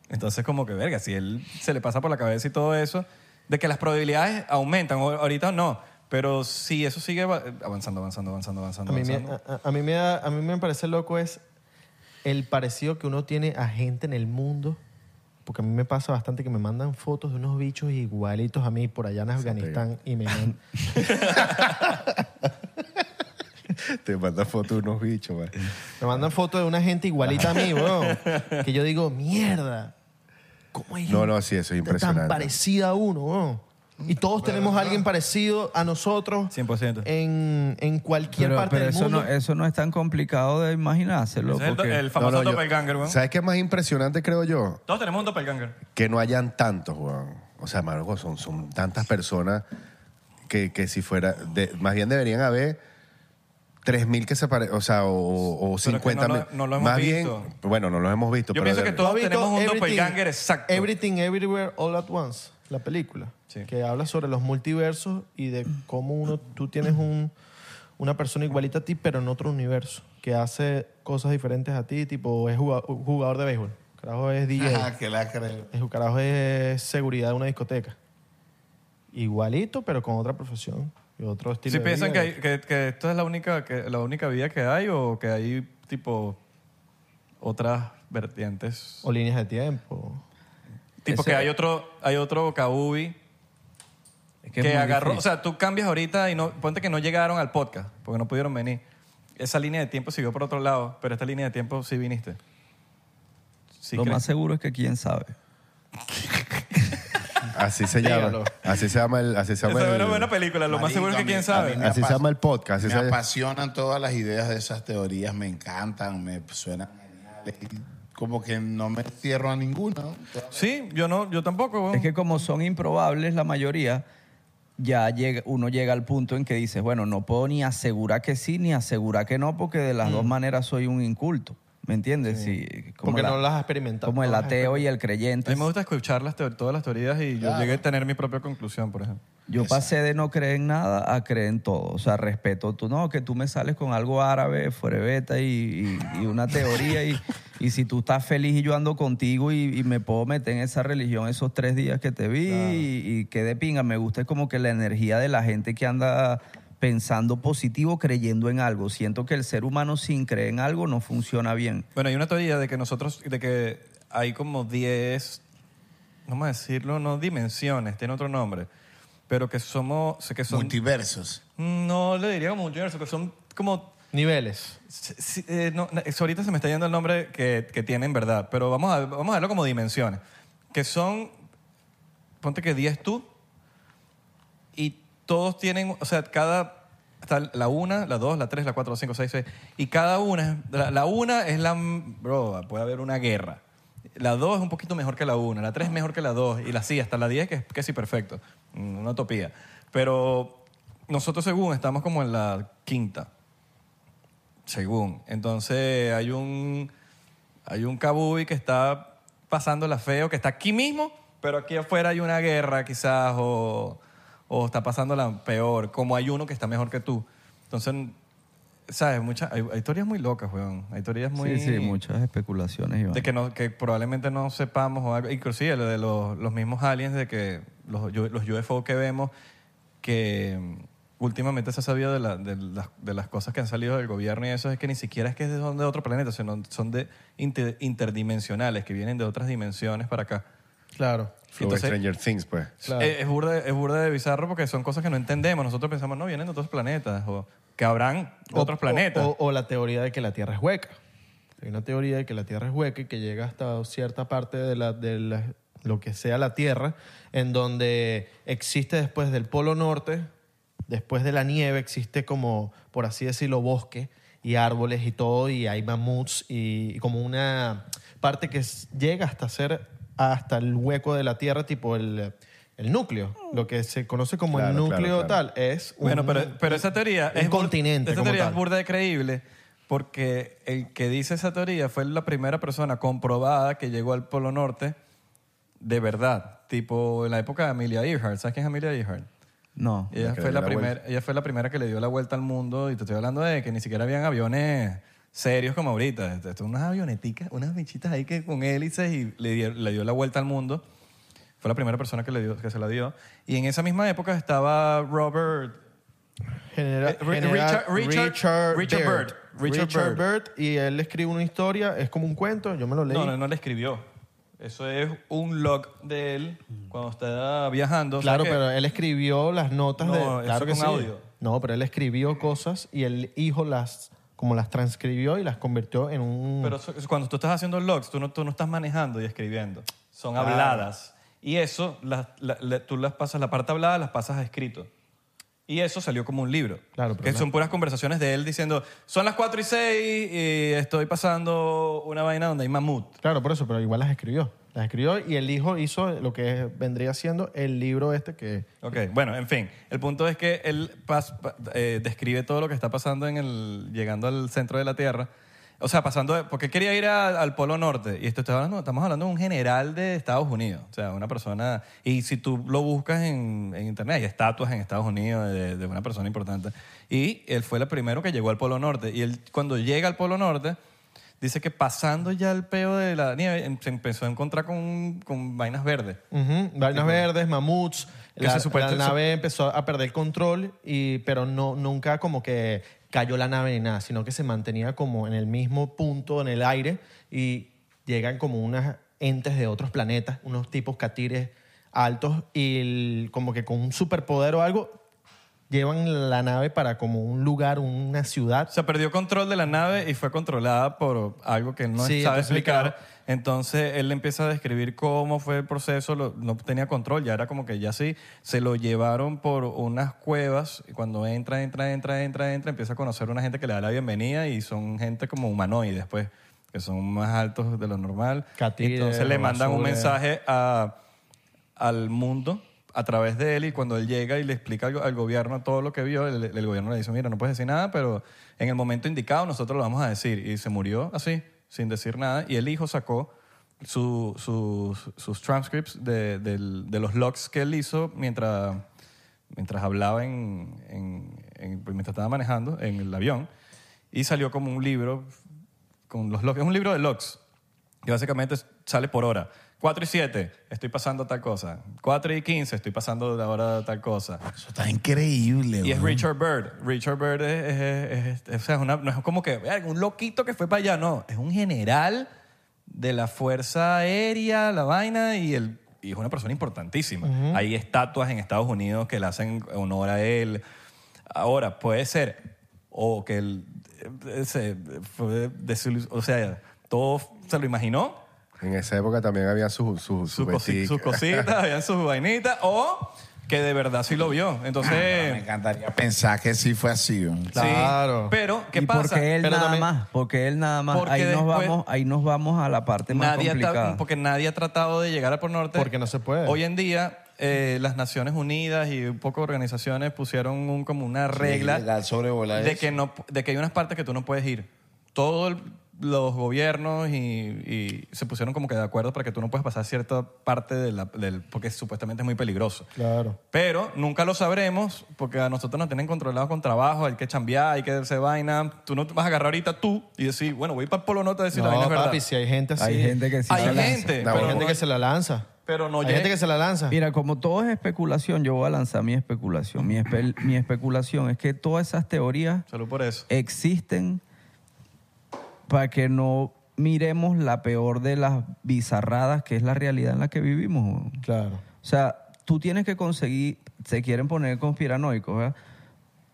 [SPEAKER 2] Entonces como que verga, si él se le pasa por la cabeza y todo eso, de que las probabilidades aumentan, o- ahorita no, pero si eso sigue va- avanzando, avanzando, avanzando,
[SPEAKER 7] a
[SPEAKER 2] avanzando.
[SPEAKER 7] mí, me,
[SPEAKER 2] avanzando.
[SPEAKER 7] a- a- a mí me da- a mí me parece loco es el parecido que uno tiene a gente en el mundo. Porque a mí me pasa bastante que me mandan fotos de unos bichos igualitos a mí por allá en Afganistán y me mandan...
[SPEAKER 5] Te manda fotos de unos bichos, man.
[SPEAKER 7] Me mandan fotos de una gente igualita a mí, weón. Que yo digo, mierda. ¿Cómo hay
[SPEAKER 5] No, no, sí, eso es
[SPEAKER 7] gente tan
[SPEAKER 5] impresionante.
[SPEAKER 7] parecida a uno, weón? Y todos tenemos a alguien parecido a nosotros
[SPEAKER 2] 100%.
[SPEAKER 7] Eh, en, en cualquier
[SPEAKER 6] Pero,
[SPEAKER 7] parte
[SPEAKER 6] pero
[SPEAKER 7] del
[SPEAKER 6] eso,
[SPEAKER 7] mundo.
[SPEAKER 6] no, eso no es tan complicado de imaginárselo.
[SPEAKER 2] Ese es el, do-
[SPEAKER 6] porque-
[SPEAKER 2] el famoso
[SPEAKER 5] No, no, yo-
[SPEAKER 2] doppelganger, weón.
[SPEAKER 5] ¿Sabes qué es más impresionante, creo yo?
[SPEAKER 2] Todos tenemos un doppelganger.
[SPEAKER 5] Que no hayan tantos, weón. O sea, Marco, son, son tantas personas que, que si fuera. de- más bien deberían haber 3.000 que se parecen. O sea, o, o
[SPEAKER 2] Pero es que no
[SPEAKER 5] 50.000.
[SPEAKER 2] lo- no lo hemos
[SPEAKER 5] más
[SPEAKER 2] visto.
[SPEAKER 5] bien. Bueno, no los hemos visto.
[SPEAKER 2] Yo
[SPEAKER 5] pero
[SPEAKER 2] pienso
[SPEAKER 5] de-
[SPEAKER 2] que todos
[SPEAKER 7] ¿Tú has visto
[SPEAKER 2] tenemos un
[SPEAKER 7] Everything-
[SPEAKER 2] doppelganger exacto.
[SPEAKER 7] Everything, Everywhere, All at Once, la película.
[SPEAKER 2] Sí.
[SPEAKER 7] Que habla sobre los multiversos y de cómo uno, tú tienes un, una persona igualita a ti, pero en otro universo. Que hace cosas diferentes a ti, tipo es juga- jugador, de béisbol. Carajo es DJ.
[SPEAKER 4] Ah, que la creo.
[SPEAKER 7] El carajo es seguridad de una discoteca. igualito, pero con otra profesión y otro estilo
[SPEAKER 2] ¿Sí
[SPEAKER 7] de
[SPEAKER 2] piensan que,
[SPEAKER 7] vida.
[SPEAKER 2] hay- que, que esto es la única, que, la única vía que hay o que hay tipo otras vertientes?
[SPEAKER 7] O líneas de tiempo.
[SPEAKER 2] Tipo
[SPEAKER 6] Ese-
[SPEAKER 2] que hay otro, hay otro Kabubi
[SPEAKER 6] Es
[SPEAKER 2] que,
[SPEAKER 6] es muy
[SPEAKER 2] agarró,
[SPEAKER 6] difícil.
[SPEAKER 2] o sea, tú cambias ahorita y no, ponte que no llegaron al podcast porque no pudieron venir. Esa línea de tiempo siguió por otro lado, pero esta línea de tiempo sí viniste. Sí
[SPEAKER 6] lo
[SPEAKER 2] cre-
[SPEAKER 6] más seguro es que quién sabe.
[SPEAKER 5] Así se llama.
[SPEAKER 7] Dígalo.
[SPEAKER 5] Así se llama el. Así se
[SPEAKER 2] Esa
[SPEAKER 5] llama
[SPEAKER 2] es una
[SPEAKER 5] el-
[SPEAKER 2] buena película, lo más
[SPEAKER 4] Marico,
[SPEAKER 2] seguro es
[SPEAKER 4] a
[SPEAKER 2] que
[SPEAKER 4] mí-
[SPEAKER 2] quién
[SPEAKER 4] a
[SPEAKER 2] sabe.
[SPEAKER 4] mí
[SPEAKER 5] Así
[SPEAKER 4] apa-
[SPEAKER 5] se llama el podcast. así
[SPEAKER 4] Me
[SPEAKER 5] se-
[SPEAKER 4] apasionan todas las ideas de esas teorías, me encantan, me suenan geniales. y Como que no me cierro a ninguna. ¿no?
[SPEAKER 2] Sí, yo no, yo tampoco. weón.
[SPEAKER 6] Es que como son improbables la mayoría, ya llega, uno llega al punto en que dices, bueno, no puedo ni asegurar que sí ni asegurar que no, porque de las dos maneras soy un inculto. ¿Me entiendes? Sí, como
[SPEAKER 7] Mm. Porque
[SPEAKER 6] la-
[SPEAKER 7] no las has experimentado.
[SPEAKER 6] Como el
[SPEAKER 7] no las has
[SPEAKER 6] ateo y el
[SPEAKER 2] a
[SPEAKER 6] creyente.
[SPEAKER 2] mí me gusta escuchar las teo- todas las teorías y yo llegué a tener mi propia conclusión, por ejemplo.
[SPEAKER 6] Yo pasé de no creer en nada a creer en todo. O sea, respeto tú. No, que tú me sales con algo árabe, fuereveta y, y- y una teoría. y, y si tú estás feliz y yo ando contigo y, y me puedo meter en esa religión esos tres días que te vi y, y que de pinga. Me gusta como que la energía de la gente que anda pensando positivo, creyendo en algo. Siento que el ser humano sin creer en algo no funciona bien.
[SPEAKER 2] Bueno, hay una teoría de que nosotros, de que hay como 10, vamos a decirlo, no dimensiones, tiene otro nombre, pero que somos, que son, Mm,
[SPEAKER 9] Multiversos.
[SPEAKER 2] no le diría como multiverso, que son como,
[SPEAKER 7] experimentado. Niveles.
[SPEAKER 2] si- si- eh, no, no, eso ahorita se me está yendo el nombre que, que tiene en verdad, pero vamos a, vamos a verlo como dimensiones, que son, ponte que 10 tú, y todos tienen, o sea, cada, está la una, la dos, la tres, la cuatro, la cinco, seis, seis, y cada una, la, la una es la, bro, puede haber una guerra. La dos es un poquito mejor que la una, la tres es mejor que la dos, y la sí, hasta la diez que es casi perfecto, mm, una utopía. Pero nosotros según estamos como en la quinta, según. Entonces hay un, hay un kabuy que está pasando la feo, que está aquí mismo, pero aquí afuera hay una guerra quizás o, o está pasando la peor, como hay uno que está mejor que tú. Entonces, ¿sabes? Muchas, hay, hay historias muy locas, weón. Hay historias muy...
[SPEAKER 6] Sí, sí, muchas especulaciones. Iván.
[SPEAKER 2] De que, no- que probablemente no sepamos, o algo. inclusive lo de los, los mismos aliens, de que los, U- los UFO que vemos, que mm, últimamente se ha sabido de, la- de las, de las cosas que han salido del gobierno y eso, es que ni siquiera es que son de otro planeta, sino son de inter- interdimensionales, que vienen de otras dimensiones para acá.
[SPEAKER 7] Claro.
[SPEAKER 5] Flow
[SPEAKER 2] Entonces-
[SPEAKER 5] Stranger Things, pues.
[SPEAKER 7] Claro.
[SPEAKER 2] Eh, Es, burda, es burda de bizarro porque son cosas que no entendemos. Nosotros pensamos, no, vienen de otros planetas, o que habrán otros
[SPEAKER 7] O-
[SPEAKER 2] planetas.
[SPEAKER 7] O, o la teoría de que la Tierra es hueca. Hay una teoría de que la Tierra es hueca y que llega hasta cierta parte de, la, de la- lo que sea la Tierra, en donde existe después del Polo Norte, después de la nieve, existe como, por así decirlo, bosque y árboles y todo, y hay mamuts y, y como una parte que es- llega hasta ser hasta el hueco de la Tierra, tipo el, el núcleo, lo que se conoce como el
[SPEAKER 5] Claro, claro,
[SPEAKER 7] núcleo
[SPEAKER 5] claro.
[SPEAKER 7] tal, es un-
[SPEAKER 2] Bueno, pero, pero esa teoría
[SPEAKER 7] un
[SPEAKER 2] es bur-
[SPEAKER 7] continente
[SPEAKER 2] Esa
[SPEAKER 7] como
[SPEAKER 2] teoría
[SPEAKER 7] tal.
[SPEAKER 2] es burda de creíble porque el que dice esa teoría fue la primera persona comprobada que llegó al Polo Norte de verdad, tipo en la época de Amelia Earhart. ¿Sabes quién es Amelia Earhart?
[SPEAKER 6] No.
[SPEAKER 2] Ella
[SPEAKER 5] que
[SPEAKER 2] fue la,
[SPEAKER 5] le dio la
[SPEAKER 2] primera, ella fue la primera que le dio la vuelta al mundo y te estoy hablando de que ni siquiera habían aviones serios como ahorita. Esto, esto, unas avioneticas, unas bichitas ahí que con hélices y le dio, le dio la vuelta al mundo. Fue la primera persona que, le dio, que se la dio. Y en esa misma época estaba Robert
[SPEAKER 7] Genera-
[SPEAKER 2] Eh, Ri-
[SPEAKER 7] general
[SPEAKER 2] Richard- Richard- Richard Byrd. Richard
[SPEAKER 7] Richard, Byrd. Y él escribe una historia, es como un cuento, yo me lo leí.
[SPEAKER 2] No, no, no le escribió. Eso es un log de él cuando está viajando.
[SPEAKER 7] Mm. claro,
[SPEAKER 2] O sea que-
[SPEAKER 7] pero él escribió las notas
[SPEAKER 2] No,
[SPEAKER 7] de.
[SPEAKER 2] eso
[SPEAKER 7] Claro que
[SPEAKER 2] con
[SPEAKER 7] sí.
[SPEAKER 2] audio.
[SPEAKER 7] No, pero él escribió cosas y el hijo las como las transcribió y las convirtió en un.
[SPEAKER 2] pero eso- eso cuando tú estás haciendo logs, tú no, tú no estás manejando y escribiendo. Son habladas. Y eso, las- la- la- tú las pasas, la parte hablada las pasas a escrito. Y eso salió como un libro.
[SPEAKER 7] Claro, pero
[SPEAKER 2] que
[SPEAKER 7] la-
[SPEAKER 2] son puras conversaciones de él diciendo, son las 4 y 6 y estoy pasando una vaina donde hay mamut.
[SPEAKER 7] Claro, por eso, pero igual las escribió. Las escribió y el hijo hizo lo que vendría siendo el libro este que.
[SPEAKER 2] Ok, bueno, en fin. El punto es que él pas- pa- eh, describe todo lo que está pasando en el, llegando al centro de la Tierra. O sea, pasando, de- porque él quería ir a- al Polo Norte. Y esto está hablando- estamos hablando de un general de Estados Unidos. O sea, una persona... Y si tú lo buscas en, en Internet, hay estatuas en Estados Unidos de, de una persona importante. Y él fue el primero que llegó al Polo Norte. Y él, cuando llega al Polo Norte, dice que pasando ya el peo de la nieve, em- se empezó a encontrar con, con vainas verdes.
[SPEAKER 7] Ujú, vainas verdes, mamuts,
[SPEAKER 2] Que
[SPEAKER 7] la,
[SPEAKER 2] se supone-
[SPEAKER 7] la nave empezó a perder control, y, pero no, nunca como que cayó la nave ni nada, sino que se mantenía como en el mismo punto, en el aire, y llegan como unas entes de otros planetas, unos tipos catires altos, y el- como que con un superpoder o algo, llevan la nave para como un lugar, una ciudad.
[SPEAKER 2] O sea, perdió control de la nave y fue controlada por algo que no
[SPEAKER 7] Sí,
[SPEAKER 2] sabe
[SPEAKER 7] entonces le
[SPEAKER 2] explicar.
[SPEAKER 7] quedó-
[SPEAKER 2] Entonces él empieza a describir cómo fue el proceso, lo- no tenía control, ya era como que ya sí, se lo llevaron por unas cuevas y cuando entra, entra, entra, entra, entra, empieza a conocer una gente que le da la bienvenida y son gente como humanoides, pues, que son más altos de lo normal.
[SPEAKER 7] Catires,
[SPEAKER 2] Entonces le mandan un
[SPEAKER 7] basura.
[SPEAKER 2] mensaje a al mundo a través de él y cuando él llega y le explica al, al gobierno todo lo que vio, el, el gobierno le dice, mira, no puedes decir nada, pero en el momento indicado nosotros lo vamos a decir. Y se murió así, sin decir nada. Y el hijo sacó su- sus- sus transcripts de, del- de los logs que él hizo mientras, mientras hablaba en, en- en- mientras estaba manejando en el avión. Y salió como un libro con los logs. Es un libro de logs. Y básicamente sale por hora. 4 y 7, estoy pasando tal cosa. 4 y 15, estoy pasando de ahora tal cosa.
[SPEAKER 9] Eso está increíble,
[SPEAKER 2] Y es
[SPEAKER 9] weón.
[SPEAKER 2] Richard Bird. Richard Bird es, es- es- es- o sea, es una- no es como que "Verga, un loquito que fue para allá, no. Es un general de la Fuerza Aérea, la vaina, y, el, y es una persona importantísima. Hay estatuas en Estados Unidos que le hacen honor a él. Ahora, puede ser o que él eh, se fue desilu- o sea, todo se lo imaginó
[SPEAKER 5] En esa época también había sus su, su
[SPEAKER 2] sus cosi-
[SPEAKER 5] vestica.
[SPEAKER 2] sus cositas, habían sus vainitas, o que de verdad sí lo vio.
[SPEAKER 9] Me
[SPEAKER 2] Entonces,
[SPEAKER 9] encantaría pensar que sí fue así. weón.
[SPEAKER 2] sí.
[SPEAKER 7] Claro.
[SPEAKER 2] Pero, ¿qué
[SPEAKER 6] y
[SPEAKER 2] pasa?
[SPEAKER 6] Porque él
[SPEAKER 7] Pero
[SPEAKER 6] nada
[SPEAKER 7] también-
[SPEAKER 6] más, porque él nada más.
[SPEAKER 2] Porque
[SPEAKER 6] Ahí nos,
[SPEAKER 2] después-
[SPEAKER 6] vamos, ahí nos vamos a la parte más
[SPEAKER 2] nadie ha tra-
[SPEAKER 6] complicada.
[SPEAKER 2] porque nadie ha tratado de llegar al Polo Norte.
[SPEAKER 7] Porque no se puede.
[SPEAKER 2] Hoy en día, eh, las Naciones Unidas y un poco organizaciones pusieron un- como una regla
[SPEAKER 9] ilegal sobrevolar
[SPEAKER 2] de
[SPEAKER 9] eso.
[SPEAKER 2] que no, de que hay unas partes que tú no puedes ir. Todos los gobiernos y, y se pusieron como que de acuerdo para que tú no puedes pasar cierta parte de la- del porque supuestamente es muy peligroso.
[SPEAKER 7] Claro.
[SPEAKER 2] Pero nunca lo sabremos porque a nosotros nos tienen controlados con trabajo, hay que chambear, hay que hacer vaina. Tú no te vas a agarrar ahorita tú y decir, bueno, voy para el Polo Norte a decir la vaina
[SPEAKER 7] No,
[SPEAKER 2] es verdad.
[SPEAKER 7] papi, si hay gente así.
[SPEAKER 6] Hay gente que sí
[SPEAKER 2] hay
[SPEAKER 6] se lanza.
[SPEAKER 2] gente,
[SPEAKER 5] No,
[SPEAKER 7] Hay
[SPEAKER 2] pero,
[SPEAKER 7] gente
[SPEAKER 2] no-
[SPEAKER 7] que se la lanza.
[SPEAKER 2] pero no
[SPEAKER 7] hay
[SPEAKER 2] llega-
[SPEAKER 7] gente que se la lanza.
[SPEAKER 6] Mira, como todo es especulación, yo voy a lanzar mi especulación. Mi, espe- mi especulación es que todas esas teorías
[SPEAKER 2] Salud por eso.
[SPEAKER 6] existen para que no miremos la peor de las bizarradas que es la realidad en la que vivimos. weón.
[SPEAKER 7] Claro.
[SPEAKER 6] O sea, tú tienes que conseguir, se quieren poner conspiranoicos, ¿verdad?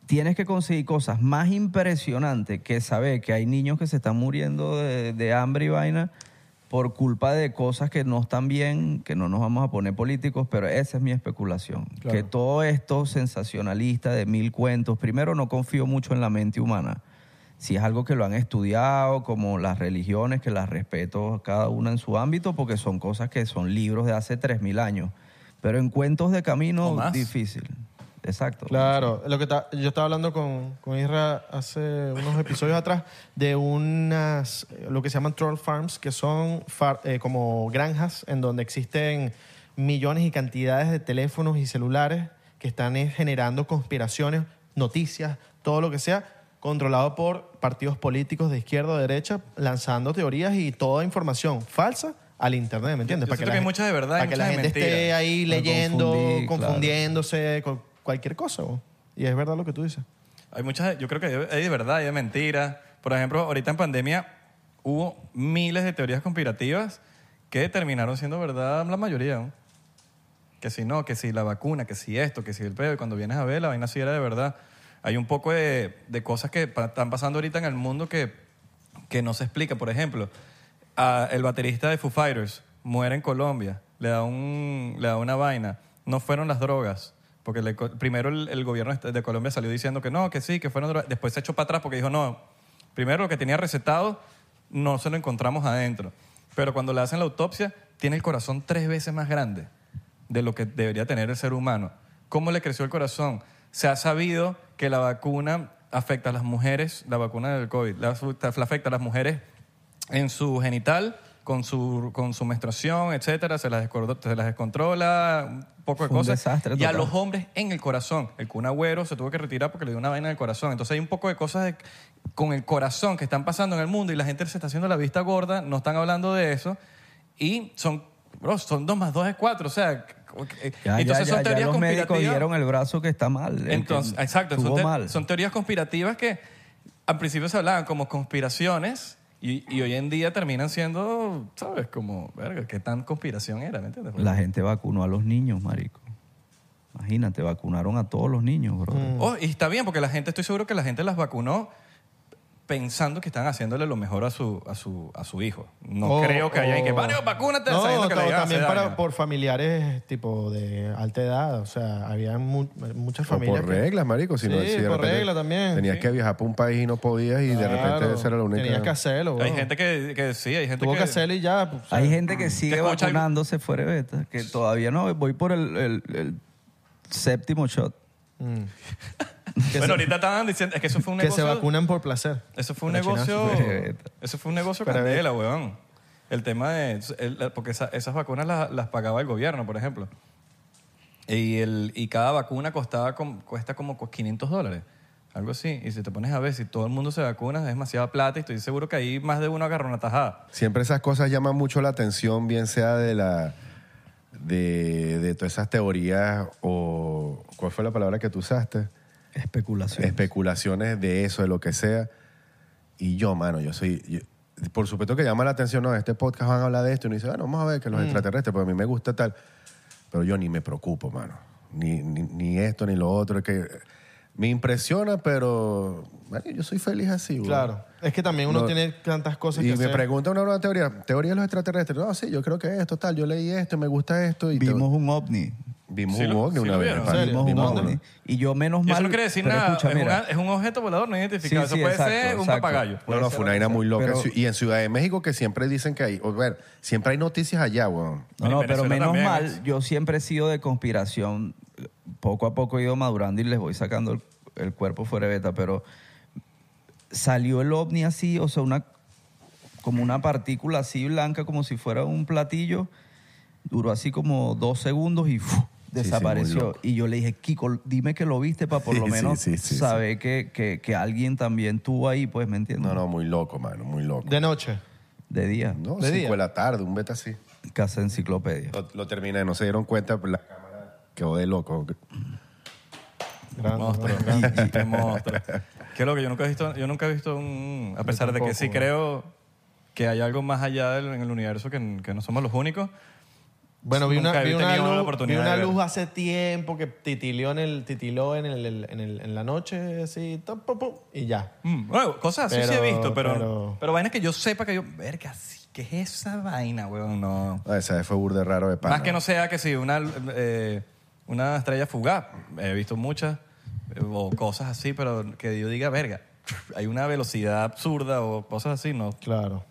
[SPEAKER 6] Tienes que conseguir cosas más impresionantes que saber que hay niños que se están muriendo de, de hambre y vaina por culpa de cosas que no están bien, que no nos vamos a poner políticos, pero esa es mi especulación. Que todo esto sensacionalista de mil cuentos, primero no confío mucho en la mente humana. Si es algo que lo han estudiado, como las religiones, que las respeto cada una en su ámbito, porque son cosas que son libros de hace 3.000 años. Pero en cuentos de
[SPEAKER 2] O
[SPEAKER 6] camino,
[SPEAKER 2] más.
[SPEAKER 6] difícil. Exacto.
[SPEAKER 7] Claro, lo que ta- yo estaba hablando con, con Isra hace unos episodios atrás de unas, eh, lo que se llaman troll farms, que son far- eh, como granjas en donde existen millones y cantidades de teléfonos y celulares que están eh, generando conspiraciones, noticias, todo lo que sea, controlado por partidos políticos de izquierda o derecha, lanzando teorías y toda información falsa al internet, ¿me entiendes?
[SPEAKER 2] Yo- yo siento que hay muchas de verdad y
[SPEAKER 7] para que la
[SPEAKER 2] muchas de
[SPEAKER 7] gente esté
[SPEAKER 2] mentira.
[SPEAKER 7] ahí
[SPEAKER 6] Para
[SPEAKER 7] leyendo,
[SPEAKER 6] confundir, claro.
[SPEAKER 7] confundiendo yéndose con cualquier cosa. bo. Y es verdad lo que tú dices.
[SPEAKER 2] Hay muchas, yo creo que hay- hay de verdad, hay de mentira. Por ejemplo, ahorita en pandemia hubo miles de teorías conspirativas que terminaron siendo verdad la mayoría. ¿no? Que si no, que si la vacuna, que si esto, que si el pedo. Y cuando vienes a ver, la vaina sí era de verdad. Hay un poco de, de cosas que pa- están pasando ahorita en el mundo que, que no se explica. Por ejemplo, a- el baterista de Foo Fighters muere en Colombia. Le da, un, le da una vaina. No fueron las drogas. Porque le co- primero el, el gobierno est- de Colombia salió diciendo que no, que sí, que fueron drogas. Después se echó para atrás porque dijo, no, primero lo que tenía recetado no se lo encontramos adentro. Pero cuando le hacen la autopsia, tiene el corazón tres veces más grande de lo que debería tener el ser humano. ¿Cómo le creció el corazón? Se ha sabido que la vacuna afecta a las mujeres, la vacuna del COVID, la, afecta- la afecta a las mujeres en su genital, con su, con su menstruación, etcétera, se las, descordo- se las descontrola, un poco de
[SPEAKER 6] Fue un
[SPEAKER 2] cosas.
[SPEAKER 6] desastre
[SPEAKER 2] y a
[SPEAKER 6] total.
[SPEAKER 2] los hombres en el corazón. El Kun Agüero se tuvo que retirar porque le dio una vaina en el corazón. Entonces hay un poco de cosas de- con el corazón que están pasando en el mundo y la gente se está haciendo la vista gorda, no están hablando de eso. Y son, bro, son dos más dos es cuatro. O sea, eh,
[SPEAKER 6] Ya,
[SPEAKER 2] Entonces
[SPEAKER 6] ya,
[SPEAKER 2] son
[SPEAKER 6] ya, ya
[SPEAKER 2] teorías
[SPEAKER 6] los médicos
[SPEAKER 2] conspirativas.
[SPEAKER 6] dieron el brazo que está mal. el que
[SPEAKER 2] Entonces, exacto, son,
[SPEAKER 6] estuvo
[SPEAKER 2] te-
[SPEAKER 6] mal.
[SPEAKER 2] son teorías conspirativas que al principio se hablaban como conspiraciones y, y hoy en día terminan siendo, ¿sabes? Como, verga, ¿qué tan conspiración era? ¿Me entiendes?
[SPEAKER 6] La gente vacunó a los niños, marico. Imagínate, vacunaron a todos los niños, bro.
[SPEAKER 7] Mm.
[SPEAKER 2] Oh, y está bien, porque la gente, estoy seguro que la gente las vacunó pensando que están haciéndole lo mejor a su, a su, a su hijo. No
[SPEAKER 7] O-
[SPEAKER 2] creo que haya
[SPEAKER 7] o-
[SPEAKER 2] que, Mario, vacúnate,
[SPEAKER 7] Oh, No,
[SPEAKER 2] sabiendo que le
[SPEAKER 7] o
[SPEAKER 2] llegan a
[SPEAKER 7] también
[SPEAKER 2] hacer
[SPEAKER 7] para,
[SPEAKER 2] daño.
[SPEAKER 7] por familiares tipo de alta edad. O sea, había mu- muchas
[SPEAKER 5] O
[SPEAKER 7] familias
[SPEAKER 5] por
[SPEAKER 7] que-
[SPEAKER 5] reglas, marico. Si no,
[SPEAKER 7] Sí,
[SPEAKER 5] si de
[SPEAKER 7] por
[SPEAKER 5] repente
[SPEAKER 7] regla también,
[SPEAKER 5] Tenías
[SPEAKER 7] sí.
[SPEAKER 5] que viajar para un país y no podías y de repente
[SPEAKER 7] Claro,
[SPEAKER 5] esa era la única.
[SPEAKER 7] Tenías que hacerlo,
[SPEAKER 2] Hay
[SPEAKER 7] bro.
[SPEAKER 2] gente que, que sí, hay gente
[SPEAKER 7] Tuvo que
[SPEAKER 2] que...
[SPEAKER 7] hacerlo y ya. pues, o sea,
[SPEAKER 6] Hay gente que sigue
[SPEAKER 2] Mm. escucha algo-
[SPEAKER 6] vacunándose fuera de beta, que todavía no, voy por el, el- el séptimo shot.
[SPEAKER 2] bueno, ahorita estaban diciendo, es que eso fue un
[SPEAKER 7] que se
[SPEAKER 2] negocio...
[SPEAKER 7] vacunan por placer.
[SPEAKER 2] Eso fue un
[SPEAKER 7] Para
[SPEAKER 2] negocio.
[SPEAKER 6] chinazo. Verga.
[SPEAKER 2] Eso fue un negocio
[SPEAKER 7] Para ver.
[SPEAKER 2] candela, weón. El tema de. el- la- porque esa- esas vacunas las, las pagaba el gobierno, por ejemplo. Y, el, y cada vacuna costaba com- cuesta como 500 dólares. Algo así. Y si te pones a ver, si todo el mundo se vacuna, es demasiada plata y estoy seguro que ahí más de uno agarra una tajada.
[SPEAKER 5] Siempre esas cosas llaman mucho la atención, bien sea de la de, de todas esas teorías o ¿cuál fue la palabra que tú usaste?
[SPEAKER 6] Especulación.
[SPEAKER 5] Especulaciones de eso, de lo que sea. Y yo, mano, yo soy yo- por supuesto que llama la atención, no, este podcast van a hablar de esto y uno dice, bueno, vamos a ver que
[SPEAKER 7] Mm.
[SPEAKER 5] los extraterrestres, pues a mí me gusta tal, pero yo ni me preocupo, mano. Ni, ni, ni esto ni lo otro, es que me impresiona, pero marico, yo soy feliz así, güey.
[SPEAKER 7] Claro. Es que también uno
[SPEAKER 5] No.
[SPEAKER 7] tiene tantas cosas
[SPEAKER 5] Y
[SPEAKER 7] que
[SPEAKER 5] me
[SPEAKER 7] hacer.
[SPEAKER 5] pregunta una nueva teoría. Teoría de los extraterrestres. No, sí, yo creo que esto, tal. Yo leí esto, me gusta esto. Y te-
[SPEAKER 6] Vimos un ovni.
[SPEAKER 5] vimos
[SPEAKER 2] Sí
[SPEAKER 5] un
[SPEAKER 2] lo-
[SPEAKER 5] ovni
[SPEAKER 2] sí
[SPEAKER 5] una
[SPEAKER 2] lo
[SPEAKER 5] vez.
[SPEAKER 2] vieron.
[SPEAKER 5] pana.
[SPEAKER 7] ¿En serio?
[SPEAKER 6] Vimos un
[SPEAKER 5] Vimos
[SPEAKER 7] ¿Dónde?
[SPEAKER 6] ovni. Y yo menos
[SPEAKER 2] Y
[SPEAKER 6] mal.
[SPEAKER 2] eso no quiere decir
[SPEAKER 6] pero
[SPEAKER 2] nada.
[SPEAKER 6] escucha,
[SPEAKER 2] es,
[SPEAKER 6] mira.
[SPEAKER 2] una- es un objeto volador no identificado.
[SPEAKER 6] Sí,
[SPEAKER 2] eso
[SPEAKER 6] sí,
[SPEAKER 2] puede
[SPEAKER 6] exacto,
[SPEAKER 2] ser un
[SPEAKER 6] exacto.
[SPEAKER 2] papagayo.
[SPEAKER 5] No, no, fue una vaina muy loca.
[SPEAKER 6] Pero-
[SPEAKER 5] Ci- Y en Ciudad de México que siempre dicen que hay... O ver, siempre hay noticias allá, weón.
[SPEAKER 6] No,
[SPEAKER 2] En
[SPEAKER 6] no, pero
[SPEAKER 2] Venezuela
[SPEAKER 6] menos
[SPEAKER 2] también
[SPEAKER 6] mal,
[SPEAKER 2] es.
[SPEAKER 6] yo siempre he sido de conspiración. Poco a poco he ido madurando y les voy sacando el, el cuerpo fuera de beta, pero salió el ovni así, o sea, una como una partícula así blanca, como si fuera un platillo. Duró así como dos segundos y ¡fu!
[SPEAKER 5] muy
[SPEAKER 6] desapareció.
[SPEAKER 5] loco.
[SPEAKER 6] y yo le dije, Kiko, dime que lo viste para por
[SPEAKER 5] Sí,
[SPEAKER 6] lo
[SPEAKER 5] sí,
[SPEAKER 6] menos
[SPEAKER 5] sí, sí, sí.
[SPEAKER 6] saber Que, que- que alguien también tuvo ahí, pues, ¿me entiendes?
[SPEAKER 5] No, no, muy loco, mano, muy loco.
[SPEAKER 7] De noche.
[SPEAKER 6] De día.
[SPEAKER 5] No,
[SPEAKER 7] ¿De
[SPEAKER 5] cinco
[SPEAKER 7] día?
[SPEAKER 5] de la tarde, un beta así.
[SPEAKER 6] Casa enciclopedia.
[SPEAKER 5] Lo, lo terminé, no se dieron cuenta, pues, la cámara quedó de loco.
[SPEAKER 7] Grande,
[SPEAKER 2] Monstruo,
[SPEAKER 7] grande.
[SPEAKER 2] qué monstruo. Qué loco, yo nunca he visto, yo nunca he visto un... A pesar de que sí creo que hay algo más allá del- en el universo, que, que no somos los únicos.
[SPEAKER 7] Bueno, vi
[SPEAKER 2] Nunca
[SPEAKER 7] una,
[SPEAKER 2] he
[SPEAKER 7] vi una
[SPEAKER 2] tenido la
[SPEAKER 7] luz, vi
[SPEAKER 2] oportunidad
[SPEAKER 7] una
[SPEAKER 2] de
[SPEAKER 7] luz
[SPEAKER 2] ver.
[SPEAKER 7] hace tiempo que titileó en el, titiló en, el, en, el- en la noche, así, top, pum, pum, y ya.
[SPEAKER 2] Mm, bueno, cosas así sí he
[SPEAKER 7] Pero-
[SPEAKER 2] visto, pero, pero...
[SPEAKER 7] pero-
[SPEAKER 2] vainas que yo sepa que yo... Verga, sí, ¿qué es esa vaina, weón? No.
[SPEAKER 5] Ah, esa vez fue burde raro de pana.
[SPEAKER 2] Más que no sea que sí, una, eh, una estrella fugaz. He visto muchas eh, o cosas así, pero que yo diga, verga, hay una velocidad absurda o cosas así, no,
[SPEAKER 7] Claro.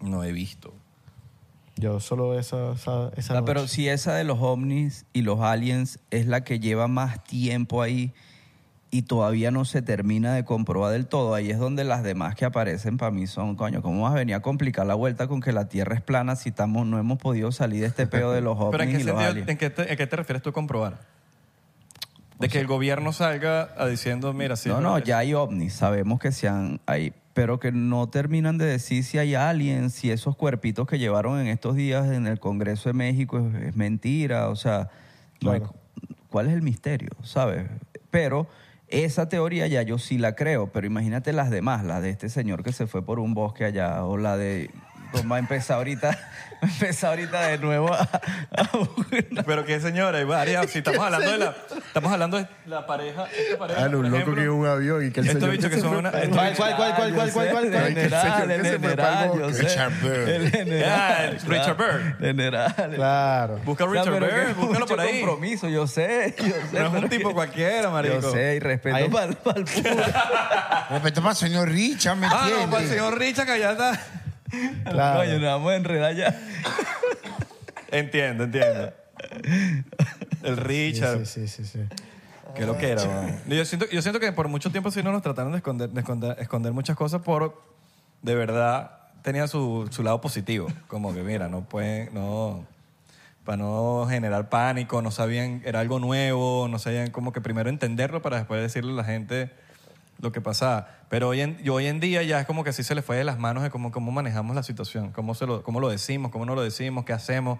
[SPEAKER 2] no he visto.
[SPEAKER 7] Yo solo esa, esa, esa
[SPEAKER 6] Ah, pero
[SPEAKER 7] noche.
[SPEAKER 6] si esa de los ovnis y los aliens es la que lleva más tiempo ahí y todavía no se termina de comprobar del todo, ahí es donde las demás que aparecen para mí son, coño, ¿cómo vas a venir a complicar la vuelta con que la Tierra es plana si estamos, no hemos podido salir de este pedo de los ovnis
[SPEAKER 2] ¿Pero en
[SPEAKER 6] y
[SPEAKER 2] qué,
[SPEAKER 6] los
[SPEAKER 2] sentido-
[SPEAKER 6] aliens?
[SPEAKER 2] en qué te, en qué te refieres tú a comprobar? De que el gobierno salga a diciendo, mira, sí.
[SPEAKER 6] no,
[SPEAKER 2] pero
[SPEAKER 6] no,
[SPEAKER 2] es-
[SPEAKER 6] ya hay ovnis, sabemos que se han ahí, pero que no terminan de decir si hay aliens, si esos cuerpitos que llevaron en estos días en el Congreso de México es, es mentira, o sea, no hay-
[SPEAKER 7] Claro.
[SPEAKER 6] ¿cuál es el misterio? ¿Sabes? Pero esa teoría ya yo sí la creo, pero imagínate las demás, la de este señor que se fue por un bosque allá, o la de... pues, Va a empezar ahorita, va a empezar ahorita de nuevo a, a buscar-
[SPEAKER 2] Pero qué señora, hay varias. Si estamos hablando de la. Estamos hablando de la pareja. Esta pareja
[SPEAKER 5] Ah, no,
[SPEAKER 2] por
[SPEAKER 5] un loco
[SPEAKER 2] ejemplo,
[SPEAKER 5] que iba en un avión y que el
[SPEAKER 2] Estos
[SPEAKER 5] señor
[SPEAKER 2] bichos que
[SPEAKER 5] se
[SPEAKER 2] son
[SPEAKER 5] fue
[SPEAKER 2] una.
[SPEAKER 5] para-
[SPEAKER 2] estos
[SPEAKER 7] ¿Cuál, cuál, cuál, cuál, cuál, cuál, cuál?
[SPEAKER 6] El general,
[SPEAKER 5] Ese señor
[SPEAKER 6] el
[SPEAKER 5] que se fue
[SPEAKER 6] general,
[SPEAKER 5] pa'l
[SPEAKER 6] yo
[SPEAKER 5] bosque.
[SPEAKER 6] sé.
[SPEAKER 9] Richard Burr.
[SPEAKER 6] El
[SPEAKER 2] Ah,
[SPEAKER 6] general.
[SPEAKER 2] el Richard Burr.
[SPEAKER 6] El general.
[SPEAKER 7] Claro.
[SPEAKER 2] Busca a
[SPEAKER 6] O sea,
[SPEAKER 2] Richard
[SPEAKER 6] pero que
[SPEAKER 2] Burr,
[SPEAKER 6] es
[SPEAKER 2] búscalo
[SPEAKER 6] mucho
[SPEAKER 2] por ahí.
[SPEAKER 6] compromiso, yo sé, yo sé.
[SPEAKER 2] No es
[SPEAKER 6] pero
[SPEAKER 2] un tipo
[SPEAKER 6] que-
[SPEAKER 2] cualquiera, marico.
[SPEAKER 6] Yo sé, y respeto
[SPEAKER 7] Ahí-
[SPEAKER 6] para el público.
[SPEAKER 9] Respeto para el señor Richard, ¿me
[SPEAKER 2] Ah, no, para el
[SPEAKER 9] entiendes?
[SPEAKER 2] señor Richard, que ya está.
[SPEAKER 7] Claro.
[SPEAKER 6] Coño, nos vamos a enredar ya.
[SPEAKER 2] Entiendo, entiendo. El Richard.
[SPEAKER 7] Sí, sí, sí, sí.
[SPEAKER 2] Qué lo que era, man. Yo siento, yo siento que por mucho tiempo sí no nos trataron de esconder, de esconder, esconder muchas cosas por, de verdad, tenía su, su lado positivo. Como que, mira, no pueden, no, para no generar pánico, no sabían, era algo nuevo, no sabían como que primero entenderlo para después decirle a la gente lo que pasaba. Pero hoy en, y hoy en día ya es como que sí se le fue de las manos de cómo, cómo manejamos la situación, cómo, se lo, cómo lo decimos, cómo no lo decimos, qué hacemos.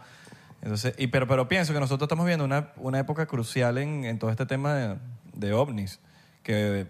[SPEAKER 2] Entonces, y, pero, pero pienso que nosotros estamos viendo una, una época crucial en, en todo este tema de, de ovnis, que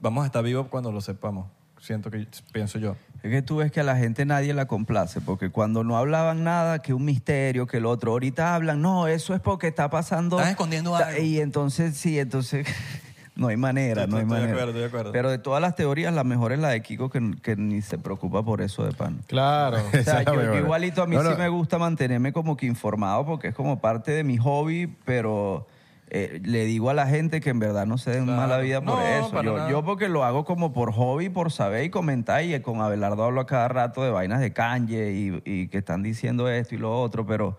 [SPEAKER 2] vamos a estar vivos cuando lo sepamos. Siento que pienso yo.
[SPEAKER 6] Es que tú ves que a la gente nadie la complace, porque cuando no hablaban nada, que un misterio, que el otro, ahorita hablan, no, eso es porque está pasando.
[SPEAKER 2] Están escondiendo
[SPEAKER 6] Ta-
[SPEAKER 2] algo.
[SPEAKER 6] Y entonces, sí, entonces no hay manera,
[SPEAKER 2] Estoy-
[SPEAKER 6] no
[SPEAKER 2] estoy
[SPEAKER 6] hay
[SPEAKER 2] de
[SPEAKER 6] manera.
[SPEAKER 2] acuerdo, estoy de acuerdo.
[SPEAKER 6] Pero de todas las teorías, la mejor es la de Kiko, que, que ni se preocupa por eso de pan.
[SPEAKER 7] Claro.
[SPEAKER 6] O sea,
[SPEAKER 5] Esa es la
[SPEAKER 6] yo, yo
[SPEAKER 5] mejor.
[SPEAKER 6] igualito a mí
[SPEAKER 5] No,
[SPEAKER 6] sí
[SPEAKER 5] no.
[SPEAKER 6] me gusta mantenerme como que informado porque es como parte de mi hobby, pero eh, le digo a la gente que en verdad no se den
[SPEAKER 2] Claro.
[SPEAKER 6] mala vida por
[SPEAKER 2] No,
[SPEAKER 6] eso.
[SPEAKER 2] para
[SPEAKER 6] Yo,
[SPEAKER 2] nada.
[SPEAKER 6] yo porque lo hago como por hobby, por saber y comentar y con Abelardo hablo a cada rato de vainas de Kanye y, y que están diciendo esto y lo otro, pero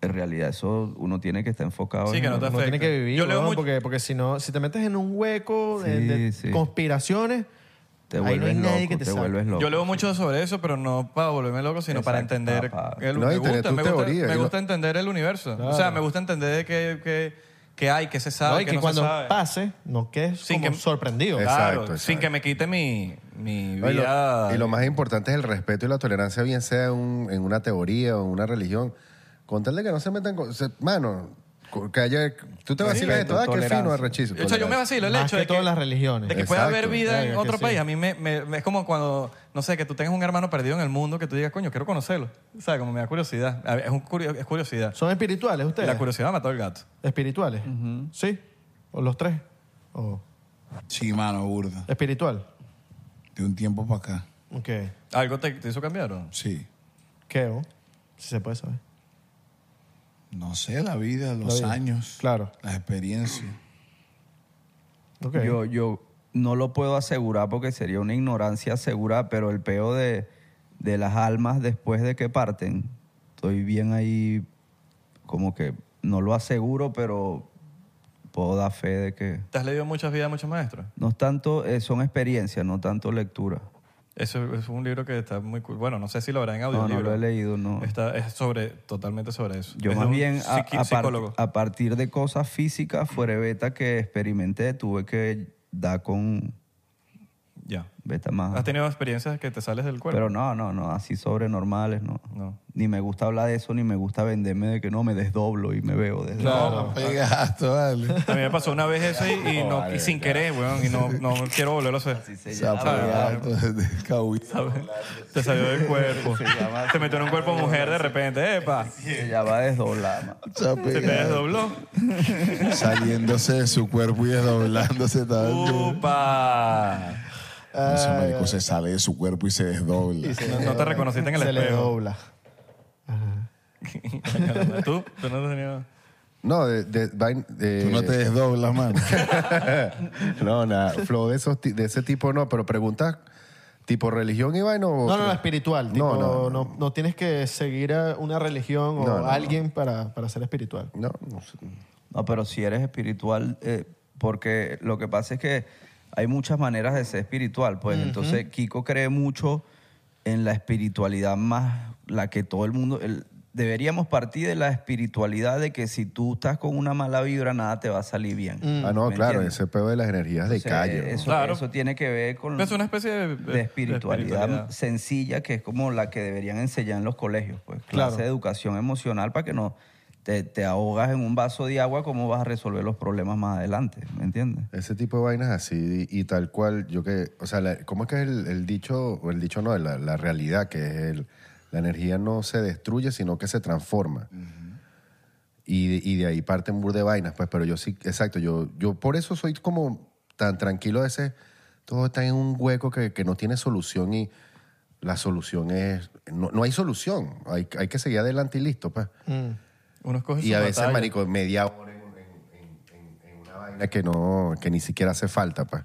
[SPEAKER 6] en realidad eso uno tiene que estar enfocado
[SPEAKER 2] Sí,
[SPEAKER 6] en
[SPEAKER 2] que no te
[SPEAKER 7] Uno tiene
[SPEAKER 2] afecta.
[SPEAKER 7] que vivir,
[SPEAKER 2] Yo leo
[SPEAKER 7] weón,
[SPEAKER 2] mucho-
[SPEAKER 7] porque, porque si no, si te metes en un hueco de,
[SPEAKER 6] Sí,
[SPEAKER 7] de
[SPEAKER 6] sí.
[SPEAKER 7] conspiraciones,
[SPEAKER 6] te
[SPEAKER 7] ahí no hay
[SPEAKER 6] vuelves
[SPEAKER 7] nadie
[SPEAKER 6] loco,
[SPEAKER 7] que te,
[SPEAKER 6] te,
[SPEAKER 7] saque.
[SPEAKER 6] vuelves loco.
[SPEAKER 2] Yo leo mucho sobre eso, pero no para volverme loco, sino para
[SPEAKER 6] Exacto,
[SPEAKER 2] entender.
[SPEAKER 6] pa- pa-
[SPEAKER 2] el-
[SPEAKER 5] No,
[SPEAKER 2] me
[SPEAKER 5] y tener
[SPEAKER 2] gusta,
[SPEAKER 5] tu
[SPEAKER 2] me, gusta,
[SPEAKER 5] teoría,
[SPEAKER 2] me
[SPEAKER 5] y lo-
[SPEAKER 2] gusta entender el universo. O sea,
[SPEAKER 7] Claro.
[SPEAKER 2] me gusta entender qué que, hay, qué se
[SPEAKER 7] No,
[SPEAKER 2] sabe,
[SPEAKER 7] y
[SPEAKER 2] qué
[SPEAKER 7] que
[SPEAKER 2] no
[SPEAKER 7] cuando
[SPEAKER 2] se sabe.
[SPEAKER 7] pase, no quedes
[SPEAKER 2] Sin
[SPEAKER 7] como
[SPEAKER 2] que-
[SPEAKER 7] sorprendido.
[SPEAKER 5] Exacto.
[SPEAKER 2] Claro, sin
[SPEAKER 5] exacto.
[SPEAKER 2] que me quite mi, mi
[SPEAKER 5] No, y,
[SPEAKER 2] vida.
[SPEAKER 5] lo, y lo más importante es el respeto y la tolerancia, bien sea un- en una teoría o en una religión. Con tal de que no se metan con. se- mano, co- que haya- tú te vacilas de
[SPEAKER 6] Respeto,
[SPEAKER 5] todo, ah, qué fino,
[SPEAKER 6] tolerancia.
[SPEAKER 5] arrechizo.
[SPEAKER 2] O sea, yo me
[SPEAKER 5] tolerancia.
[SPEAKER 2] vacilo el
[SPEAKER 7] Más
[SPEAKER 2] hecho
[SPEAKER 7] que
[SPEAKER 2] de que,
[SPEAKER 7] todas las religiones.
[SPEAKER 2] de que pueda
[SPEAKER 5] Exacto.
[SPEAKER 2] haber vida en
[SPEAKER 7] Verga, que
[SPEAKER 2] otro
[SPEAKER 7] sí.
[SPEAKER 2] país. A mí me, me- es como cuando, no sé, que tú tengas un hermano perdido en el mundo que tú digas, coño, quiero conocerlo. O sea, como me da curiosidad. A ver, Es, un curio- es curiosidad.
[SPEAKER 7] ¿Son espirituales ustedes?
[SPEAKER 2] La curiosidad mató al gato.
[SPEAKER 7] ¿Espirituales? Sí. ¿O los tres? ¿O
[SPEAKER 9] Sí, mano, burda.
[SPEAKER 7] espiritual?
[SPEAKER 9] De un tiempo para acá.
[SPEAKER 7] Ok.
[SPEAKER 2] ¿Algo te, te hizo cambiar o no?
[SPEAKER 9] Sí.
[SPEAKER 7] ¿Qué? o? Si se puede saber.
[SPEAKER 9] No sé, la vida, los
[SPEAKER 7] vida.
[SPEAKER 9] años.
[SPEAKER 7] Claro.
[SPEAKER 9] Las experiencias.
[SPEAKER 7] Ok.
[SPEAKER 6] Yo, yo no lo puedo asegurar porque sería una ignorancia asegurar, pero el peo de, de las almas después de que parten, estoy bien ahí, como que no lo aseguro, pero puedo dar fe de que.
[SPEAKER 2] ¿Te has leído muchas vidas, de muchos maestros?
[SPEAKER 6] No es tanto, eh, son experiencias, no tanto lectura.
[SPEAKER 2] Eso es un libro que está muy cool. Bueno, no sé si lo habrá en
[SPEAKER 6] No,
[SPEAKER 2] audiolibro.
[SPEAKER 6] no lo he leído, no.
[SPEAKER 2] Está, es sobre, totalmente sobre eso.
[SPEAKER 6] Yo
[SPEAKER 2] Es de
[SPEAKER 6] más
[SPEAKER 2] un
[SPEAKER 6] bien, a,
[SPEAKER 2] psiqui-
[SPEAKER 6] a par-
[SPEAKER 2] psicólogo.
[SPEAKER 6] a partir de cosas físicas, fuera beta que experimenté, tuve que dar con
[SPEAKER 2] Ya.
[SPEAKER 6] beta más.
[SPEAKER 2] ¿Has tenido experiencias que te sales del cuerpo?
[SPEAKER 6] Pero no, no, no, así sobre normales, no.
[SPEAKER 2] No.
[SPEAKER 6] Ni me gusta hablar de eso, ni me gusta venderme de que no, me desdoblo y me veo. desde-
[SPEAKER 9] No, pegato, vale.
[SPEAKER 2] A mí me pasó una vez eso y, y no, y sin querer, weón, y no, no quiero volverlo a hacer.
[SPEAKER 6] Se
[SPEAKER 9] O sea,
[SPEAKER 6] llama-
[SPEAKER 9] pegato desde Cauí.
[SPEAKER 2] Te salió del cuerpo. Te metió en un cuerpo mujer de repente. ¡Epa!
[SPEAKER 6] se llama desdoblar. ma.
[SPEAKER 9] O sea,
[SPEAKER 2] Se te
[SPEAKER 9] pegado.
[SPEAKER 2] desdobló.
[SPEAKER 9] Saliéndose de su cuerpo y desdoblándose
[SPEAKER 2] Uh.
[SPEAKER 9] también.
[SPEAKER 2] ¡Upa!
[SPEAKER 9] Ese marico se sale de su cuerpo y se desdobla.
[SPEAKER 2] No, no te reconociste en el
[SPEAKER 7] Se le
[SPEAKER 2] espejo.
[SPEAKER 7] dobla.
[SPEAKER 2] ¿Tú? ¿Tú no has tenido...?
[SPEAKER 5] No, de, de- vain- de-
[SPEAKER 9] Tú no te desdoblas, mano.
[SPEAKER 5] no, nada. Flow de, esos, ti- de ese tipo no, pero preguntas tipo religión y vaina o.
[SPEAKER 7] No, no, no, espiritual.
[SPEAKER 5] No,
[SPEAKER 7] tipo,
[SPEAKER 5] no, no,
[SPEAKER 7] no- no tienes que seguir a una religión o
[SPEAKER 5] No, no,
[SPEAKER 7] a alguien Para, para ser espiritual.
[SPEAKER 5] No, no sé.
[SPEAKER 6] No, pero si eres espiritual, eh, porque lo que pasa es que hay muchas maneras de ser espiritual. Pues entonces Kiko cree mucho en la espiritualidad más la que todo el mundo... el- deberíamos partir de la espiritualidad de que si tú estás con una mala vibra, nada te va a salir bien.
[SPEAKER 5] Ah, no,
[SPEAKER 6] Mm, ¿Me
[SPEAKER 5] claro,
[SPEAKER 6] entiendes?
[SPEAKER 5] ese pedo de las energías de
[SPEAKER 6] Entonces,
[SPEAKER 5] calle. ¿no?
[SPEAKER 6] Eso,
[SPEAKER 2] Mm. Claro.
[SPEAKER 6] eso tiene que ver con...
[SPEAKER 2] Es una especie de,
[SPEAKER 6] de espiritualidad, sencilla que es como la que deberían enseñar en los colegios, pues clase
[SPEAKER 7] Claro.
[SPEAKER 6] de educación emocional para que no te, te ahogas en un vaso de agua, cómo vas a resolver los problemas más adelante, ¿me entiendes?
[SPEAKER 5] Ese tipo de vainas así y, y tal cual, yo que, o sea, la- ¿cómo es que es el, el dicho, o el dicho no, la, la realidad, que es el, la energía no se destruye, sino que se transforma. y, de, y de ahí parten bur de vainas, pues, pero yo sí, exacto, yo, yo por eso soy como tan tranquilo a veces, todo está en un hueco que, que no tiene solución y la solución es, no, no hay solución, hay, hay que seguir adelante y listo, pues.
[SPEAKER 7] Mm,
[SPEAKER 2] Uno escoge
[SPEAKER 5] Y
[SPEAKER 2] su
[SPEAKER 5] a veces,
[SPEAKER 2] batalla.
[SPEAKER 5] marico, media hora en, en- en- en una vaina que, no, que ni siquiera hace falta, pues.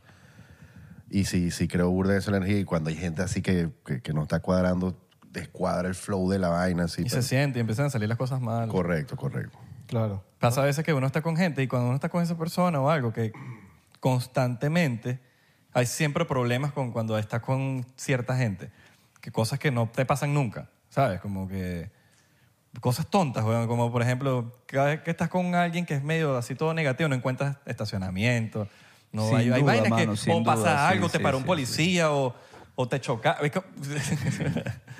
[SPEAKER 5] Y si, si creo burda de esa energía y cuando hay gente así que, que, que no está cuadrando, descuadra el flow de la vaina, así.
[SPEAKER 2] Y se
[SPEAKER 5] pues.
[SPEAKER 2] siente y empiezan a salir las cosas mal.
[SPEAKER 5] Correcto, correcto.
[SPEAKER 7] Claro.
[SPEAKER 2] Pasa a veces que uno está con gente y cuando uno está con esa persona o algo que constantemente hay siempre problemas con cuando estás con cierta gente. Que cosas que no te pasan nunca, ¿sabes? Como que cosas tontas, weón. Como por ejemplo, cada vez que estás con alguien que es medio así todo negativo, no encuentras estacionamiento. No,
[SPEAKER 6] Sin
[SPEAKER 2] hay, hay
[SPEAKER 6] duda,
[SPEAKER 2] vainas
[SPEAKER 6] mano,
[SPEAKER 2] que
[SPEAKER 6] sin
[SPEAKER 2] o pasa
[SPEAKER 6] duda, sí,
[SPEAKER 2] algo, te
[SPEAKER 6] sí,
[SPEAKER 2] para un
[SPEAKER 6] sí,
[SPEAKER 2] policía o o te chocaron.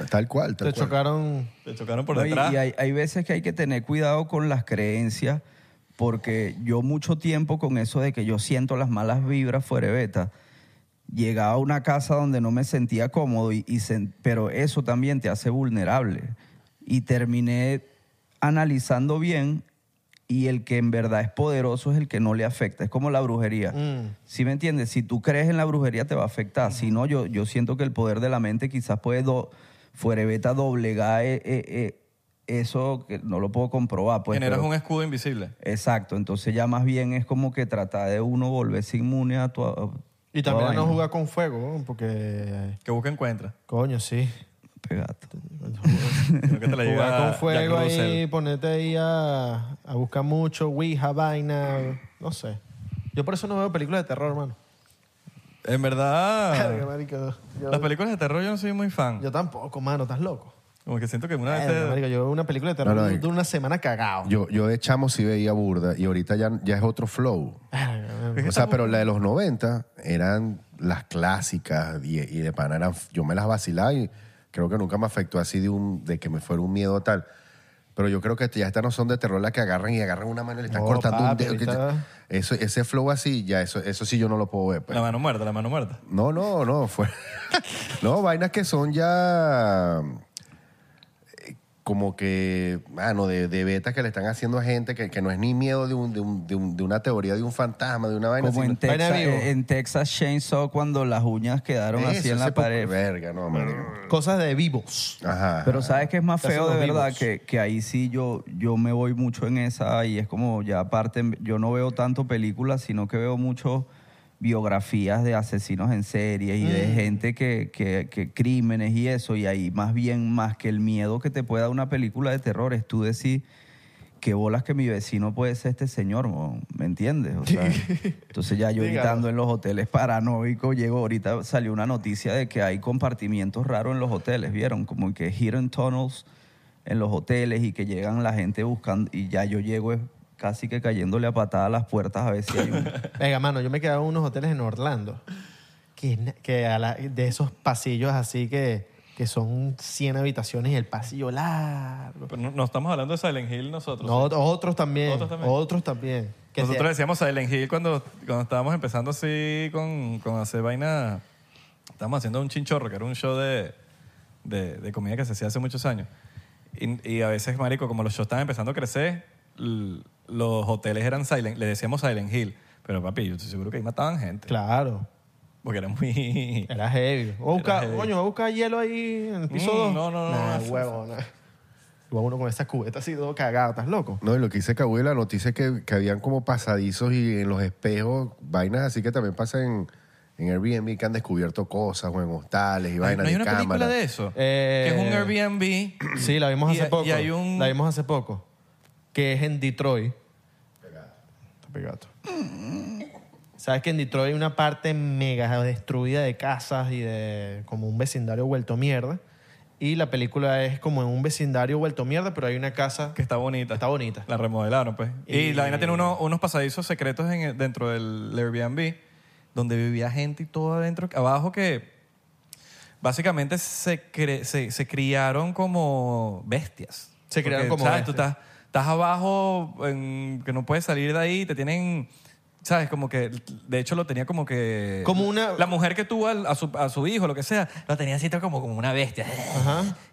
[SPEAKER 5] Tal cual, tal
[SPEAKER 7] Te
[SPEAKER 5] cual.
[SPEAKER 7] chocaron.
[SPEAKER 2] te chocaron por
[SPEAKER 6] No, y-
[SPEAKER 2] detrás.
[SPEAKER 6] Y hay, hay veces que hay que tener cuidado con las creencias, porque yo mucho tiempo con eso de que yo siento las malas vibras fuera de beta. Llegaba a una casa donde no me sentía cómodo, y, y sen- pero eso también te hace vulnerable. Y terminé analizando bien y el que en verdad es poderoso es el que no le afecta. Es como la
[SPEAKER 7] Mm.
[SPEAKER 6] brujería. ¿Sí me entiendes? Si tú crees en la brujería te va a afectar. Si no, yo, yo siento que el poder de la mente quizás puede do, fuere beta doblegar eh, eh, eh, eso que no lo puedo comprobar. Pues,
[SPEAKER 2] Generas
[SPEAKER 6] pero-
[SPEAKER 2] un escudo invisible.
[SPEAKER 6] Exacto. Entonces ya más bien es como que tratar de uno volverse inmune a tu... a-
[SPEAKER 7] Y
[SPEAKER 6] toda
[SPEAKER 7] también no
[SPEAKER 6] vaina.
[SPEAKER 7] jugar con fuego, weón, porque.
[SPEAKER 2] Que busca encuentra.
[SPEAKER 7] Coño, sí.
[SPEAKER 6] Pegato.
[SPEAKER 2] Creo que te la
[SPEAKER 7] Jugar
[SPEAKER 2] lleva
[SPEAKER 7] con fuego
[SPEAKER 2] Jack
[SPEAKER 7] ahí,
[SPEAKER 2] Russell.
[SPEAKER 7] ponerte ahí a, a buscar mucho, Ouija, vaina, no sé. Yo por eso no veo películas de terror, hermano.
[SPEAKER 2] En verdad,
[SPEAKER 7] Marico, yo,
[SPEAKER 2] Ah. las películas de terror yo no soy muy fan.
[SPEAKER 7] yo tampoco, mano, estás loco.
[SPEAKER 2] Como que siento que una vez...
[SPEAKER 7] Verga,
[SPEAKER 2] te-
[SPEAKER 7] marico, yo veo una película de terror
[SPEAKER 5] No, no,
[SPEAKER 7] de una semana cagado.
[SPEAKER 5] Yo, yo de chamo sí veía burda y ahorita ya, ya es otro flow.
[SPEAKER 7] Verga, verga.
[SPEAKER 5] O sea, pero la de los 90 eran las clásicas y, y de pana eran, yo me las vacilaba y creo que nunca me afectó así de, un, de que me fuera un miedo tal. Pero yo creo que ya estas no son de terror las que agarran y agarran una mano y le están
[SPEAKER 7] No,
[SPEAKER 5] cortando
[SPEAKER 7] papi,
[SPEAKER 5] un dedo. que-
[SPEAKER 7] ahorita-
[SPEAKER 5] eso, ese flow así, ya eso, eso sí yo no lo puedo ver. pues.
[SPEAKER 2] La mano muerta, la mano muerta.
[SPEAKER 5] No, no, no. Fue... no, vainas que son ya eh, como que, mano, de, de betas que le están haciendo a gente que, que no es ni miedo de, un- de un- de un- de una teoría, de un fantasma, de una vaina.
[SPEAKER 6] Como
[SPEAKER 5] sino-
[SPEAKER 6] en
[SPEAKER 7] Vaina
[SPEAKER 6] Texas,
[SPEAKER 7] vivo.
[SPEAKER 6] en Texas Chainsaw cuando las uñas quedaron
[SPEAKER 5] Eh, Eso,
[SPEAKER 6] así en la
[SPEAKER 5] ese poco-
[SPEAKER 6] pared.
[SPEAKER 5] Verga, no, marico.
[SPEAKER 7] Cosas de vivos.
[SPEAKER 5] Ajá.
[SPEAKER 6] Pero sabes que es más
[SPEAKER 7] Casi
[SPEAKER 6] feo de
[SPEAKER 7] los
[SPEAKER 6] verdad
[SPEAKER 7] vivos.
[SPEAKER 6] que, que ahí sí yo, yo me voy mucho en esa y es como ya aparte yo no veo tanto películas, sino que veo mucho biografías de asesinos en serie y de gente que, que, que crímenes y eso y ahí más bien más que el miedo que te puede dar una película de terror es tú decir qué bolas que mi vecino puede ser este señor, mo, ¿me entiendes? O sea, entonces ya yo
[SPEAKER 7] Dígalo.
[SPEAKER 6] evitando en los hoteles paranoico, llego ahorita, salió una noticia de que hay compartimientos raros en los hoteles, ¿vieron? Como que hidden tunnels en los hoteles y que llegan la gente buscando y ya yo llego eh, casi que cayéndole a patada a las puertas a ver si hay un...
[SPEAKER 7] Venga, mano, yo me quedaba en unos hoteles en Orlando. Que, na- que a la- de esos pasillos así que, que son 100 habitaciones y el pasillo largo.
[SPEAKER 2] Pero no, no estamos hablando de Silent Hill nosotros.
[SPEAKER 7] No, otros también.
[SPEAKER 2] Otros
[SPEAKER 7] Otros
[SPEAKER 2] también.
[SPEAKER 7] también. Que
[SPEAKER 2] nosotros
[SPEAKER 7] sea-
[SPEAKER 2] decíamos Silent Hill cuando, cuando estábamos empezando así con, con hacer vaina. Estábamos haciendo un chinchorro, que era un show de, de, de comida que se hacía hace muchos años. Y, y a veces, marico, como los shows estaban empezando a crecer, l- los hoteles eran Silent, le decíamos Silent Hill. Pero papi, yo estoy seguro que ahí mataban gente.
[SPEAKER 7] Claro.
[SPEAKER 2] Porque era muy...
[SPEAKER 7] Era heavy. Voy a buscar,
[SPEAKER 2] heavy.
[SPEAKER 7] Coño, voy a buscar hielo ahí en el piso
[SPEAKER 2] Mm,
[SPEAKER 7] 2.
[SPEAKER 2] no, no, no,
[SPEAKER 7] Nah,
[SPEAKER 2] no, no.
[SPEAKER 7] huevo, nah. Va uno con esas cubetas así todo cagado. ¿Estás loco?
[SPEAKER 5] No, y lo que dice Cabuy, la noticia es que, que habían como pasadizos y en los espejos, vainas así que también pasan en, en Airbnb que han descubierto cosas o en hostales
[SPEAKER 2] Ay,
[SPEAKER 5] y
[SPEAKER 2] ¿No
[SPEAKER 5] vainas
[SPEAKER 2] hay
[SPEAKER 5] de
[SPEAKER 2] una película
[SPEAKER 5] cámara.
[SPEAKER 2] de eso?
[SPEAKER 7] Eh,
[SPEAKER 2] que es un Airbnb.
[SPEAKER 7] Sí, la vimos
[SPEAKER 2] Y-
[SPEAKER 7] hace poco.
[SPEAKER 2] Y hay un...
[SPEAKER 7] La vimos hace poco. Que es en Detroit. Está pegado. Sabes que en Detroit hay una parte mega destruida de casas y de como un vecindario vuelto mierda. Y la película es como en un vecindario vuelto mierda, pero hay una casa
[SPEAKER 2] Que está bonita.
[SPEAKER 7] Está bonita.
[SPEAKER 2] La remodelaron, pues. Y, la vaina tiene uno- unos pasadizos secretos en el- dentro del Airbnb, donde vivía gente y todo adentro, abajo, que básicamente se, cre- se, se criaron como bestias.
[SPEAKER 7] Se criaron como
[SPEAKER 2] ¿sabes? Tú
[SPEAKER 7] bestias.
[SPEAKER 2] estás, estás abajo, en- que no puedes salir de ahí, te tienen... ¿Sabes? Como que, de hecho, lo tenía como que...
[SPEAKER 7] Como una-
[SPEAKER 2] La mujer que tuvo al- a, su, a su hijo, lo que sea, lo tenía así como, como una bestia.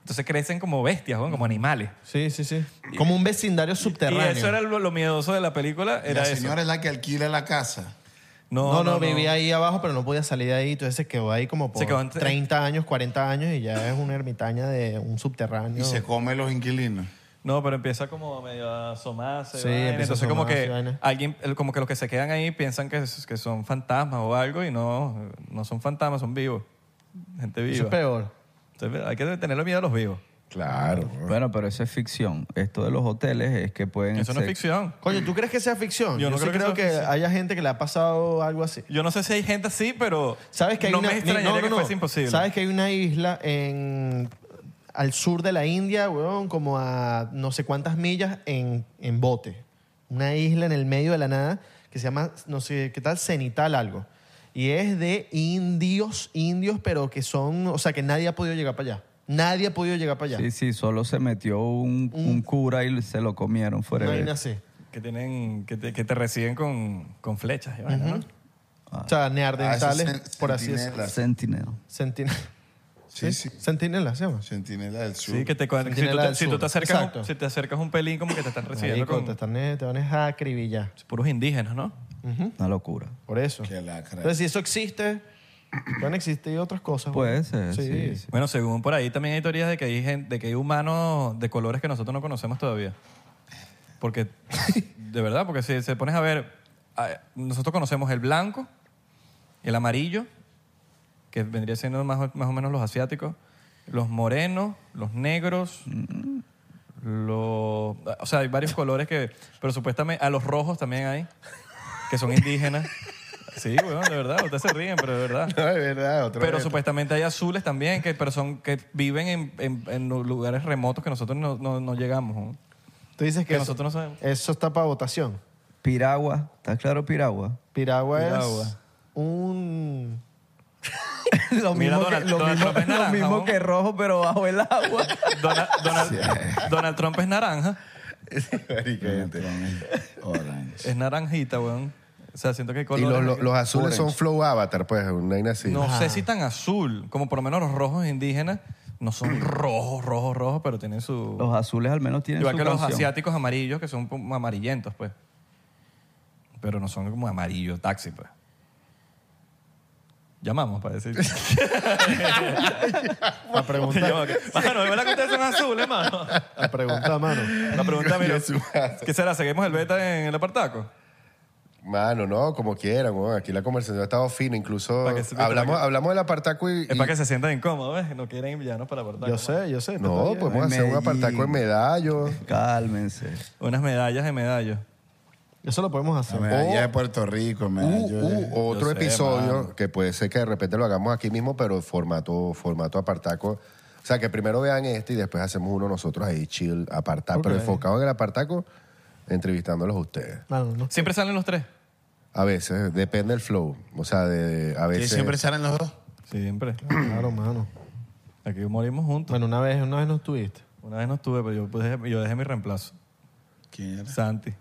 [SPEAKER 2] Entonces crecen como bestias, ¿no? como animales.
[SPEAKER 7] Sí, sí, sí. Como un vecindario subterráneo.
[SPEAKER 2] Y eso era lo, lo miedoso de la película. Era
[SPEAKER 9] la
[SPEAKER 2] eso.
[SPEAKER 9] señora es la que alquila la casa.
[SPEAKER 2] No,
[SPEAKER 7] No, no, vivía ahí abajo, pero no podía salir de ahí. Entonces se quedó ahí como por
[SPEAKER 2] Se quedó en-
[SPEAKER 7] 30 años, 40 años y ya es una ermitaña de un subterráneo.
[SPEAKER 9] Y se come los inquilinos.
[SPEAKER 2] No, pero empieza como medio a asomarse.
[SPEAKER 7] Sí,
[SPEAKER 2] vaina.
[SPEAKER 7] empieza a
[SPEAKER 2] Entonces como
[SPEAKER 7] asomarse,
[SPEAKER 2] que
[SPEAKER 7] vaina.
[SPEAKER 2] alguien, el- como que los que se quedan ahí piensan que, es- que son fantasmas o algo y no, no son fantasmas, son vivos. Gente viva.
[SPEAKER 7] Eso es peor.
[SPEAKER 2] Entonces, hay que tenerle miedo a los vivos.
[SPEAKER 5] Claro.
[SPEAKER 6] Bueno, pero eso es ficción. Esto de los hoteles es que pueden...
[SPEAKER 2] Eso no es
[SPEAKER 6] ser-
[SPEAKER 2] ficción.
[SPEAKER 7] Coño, ¿tú crees que sea ficción?
[SPEAKER 2] Yo
[SPEAKER 7] Yo,
[SPEAKER 2] no
[SPEAKER 7] sí
[SPEAKER 2] creo que
[SPEAKER 7] creo,
[SPEAKER 2] sea
[SPEAKER 7] que,
[SPEAKER 2] ficción.
[SPEAKER 7] haya gente que le ha pasado algo así.
[SPEAKER 2] Yo no sé si hay gente así, pero
[SPEAKER 7] ¿Sabes que hay
[SPEAKER 2] no
[SPEAKER 7] una
[SPEAKER 2] me extrañaría
[SPEAKER 7] no, no,
[SPEAKER 2] que
[SPEAKER 7] no.
[SPEAKER 2] fuese imposible.
[SPEAKER 7] ¿Sabes que hay una isla en al sur de la India, weón, como a no sé cuántas millas en, en bote? Una isla en el medio de la nada que se llama no sé qué tal Cenital algo.
[SPEAKER 3] Y es de indios, indios, pero que son, o sea, que nadie ha podido llegar para allá. Nadie ha podido llegar para allá.
[SPEAKER 6] Sí, sí, solo se metió un, un cura y se lo comieron fuera
[SPEAKER 3] Una
[SPEAKER 6] de
[SPEAKER 3] vaina
[SPEAKER 6] eso.
[SPEAKER 3] así.
[SPEAKER 2] Que, tienen, que, te, que te reciben con, con flechas. y vaina, ¿no?
[SPEAKER 3] O sea, neardentales,
[SPEAKER 9] Ah, ese es
[SPEAKER 3] por así decirlo.
[SPEAKER 9] sentinela.
[SPEAKER 6] Sentinel.
[SPEAKER 3] Sentinela.
[SPEAKER 9] Sí, sí.
[SPEAKER 3] Sentinela se llama.
[SPEAKER 9] Sentinela del Sur.
[SPEAKER 2] Sí, que te, cuad- si, tú
[SPEAKER 3] Sentinela
[SPEAKER 2] te,
[SPEAKER 3] del
[SPEAKER 2] si tú
[SPEAKER 3] Sur,
[SPEAKER 2] te acercas,
[SPEAKER 3] exacto.
[SPEAKER 2] un- si te acercas un pelín, como que te están recibiendo
[SPEAKER 3] Marico,
[SPEAKER 2] con
[SPEAKER 3] te, están, eh, te van a acribillar.
[SPEAKER 2] puros indígenas, ¿no?
[SPEAKER 6] Una locura.
[SPEAKER 3] Por eso.
[SPEAKER 9] Qué lacra.
[SPEAKER 3] Entonces, si eso existe, pueden existir otras cosas.
[SPEAKER 6] Puede
[SPEAKER 3] güey.
[SPEAKER 6] ser, sí, sí.
[SPEAKER 2] Bueno, según por ahí también hay teorías de que hay, gente, de que hay humanos de colores que nosotros no conocemos todavía. Porque, de verdad, porque si se pones a ver, a- nosotros conocemos el blanco, el amarillo, que vendría siendo más, o- más o menos los asiáticos, los morenos, los negros, los... O sea, hay varios colores que... Pero supuestamente a los rojos también hay, que son indígenas. Sí, bueno, de verdad, ustedes se ríen, pero de verdad.
[SPEAKER 5] No, es verdad, otro
[SPEAKER 2] Pero
[SPEAKER 5] reto.
[SPEAKER 2] supuestamente hay azules también, que, pero son- que viven en, en- en lugares remotos que nosotros no, no- no llegamos. ¿no?
[SPEAKER 3] Tú dices que,
[SPEAKER 2] Que
[SPEAKER 3] eso-
[SPEAKER 2] nosotros no sabemos.
[SPEAKER 3] Eso está para votación.
[SPEAKER 6] Piragua, ¿está claro Piragua?
[SPEAKER 3] Piragua, es
[SPEAKER 2] Piragua.
[SPEAKER 3] un...
[SPEAKER 6] lo
[SPEAKER 2] Mira,
[SPEAKER 6] mismo,
[SPEAKER 2] Donald-
[SPEAKER 6] que, lo
[SPEAKER 2] Donald
[SPEAKER 6] mismo-
[SPEAKER 2] Trump es
[SPEAKER 6] lo
[SPEAKER 2] naranja,
[SPEAKER 6] mismo
[SPEAKER 2] ¿no?
[SPEAKER 6] que rojo, pero bajo el agua.
[SPEAKER 2] Donald, Donald- Donald Trump es naranja,
[SPEAKER 5] Marica, gente.
[SPEAKER 9] Orange.
[SPEAKER 2] es naranjita, weón. O sea, siento que hay
[SPEAKER 5] Y
[SPEAKER 2] colores...
[SPEAKER 5] los, los- los azules son flow avatar, pues, una vaina así.
[SPEAKER 2] no sé si tan azul, como por lo menos los rojos indígenas, no son rojos, rojos, rojos, pero tienen su...
[SPEAKER 6] Los azules al menos tienen
[SPEAKER 2] Igual
[SPEAKER 6] su
[SPEAKER 2] que los
[SPEAKER 6] canción.
[SPEAKER 2] asiáticos amarillos, que son un poco amarillentos, pues. Pero no son como amarillo taxi, pues. Llamamos para decir.
[SPEAKER 3] La pregunta,
[SPEAKER 2] Mano, de verdad que ustedes son azules, mano.
[SPEAKER 3] la pregunta, mano.
[SPEAKER 2] La pregunta, mira.
[SPEAKER 5] Coño, su madre.
[SPEAKER 2] ¿Qué será? ¿Seguimos el beta en el apartaco?
[SPEAKER 5] Mano, no, como quieran, weón. Aquí la conversación ha estado fina. Incluso
[SPEAKER 2] Para que se-
[SPEAKER 5] hablamos,
[SPEAKER 2] para que-
[SPEAKER 5] hablamos del apartaco y...
[SPEAKER 2] Es para que se sientan incómodos, ¿ves? No quieren villanos para el apartaco.
[SPEAKER 3] Yo sé, yo sé.
[SPEAKER 5] No,
[SPEAKER 3] pues
[SPEAKER 5] podemos
[SPEAKER 6] En
[SPEAKER 5] hacer un
[SPEAKER 6] Medellín.
[SPEAKER 5] apartaco en medallo.
[SPEAKER 6] Cálmense.
[SPEAKER 2] Unas medallas de medallos.
[SPEAKER 3] Eso lo podemos
[SPEAKER 9] La
[SPEAKER 3] hacer. Oh,
[SPEAKER 9] medalla de Puerto Rico,
[SPEAKER 5] U-
[SPEAKER 9] medalla de-
[SPEAKER 5] u- Uh, otro
[SPEAKER 2] Yo sé,
[SPEAKER 5] episodio
[SPEAKER 2] mano.
[SPEAKER 5] que puede ser que de repente lo hagamos aquí mismo, pero formato, formato apartaco. O sea, que primero vean este y después hacemos uno nosotros ahí chill, apartaco, pero
[SPEAKER 3] Ok.
[SPEAKER 5] enfocado en el apartaco, entrevistándolos a ustedes.
[SPEAKER 3] Mano, no.
[SPEAKER 2] Siempre salen los tres.
[SPEAKER 5] A veces, depende del flow. O sea, de, a
[SPEAKER 9] Que
[SPEAKER 5] veces...
[SPEAKER 9] siempre salen los dos.
[SPEAKER 2] Siempre.
[SPEAKER 3] Claro, mano.
[SPEAKER 2] Aquí morimos juntos.
[SPEAKER 3] Bueno, una vez, una vez no estuviste.
[SPEAKER 2] Una vez no estuve, pero yo, pues, dejé- yo dejé mi reemplazo.
[SPEAKER 9] ¿Quién era?
[SPEAKER 2] Santi.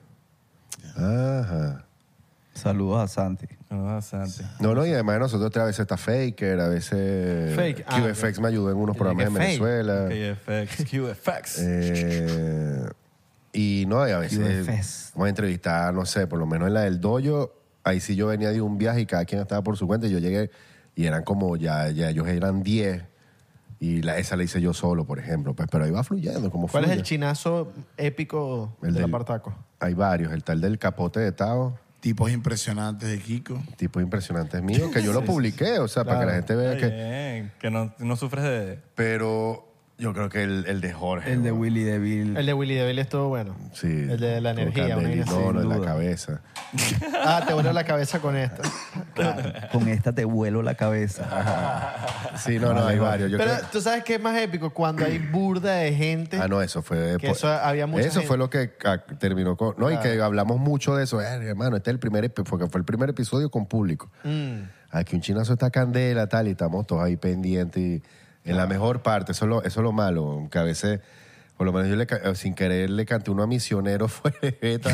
[SPEAKER 5] Ajá.
[SPEAKER 6] Saludos a Santi.
[SPEAKER 2] No, Santi.
[SPEAKER 5] No, no, y además de nosotros tres, a veces está Faker, a veces...
[SPEAKER 3] Fake, ah,
[SPEAKER 5] QFX me ayudó en unos
[SPEAKER 3] Tiene
[SPEAKER 5] programas
[SPEAKER 3] que
[SPEAKER 5] en
[SPEAKER 3] fake.
[SPEAKER 5] Venezuela.
[SPEAKER 2] KFX, QFX.
[SPEAKER 5] Eh, y no, y a veces
[SPEAKER 6] UFS.
[SPEAKER 5] vamos a entrevistar, no sé, por lo menos en la del dojo, ahí sí yo venía de un viaje y cada quien estaba por su cuenta y yo llegué y eran como, ya, ya ellos eran 10 y la, esa la hice yo solo, por ejemplo, pues, pero ahí va fluyendo, como
[SPEAKER 3] ¿Cuál es
[SPEAKER 5] fluye.
[SPEAKER 3] el chinazo épico del,
[SPEAKER 5] El del-
[SPEAKER 3] apartaco?
[SPEAKER 5] Hay varios, el tal del capote de Tao,
[SPEAKER 9] Tipos impresionantes de Kiko.
[SPEAKER 5] tipo impresionante es mío, que yo lo publiqué, o sea, para que la gente vea
[SPEAKER 2] Está
[SPEAKER 5] que...
[SPEAKER 2] bien, que no, no sufres de...
[SPEAKER 5] Pero yo creo que el, el de Jorge.
[SPEAKER 6] El de
[SPEAKER 5] weón.
[SPEAKER 6] Willy DeVille.
[SPEAKER 3] El de Willy DeVille estuvo bueno.
[SPEAKER 5] Sí.
[SPEAKER 3] El de la
[SPEAKER 5] Con
[SPEAKER 3] energía. Una vaina
[SPEAKER 5] Candelito,
[SPEAKER 3] así.
[SPEAKER 5] no, en la
[SPEAKER 6] duda.
[SPEAKER 5] cabeza.
[SPEAKER 3] Ah, te voló la cabeza con esta.
[SPEAKER 6] Con esta te vuelo la cabeza.
[SPEAKER 5] Sí, no, no, hay varios. Yo
[SPEAKER 3] Pero
[SPEAKER 5] creo-
[SPEAKER 3] tú sabes qué es más épico cuando hay burda de gente.
[SPEAKER 5] Ah, no, eso fue.
[SPEAKER 3] Que eso había mucha
[SPEAKER 5] Eso
[SPEAKER 3] gente.
[SPEAKER 5] fue lo que ah, terminó con. No, y que hablamos mucho de eso. Eh, hermano, este es el primer epi- porque fue el primer episodio con público.
[SPEAKER 3] Mm.
[SPEAKER 5] Aquí un chinazo está candela, tal, y estamos todos ahí pendientes. Y en la mejor parte, eso es lo, eso es lo malo, que a veces. Por lo menos yo le ca- eh, sin querer le canté uno a misionero fuera de beta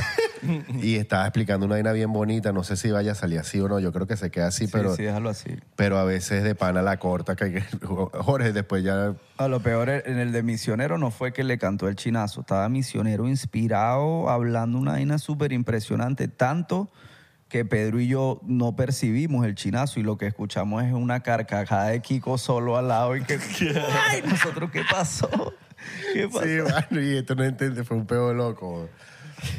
[SPEAKER 5] y estaba explicando una vaina bien bonita. No sé si vaya a salir así o no. Yo creo que se queda así,
[SPEAKER 6] Sí,
[SPEAKER 5] pero,
[SPEAKER 6] sí, déjalo así.
[SPEAKER 5] pero a veces de pana la corta. Que, que- Jorge después ya
[SPEAKER 6] A Ah, lo peor, e, en el de Misionero no fue que le cantó el chinazo. Estaba Misionero inspirado, hablando una vaina súper impresionante. Tanto que Pedro y yo no percibimos el chinazo y lo que escuchamos es una carcajada de Kiko solo al lado. Y que, ¡ay! ¿Nosotros qué pasó? ¿Qué pasó?
[SPEAKER 5] Sí, mano, y esto no entiende, fue un pedo loco.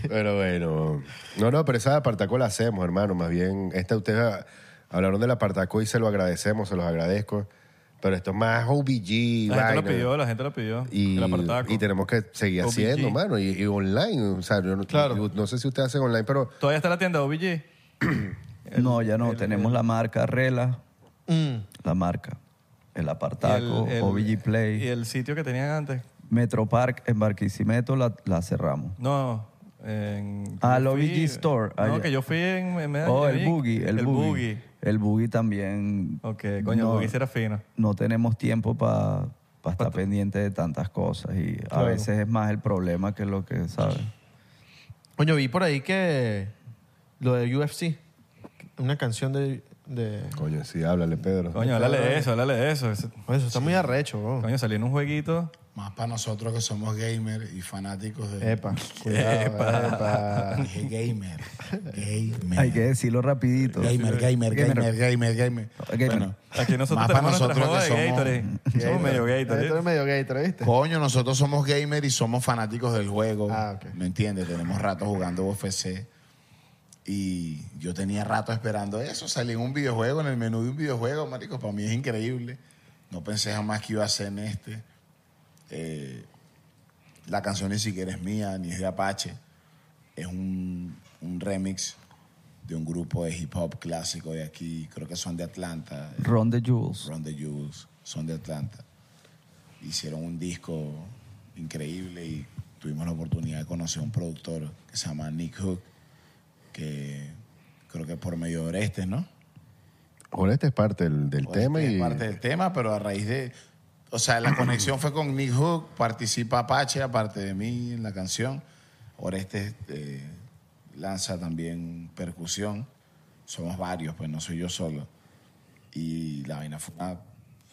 [SPEAKER 5] Pero bueno. No, no, pero esa de Apartaco la hacemos, hermano. Más bien, esta ustedes ah, hablaron del Apartaco y se lo agradecemos, se los agradezco. Pero esto es más OBG,
[SPEAKER 2] La gente lo
[SPEAKER 5] vaina.
[SPEAKER 2] pidió, la gente lo pidió.
[SPEAKER 5] Y,
[SPEAKER 2] el apartaco.
[SPEAKER 5] y tenemos que seguir
[SPEAKER 2] OBG.
[SPEAKER 5] haciendo, mano. Y, y online. O sea, yo no, yo no sé si ustedes hacen online, pero
[SPEAKER 2] Todavía está la tienda OBG.
[SPEAKER 6] no, ya no. Tenemos la marca Rela,
[SPEAKER 7] Mm.
[SPEAKER 6] la marca, el apartaco,
[SPEAKER 2] Y el- el-
[SPEAKER 6] OBG Play,
[SPEAKER 2] Y el sitio que tenían antes.
[SPEAKER 6] Metropark en Barquisimeto la, la cerramos.
[SPEAKER 2] No, En,
[SPEAKER 6] Ah,
[SPEAKER 2] yo
[SPEAKER 6] al
[SPEAKER 2] fui-
[SPEAKER 6] OBG Store,
[SPEAKER 2] No,
[SPEAKER 6] allá.
[SPEAKER 2] que Eh, yo fui en, en Medellín.
[SPEAKER 6] Oh, el boogie, el, boogie.
[SPEAKER 2] boogie.
[SPEAKER 6] El boogie también.
[SPEAKER 2] Ok, coño,
[SPEAKER 6] no,
[SPEAKER 2] el boogie será fino.
[SPEAKER 6] no tenemos tiempo para estar pendiente de tantas cosas y a veces es más el problema que lo que, ¿sabes?
[SPEAKER 7] Coño, vi por ahí que lo de UFC, una canción de... de-
[SPEAKER 5] Coño, sí, háblale, Pedro.
[SPEAKER 2] Coño, háblale de eso, háblale de eso. Ese-
[SPEAKER 7] Coño, eso está muy arrecho, bro.
[SPEAKER 2] Coño, salí en un jueguito.
[SPEAKER 4] Más para nosotros que somos gamers y fanáticos de...
[SPEAKER 7] Epa, cuidado, epa.
[SPEAKER 4] Dije gamer. Gamer.
[SPEAKER 6] Hay que decirlo rapidito.
[SPEAKER 4] Gamer, gamer, gamer, gamer, gamer,
[SPEAKER 6] Gamer.
[SPEAKER 4] Bueno,
[SPEAKER 2] Aquí nosotros
[SPEAKER 4] más para
[SPEAKER 2] tenemos nuestra
[SPEAKER 4] nosotros
[SPEAKER 2] joda de
[SPEAKER 4] que somos...
[SPEAKER 2] Gatorade. Somos medio
[SPEAKER 7] Esto
[SPEAKER 2] Gatorade.
[SPEAKER 7] es medio gay, ¿viste?
[SPEAKER 4] Coño, nosotros somos gamer y somos fanáticos del juego.
[SPEAKER 7] Ah, ok.
[SPEAKER 4] ¿Me entiendes? Tenemos rato jugando UFC. Y yo tenía rato esperando eso. Salí en un videojuego, en el menú de un videojuego, marico. Para mí es increíble. No pensé jamás que iba a ser en este. Eh, la canción ni siquiera es mía, ni es de Apache. Es un, un remix de un grupo de hip hop clásico de aquí. Creo que son de Atlanta.
[SPEAKER 6] Ron de Jules.
[SPEAKER 4] Ron the Jules, son de Atlanta. Hicieron un disco increíble y tuvimos la oportunidad de conocer a un productor que se llama Nick Hook, que creo que por medio de Orestes, ¿no?
[SPEAKER 5] Ahora este es parte del, del
[SPEAKER 4] Orestes
[SPEAKER 5] tema
[SPEAKER 4] este es
[SPEAKER 5] y...
[SPEAKER 4] Pues, parte del tema, pero a raíz de... O sea, la conexión fue con Nick Hook, participa Apache, aparte de mí, en la canción. Orestes eh, lanza también percusión. Somos varios, pues no soy yo solo. Y la vaina fue una...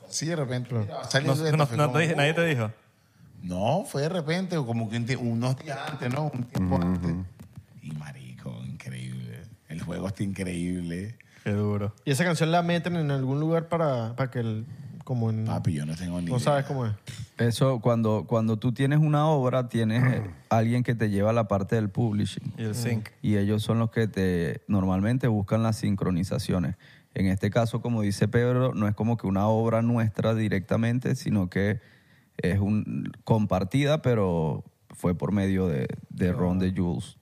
[SPEAKER 4] Sí, de repente. mira,
[SPEAKER 2] No,
[SPEAKER 4] saliendo de
[SPEAKER 2] no-
[SPEAKER 4] esto fue
[SPEAKER 2] no
[SPEAKER 4] como,
[SPEAKER 2] te dije- nadie te dijo.
[SPEAKER 4] no, fue de repente, como que un tie- unos días antes, ¿no? Un tiempo antes. Y marico, increíble. El juego está increíble.
[SPEAKER 2] Qué duro.
[SPEAKER 7] Y esa canción la meten en algún lugar para, para que el... Como en...
[SPEAKER 4] Papi, yo no tengo ni
[SPEAKER 7] No
[SPEAKER 4] idea.
[SPEAKER 7] sabes cómo es.
[SPEAKER 6] Eso, cuando, cuando tú tienes una obra, tienes eh, alguien que te lleva a la parte del publishing.
[SPEAKER 4] Mm.
[SPEAKER 2] Y el zinc.
[SPEAKER 6] y ellos son los que te normalmente buscan las sincronizaciones. En este caso, como dice Pedro, no es como que una obra nuestra directamente, sino que es un, compartida, pero fue por medio de, de Ron de Jules.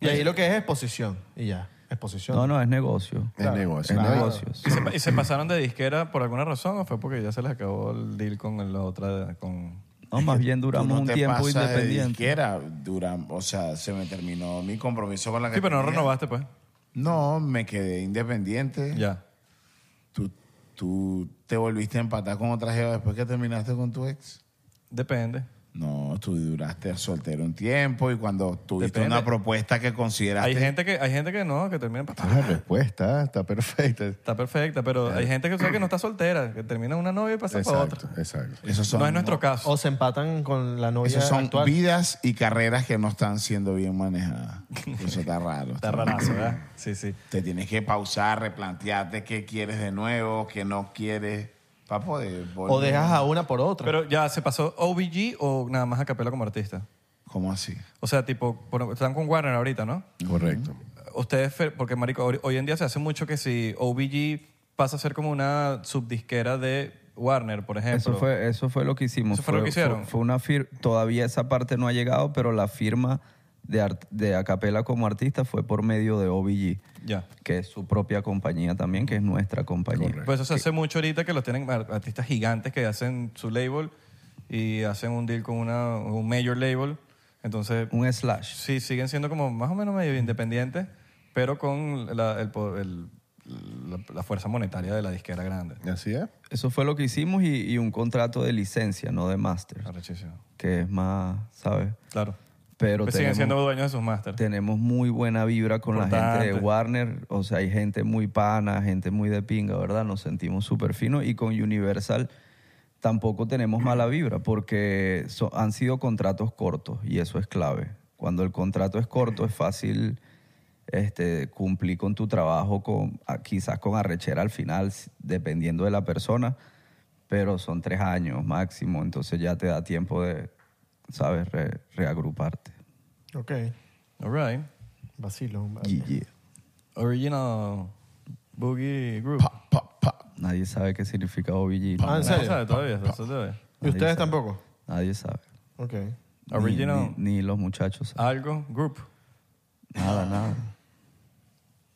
[SPEAKER 7] Y ahí lo que es exposición. Y ya, exposición.
[SPEAKER 6] No, no, es negocio.
[SPEAKER 5] Es negocio.
[SPEAKER 6] Es
[SPEAKER 5] Claro.
[SPEAKER 6] negocios.
[SPEAKER 2] ¿Y se, pa- y se pasaron de disquera por alguna razón o fue porque ya se les acabó el deal con la otra? Con...
[SPEAKER 6] No, más bien
[SPEAKER 4] Tú
[SPEAKER 6] duramos
[SPEAKER 4] no
[SPEAKER 6] un
[SPEAKER 4] te
[SPEAKER 6] tiempo
[SPEAKER 4] pasas de
[SPEAKER 6] independiente.
[SPEAKER 4] disquera, dura, o sea, se me terminó mi compromiso con la
[SPEAKER 2] Sí, pero no
[SPEAKER 4] tenía.
[SPEAKER 2] renovaste, pues.
[SPEAKER 4] No, me quedé independiente.
[SPEAKER 2] Ya.
[SPEAKER 4] Tú, tú te volviste a empatar con otra jeva después que terminaste con tu ex.
[SPEAKER 2] Depende.
[SPEAKER 4] No, tú duraste soltero un tiempo y cuando tuviste
[SPEAKER 2] Depende.
[SPEAKER 4] una propuesta que consideraste
[SPEAKER 2] Hay gente que, hay gente que no, que termina.
[SPEAKER 5] Esa es La respuesta está perfecta.
[SPEAKER 2] Está perfecta, pero hay gente que sabe que no está soltera, que termina una novia y pasa para
[SPEAKER 5] Exacto,
[SPEAKER 2] otra.
[SPEAKER 5] exacto.
[SPEAKER 4] Esos son
[SPEAKER 2] No es nuestro caso.
[SPEAKER 7] O se empatan con la novia
[SPEAKER 4] Esas son
[SPEAKER 7] actual.
[SPEAKER 4] vidas y carreras que no están siendo bien manejadas. Eso está raro.
[SPEAKER 2] Está rarazo, ¿verdad? Sí, sí.
[SPEAKER 4] Te tienes que pausar, replantearte qué quieres de nuevo, qué no quieres, para poder volver.
[SPEAKER 7] O dejas a una por otra.
[SPEAKER 2] Pero ya se pasó OBG o nada más a capela como artista.
[SPEAKER 4] ¿Cómo así?
[SPEAKER 2] O sea, tipo, por- están con Warner ahorita, ¿no?
[SPEAKER 5] Correcto.
[SPEAKER 2] Ustedes, fe- porque marico, hoy- hoy en día se hace mucho que si OBG pasa a ser como una subdisquera de Warner, por ejemplo.
[SPEAKER 6] Eso fue, eso fue lo que hicimos.
[SPEAKER 2] Eso fue lo que hicieron.
[SPEAKER 6] Fue, una fir- Todavía esa parte no ha llegado, pero la firma de, art- de Acapela como artista fue por medio de OBG.
[SPEAKER 2] Ya.
[SPEAKER 6] que es su propia compañía también, que es nuestra compañía.
[SPEAKER 2] Pues eso se hace mucho ahorita que los tienen ar- artistas gigantes que hacen su label y hacen un deal con una, un major label. Entonces,
[SPEAKER 6] Un slash.
[SPEAKER 2] sí, siguen siendo como más o menos medio independientes, pero con la, el po- el- la, la fuerza monetaria de la disquera grande.
[SPEAKER 5] Así es.
[SPEAKER 6] Eso fue lo que hicimos y, y un contrato de licencia, no de máster,
[SPEAKER 2] Arrechísimo.
[SPEAKER 6] que es más, ¿sabes?
[SPEAKER 2] Claro.
[SPEAKER 6] Pero
[SPEAKER 2] Pues siguen
[SPEAKER 6] tenemos,
[SPEAKER 2] siendo dueños de sus masters.
[SPEAKER 6] tenemos muy buena vibra con la gente de
[SPEAKER 2] Importante.
[SPEAKER 6] Warner. O sea, hay gente muy pana, gente muy de pinga, ¿verdad? Nos sentimos súper finos. Y con Universal tampoco tenemos mala vibra porque so- han sido contratos cortos y eso es clave. Cuando el contrato es corto es fácil este, cumplir con tu trabajo, con, a- quizás con arrechera al final, s- dependiendo de la persona, pero son tres años máximo, entonces ya te da tiempo de, ¿sabes?, Re- reagruparte.
[SPEAKER 7] Ok.
[SPEAKER 2] All right.
[SPEAKER 7] Vacilo.
[SPEAKER 6] Yeah.
[SPEAKER 2] Original Boogie Group.
[SPEAKER 4] Pa, pa, pa.
[SPEAKER 6] Nadie sabe qué significa OBG.
[SPEAKER 7] Ah, ¿en
[SPEAKER 2] No
[SPEAKER 7] serio?
[SPEAKER 2] sabe todavía, no sabe todavía.
[SPEAKER 7] ¿Y ustedes tampoco?
[SPEAKER 6] Nadie sabe.
[SPEAKER 7] Ok.
[SPEAKER 6] Ni-
[SPEAKER 2] Original
[SPEAKER 6] Ni, ni los muchachos saben.
[SPEAKER 2] algo group.
[SPEAKER 6] Nada, nada.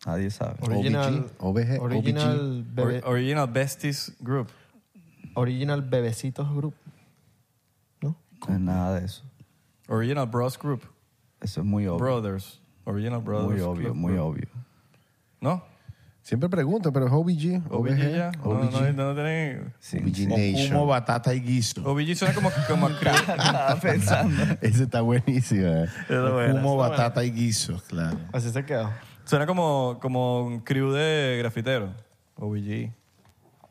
[SPEAKER 6] Nadie sabe.
[SPEAKER 7] Original.
[SPEAKER 5] OBG,
[SPEAKER 7] Original.
[SPEAKER 2] Or-
[SPEAKER 7] bebe-
[SPEAKER 2] original Besties Group.
[SPEAKER 7] original Bebecitos Group.
[SPEAKER 6] No es nada de eso.
[SPEAKER 2] Original Bros Group.
[SPEAKER 6] Eso es muy obvio.
[SPEAKER 2] Brothers. Original Brothers.
[SPEAKER 6] muy obvio,
[SPEAKER 2] Club
[SPEAKER 6] muy
[SPEAKER 2] Group.
[SPEAKER 6] obvio.
[SPEAKER 2] ¿No?
[SPEAKER 5] Siempre pregunto, pero es OBG.
[SPEAKER 2] OBG
[SPEAKER 5] OBG.
[SPEAKER 2] ya. No, no, no, no tienen...
[SPEAKER 6] Sí.
[SPEAKER 5] OBG
[SPEAKER 4] Humo,
[SPEAKER 5] Nation.
[SPEAKER 4] batata y guiso.
[SPEAKER 2] OBG suena como, como a crew.
[SPEAKER 6] Estaba pensando.
[SPEAKER 5] Ese está buenísimo. eh.
[SPEAKER 4] Humo, batata y guiso, claro.
[SPEAKER 7] Así se quedó.
[SPEAKER 2] Suena como, como un crew de grafitero. OBG.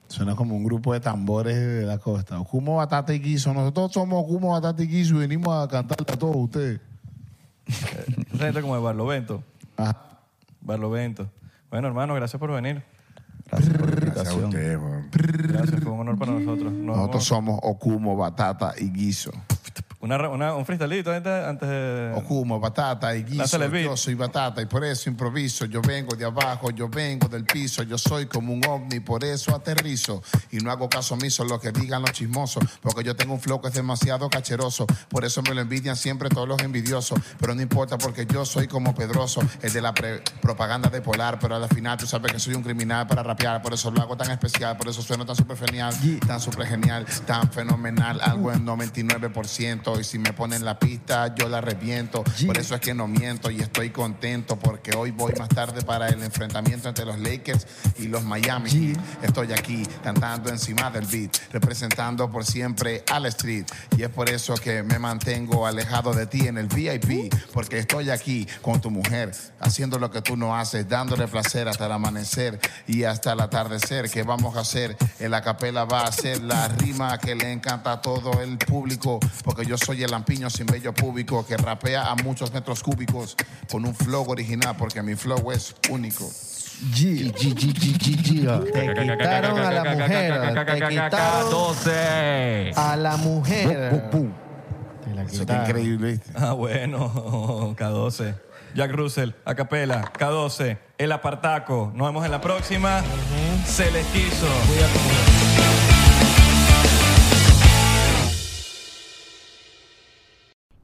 [SPEAKER 4] Suena como un grupo de tambores de la costa. Humo, batata y guiso. Nosotros somos Humo, batata y guiso y venimos a cantarle a todos ustedes.
[SPEAKER 2] Esa gente como de Barlovento.
[SPEAKER 4] Ajá.
[SPEAKER 2] Barlovento. Bueno, hermano, gracias por venir.
[SPEAKER 6] Gracias por la
[SPEAKER 5] Gracias a
[SPEAKER 6] invitación.
[SPEAKER 5] ustedes, weón.
[SPEAKER 2] Gracias, fue un honor para nosotros. Nos
[SPEAKER 4] Nosotros
[SPEAKER 2] vamos-
[SPEAKER 4] somos Okumo, batata y guiso.
[SPEAKER 2] una, ra- una- un freestylito antes antes de...
[SPEAKER 4] Okumo, batata y guiso.
[SPEAKER 2] Lánzale el beat.
[SPEAKER 4] Yo soy batata y por eso improviso. Yo vengo de abajo, yo vengo del piso. Yo soy como un ovni, por eso aterrizo. Y no hago caso omiso a lo que digan los chismosos. Porque yo tengo un flow que es demasiado cacheroso. Por eso me lo envidian siempre todos los envidiosos. Pero no importa porque yo soy como Pedroso, el de la pre- propaganda de Polar. Pero al final tú sabes que soy un criminal para rapear. Por eso lo hago tan especial, por eso sueno tan súper genial, tan súper genial, tan fenomenal. Algo en 99%. Y si me ponen la pista, yo la reviento. Por eso es que no miento y estoy contento porque hoy voy más tarde para el enfrentamiento entre los Lakers y los Miami. Heat. Estoy aquí cantando encima del beat, representando por siempre a la street. Y es por eso que me mantengo alejado de ti en el VIP, porque estoy aquí con tu mujer, haciendo lo que tú no haces, dándole placer hasta el amanecer y hasta el atardecer. ¿Qué vamos a hacer? En la capela va a ser la rima que le encanta a todo el público, porque yo soy el lampiño sin bello público que rapea a muchos metros cúbicos con un flow original, porque mi flow es único.
[SPEAKER 7] G.
[SPEAKER 5] G, G, G, G, G, ah.
[SPEAKER 7] Te quitaron a la mujer. Te quitaron
[SPEAKER 12] 12.
[SPEAKER 7] a la mujer. Te la
[SPEAKER 4] Eso está
[SPEAKER 7] quitaron.
[SPEAKER 4] increíble, ¿viste?
[SPEAKER 2] Ah, bueno, K12. Jack Russell, Acapela, K12, El Apartaco. Nos vemos en la próxima. Se les quiso.